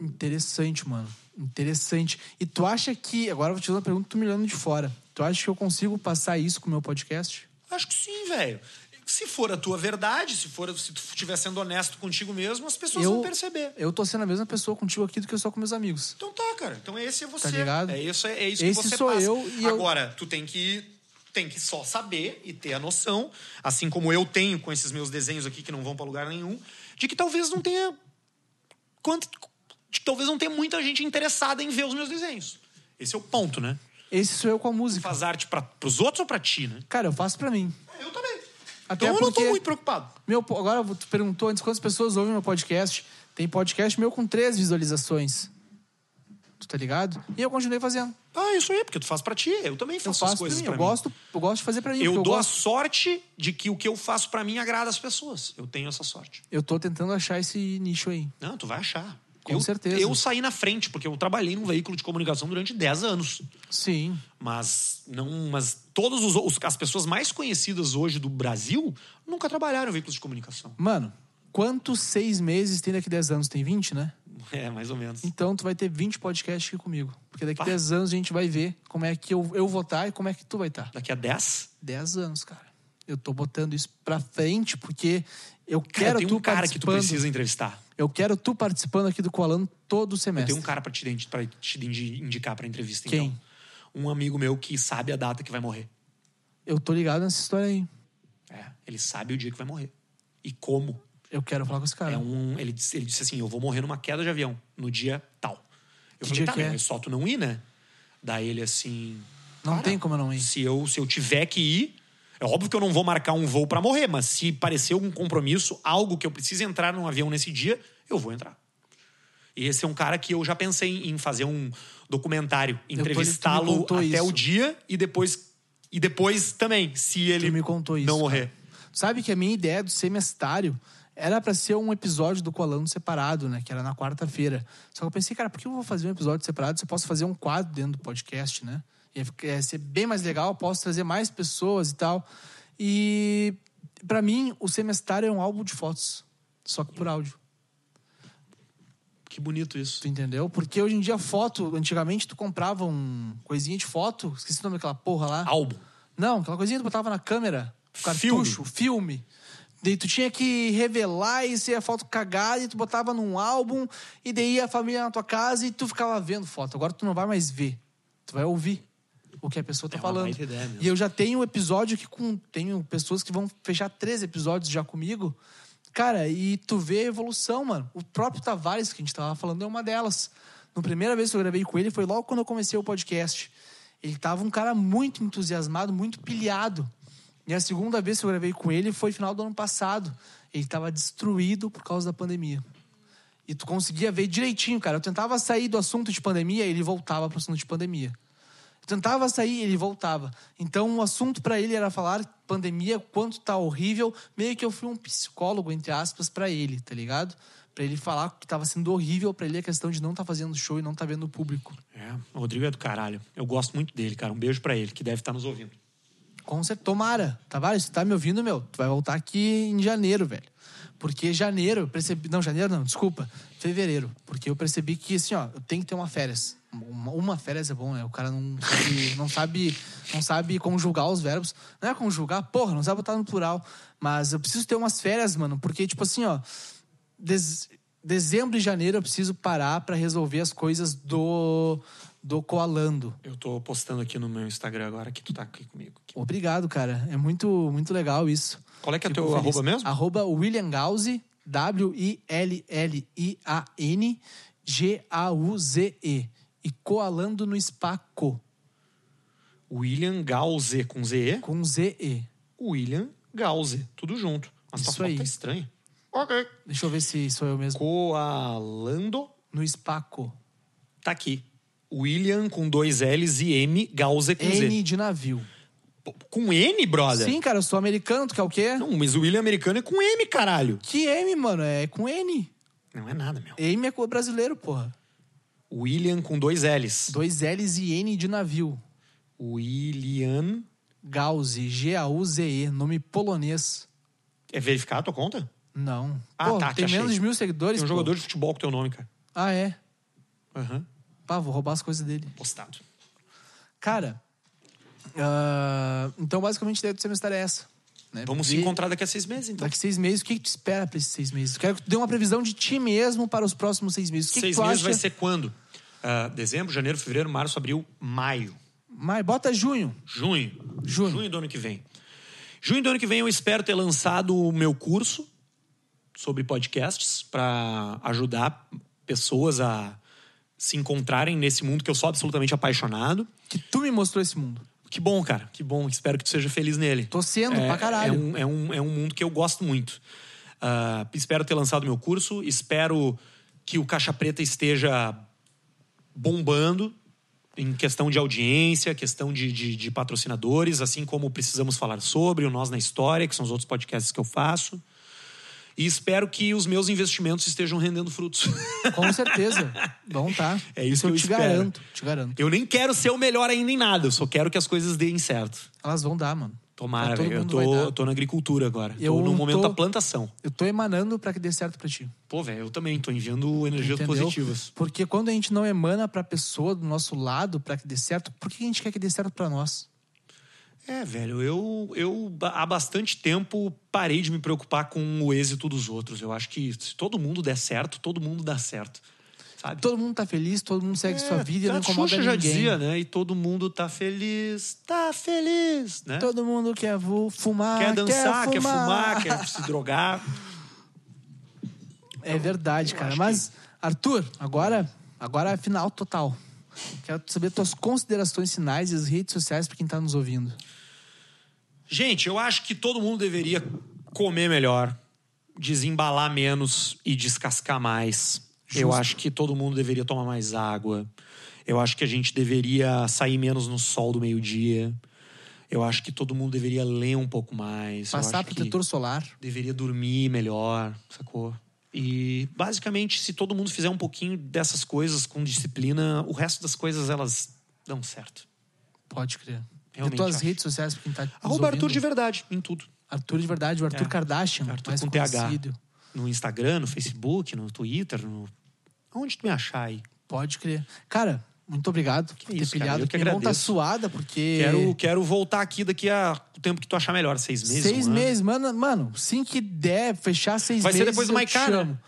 B: Interessante, mano. Interessante. E tu acha que. Agora eu vou te fazer uma pergunta, tu me olhando de fora. Tu acha que eu consigo passar isso com o meu podcast?
C: Acho que sim, velho. Se for a tua verdade, se for se tu estiver sendo honesto contigo mesmo, as pessoas
B: eu
C: vão perceber.
B: Eu tô sendo a mesma pessoa contigo aqui do que eu sou com meus amigos.
C: Então tá, cara. Então esse é você.
B: ligado?
C: É isso, é isso
B: Esse
C: que você
B: sou
C: passa.
B: eu e eu-
C: Agora, tu tem que tem que só saber e ter a noção, assim como eu tenho com esses meus desenhos aqui que não vão pra lugar nenhum, de que talvez não tenha quanto de que talvez não tenha muita gente interessada em ver os meus desenhos. Esse é o ponto, né?
B: Esse sou eu com a música.
C: Faz arte para pros outros ou pra ti, né?
B: Cara, eu faço pra mim.
C: É, Eu também.
B: Até
C: então eu não tô
B: porque-
C: muito preocupado.
B: Meu, po- agora tu perguntou antes quantas pessoas ouvem meu podcast. Tem podcast meu com três visualizações. Tu tá ligado? E eu continuei fazendo.
C: Ah, isso aí, porque tu faz pra ti, eu também faço,
B: Eu faço
C: as coisas
B: pra mim.
C: pra
B: eu
C: mim.
B: gosto, eu gosto de fazer pra mim.
C: Eu
B: porque
C: dou
B: eu
C: a
B: gosto.
C: sorte de que o que eu faço pra mim agrada as pessoas. Eu tenho essa sorte.
B: Eu tô tentando achar esse nicho aí.
C: Não, tu vai achar.
B: Com
C: eu,
B: certeza.
C: Eu saí na frente, porque eu trabalhei num veículo de comunicação durante 10 anos.
B: Sim.
C: Mas não, mas todos os, os- as pessoas mais conhecidas hoje do Brasil nunca trabalharam em veículos de comunicação.
B: Mano, quantos seis meses tem daqui 10 anos? Tem 20, né?
C: É, mais ou menos.
B: Então tu vai ter 20 podcasts aqui comigo. Porque daqui 10 anos a gente vai ver como é que eu, eu vou estar e como é que tu vai estar.
C: Daqui a 10,
B: 10 anos, cara. Eu tô botando isso pra frente porque eu
C: cara,
B: quero
C: tem
B: tu
C: um cara que tu
B: participando.
C: precisa entrevistar.
B: Eu quero tu participando aqui do Colando todo
C: Tem
B: semestre.
C: um cara pra te, identi- pra te indi- indicar pra entrevista,
B: Quem?
C: então. Um amigo meu que sabe a data que vai morrer.
B: Eu tô ligado nessa história aí.
C: É, ele sabe o dia que vai morrer. E como.
B: Eu quero falar com esse cara.
C: É um, ele, disse, ele disse assim: Eu vou morrer numa queda de avião no dia tal. Eu
B: Que
C: falei,
B: dia
C: tá,
B: que
C: mas
B: é?"
C: é só tu não ir, né? Daí ele assim.
B: Não
C: "Cara,
B: tem como eu não ir."
C: Se eu, se eu tiver que ir, é óbvio que eu não vou marcar um voo pra morrer, mas se parecer algum compromisso, algo que eu precise entrar num avião nesse dia, eu vou entrar. E esse é um cara que eu já pensei em- em fazer um documentário,
B: tu me
C: entrevistá-lo
B: contou
C: até
B: isso.
C: o dia e depois e depois também, se ele
B: Tu me contou isso.
C: não
B: cara.
C: morrer.
B: Tu Sabe que a minha ideia do semestário era pra ser um episódio do Colando separado, né? Que era na quarta-feira. Só que eu pensei, cara, por que eu vou fazer um episódio separado se eu posso fazer um quadro dentro do podcast, né? Ia, ficar- ia ser bem mais legal, posso trazer mais pessoas e tal. E pra mim, o semestário é um álbum de fotos, só que por áudio.
C: Que bonito isso.
B: Tu entendeu? Porque hoje em dia, foto, antigamente tu comprava um coisinha de foto, esqueci o nome daquela porra lá.
C: Álbum.
B: Não, aquela coisinha que tu botava na câmera, o cartucho, o filme. Daí tu tinha que revelar e ser a foto cagada e tu botava num álbum e daí ia a família na tua casa e tu ficava vendo foto. Agora tu não vai mais ver, tu vai ouvir o que a pessoa tá
C: É uma
B: falando.
C: baita ideia mesmo.
B: e eu já tenho um episódio que com tenho pessoas que vão fechar três episódios já comigo. Cara, e tu vê a evolução, mano. O próprio Tavares que a gente tava falando é uma delas. Na primeira vez que eu gravei com ele foi logo quando eu comecei o podcast. Ele tava um cara muito entusiasmado, muito pilhado. E a segunda vez que eu gravei com ele foi final do ano passado. Ele tava destruído por causa da pandemia. E tu conseguia ver direitinho, cara. Eu tentava sair do assunto de pandemia, ele voltava pro assunto de pandemia. Eu tentava sair, ele voltava. Então o assunto pra ele era falar pandemia, quanto tá horrível. Meio que eu fui um psicólogo entre aspas pra ele, tá ligado? Pra ele falar que tava sendo horrível pra ele a questão de não tá fazendo show e não tá vendo o público.
C: É, o Rodrigo é do caralho. Eu gosto muito dele, cara. Um beijo pra ele, que deve estar nos ouvindo.
B: Com certeza. Tomara. Tavares, tu tá me ouvindo, meu? Tu vai voltar aqui em janeiro, velho. Porque janeiro, eu percebi. Não, janeiro não, desculpa. Fevereiro. Porque eu percebi que, assim, ó, eu tenho que ter uma férias. Uma, uma férias é bom, né? O cara não sabe, não sabe. Não sabe conjugar os verbos. Não é conjugar, porra, não sabe botar no plural. Mas eu preciso ter umas férias, mano. Porque, tipo assim, ó. Des- Dezembro e janeiro eu preciso parar pra resolver as coisas do. do Coalando.
C: Eu tô postando aqui no meu Instagram agora que tu tá aqui comigo.
B: Obrigado, cara. É muito, muito legal isso.
C: Qual é que é
B: Fico
C: teu
B: feliz.
C: arroba mesmo?
B: Arroba William Gause, W-I-L-L-I-A-N G-A-U-Z-E. E Coalando no Spaco,
C: William Gause com Z.
B: com Z-E.
C: William Gause. Tudo junto. Mas
B: Isso
C: tua foto
B: aí.
C: tá estranha. Ok.
B: Deixa eu ver se sou eu mesmo.
C: Coalando
B: No Spaco.
C: tá aqui. William com dois L's e M, Gause com Z.
B: N de navio.
C: Pô, Com N, brother?
B: Sim, cara, eu sou americano, tu quer o quê?
C: Não, mas o William americano é com M, caralho.
B: Que M, mano? É com N.
C: Não é nada, meu.
B: M é co- brasileiro, porra.
C: William com dois L's.
B: Dois L's e N de navio.
C: William.
B: Gause, G-A-U-Z-E, nome polonês.
C: É verificar a tua conta?
B: Não.
C: Ah,
B: Pô,
C: tá,
B: tem
C: que achei.
B: menos de mil seguidores.
C: Tem um
B: pô.
C: jogador de futebol com teu nome, cara.
B: Ah, é.
C: Aham.
B: Pá, vou roubar as coisas dele.
C: Postado.
B: Cara, ah, então basicamente a ideia do semestre é essa. Né?
C: Vamos se
B: Ver
C: encontrar daqui a seis meses, então.
B: Daqui seis meses, o que, que tu espera pra esses seis meses? Eu quero que tu dê uma previsão de ti mesmo para os próximos seis meses. O que,
C: seis
B: que tu
C: meses
B: acha?
C: vai ser quando? Ah, dezembro, janeiro, fevereiro, março, abril, maio.
B: Mas bota junho.
C: Junho.
B: Junho.
C: do ano que vem. Junho do ano que vem eu espero ter lançado o meu curso sobre podcasts para ajudar pessoas a se encontrarem nesse mundo que eu sou absolutamente apaixonado.
B: Que tu me mostrou esse mundo.
C: Que bom, cara. Que bom. Espero que tu seja feliz nele.
B: Tô sendo
C: é,
B: pra caralho.
C: É um, é, um, é um mundo que eu gosto muito. Ah, espero ter lançado meu curso. Espero que o Caixa Preta esteja bombando em questão de audiência, questão de, de, de patrocinadores, assim como precisamos falar sobre o Nós na História, que são os outros podcasts que eu faço. E espero que os meus investimentos estejam rendendo frutos.
B: Com certeza. Bom, tá.
C: um- É isso que eu
B: te
C: espero.
B: garanto. Te garanto.
C: Eu nem quero ser o melhor ainda em nada, eu só quero que as coisas deem certo.
B: Elas vão dar, mano.
C: Tomara,
B: Todo
C: velho. Eu
B: mundo vai dar.
C: tô, tô na agricultura agora.
B: Eu
C: tô no
B: não
C: momento
B: tô-
C: da plantação.
B: Eu tô emanando pra que dê certo pra ti.
C: Pô, velho, eu também tô enviando energias
B: Entendeu?
C: positivas.
B: Porque quando a gente não emana pra pessoa do nosso lado pra que dê certo, por que a gente quer que dê certo pra nós?
C: É, velho, eu, eu ba- há bastante tempo parei de me preocupar com o êxito dos outros. Eu acho que se todo mundo der certo, todo mundo dá certo. Sabe?
B: Todo mundo tá feliz, todo mundo segue sua vida, e não
C: a Ah,
B: incomoda
C: É, tá, Xuxa
B: ninguém.
C: já dizia, né? E todo mundo tá feliz, tá feliz, né?
B: Todo mundo quer vo- fumar,
C: Quer dançar, quer
B: fumar.
C: fumar, quer se drogar.
B: É verdade, cara. Mas Arthur, agora, agora é final total. Quero saber tuas considerações, sinais e as redes sociais para quem tá nos ouvindo.
C: Gente, eu acho que todo mundo deveria comer melhor, desembalar menos e descascar mais. Eu acho que todo mundo deveria tomar mais água. Eu acho que a gente deveria sair menos no sol do meio-dia. Eu acho que todo mundo deveria ler um pouco mais. Eu
B: Passar
C: acho que
B: protetor solar.
C: deveria dormir melhor, sacou? E basicamente, se todo mundo fizer um pouquinho dessas coisas com disciplina, o resto das coisas elas dão certo.
B: Pode crer.
C: Realmente
B: e tuas
C: acho.
B: redes sociais para quem tá nos
C: Arroba
B: ouvindo.
C: Arthur de verdade em tudo.
B: Arthur de verdade, o Arthur
C: É.
B: Kardashian,
C: Arthur
B: mais
C: com
B: conhecido.
C: TH. No Instagram, no Facebook, no Twitter, no. Onde tu me achar aí?
B: Pode crer. Cara, muito obrigado por ter
C: isso, cara,
B: pilhado.
C: eu que
B: Minha mão tá
C: agradeço.
B: suada porque
C: Quero, quero voltar aqui daqui a o tempo que tu achar melhor, seis meses.
B: seis
C: um ano.
B: meses, mano, mano, assim que der fechar seis
C: Vai ser
B: meses.
C: depois do
B: eu
C: Maiká,
B: te
C: né?
B: chamo.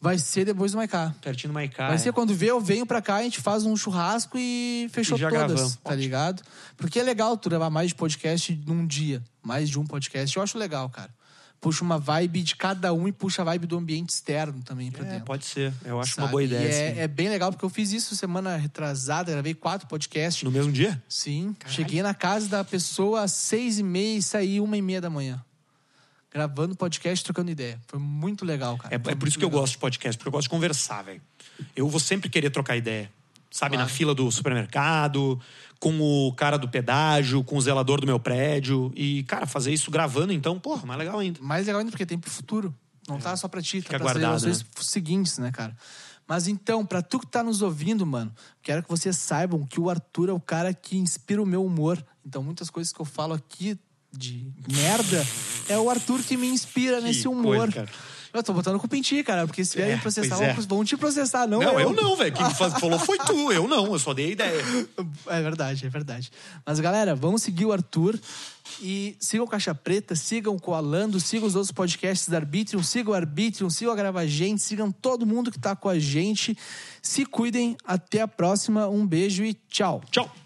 B: Vai ser depois do Maicá.
C: Pertinho do Maicá.
B: Vai
C: é.
B: ser quando vê, eu venho pra cá, a gente faz um churrasco e fechou
C: E já
B: todas,
C: gravamos.
B: tá
C: Ótimo.
B: ligado? Porque é legal tu gravar mais de podcast num dia, mais de um podcast. Eu acho legal, cara. Puxa uma vibe de cada um e puxa a vibe do ambiente externo também pra
C: É,
B: dentro.
C: pode ser. Eu acho uma
B: sabe?
C: boa
B: E
C: ideia.
B: é,
C: assim.
B: é bem legal, porque eu fiz isso semana retrasada, gravei quatro podcasts.
C: No mesmo dia?
B: Sim. Cheguei na casa da pessoa às seis e meia e saí uma e meia da manhã. Gravando podcast, trocando ideia. Foi muito legal, cara.
C: É,
B: Foi
C: é por
B: muito
C: isso que eu
B: legal.
C: gosto de podcast, porque eu gosto de conversar, velho. Eu vou sempre querer trocar ideia. Sabe, na
B: Claro.
C: fila do supermercado, com o cara do pedágio, com o zelador do meu prédio. E, cara, fazer isso gravando, então, porra, mais legal ainda.
B: Mais legal ainda porque tem pro futuro. Não tá só pra ti,
C: É. Fica
B: tá pras
C: guardado,
B: gerações f- seguintes, né, cara? Mas então, pra tu que tá nos ouvindo, mano, quero que vocês saibam que o Arthur é o cara que inspira o meu humor. Então, muitas coisas que eu falo aqui de merda é o Arthur que me inspira nesse humor.
C: coisa, cara.
B: eu tô botando culpa em ti, cara, porque se vierem
C: É,
B: processar,
C: pois é.
B: vão- vão te processar, não
C: Não, eu não, velho. Quem faz- falou foi tu, eu não, eu só dei a ideia.
B: É verdade, é verdade. Mas galera, vamos seguir o Arthur e sigam o Caixa Preta, sigam o Coalando, sigam os outros podcasts da Arbitrium, sigam o Arbitrium, sigam a Grava Gente, sigam todo mundo que tá com a gente. Se cuidem, até a próxima, um beijo e tchau.
C: Tchau.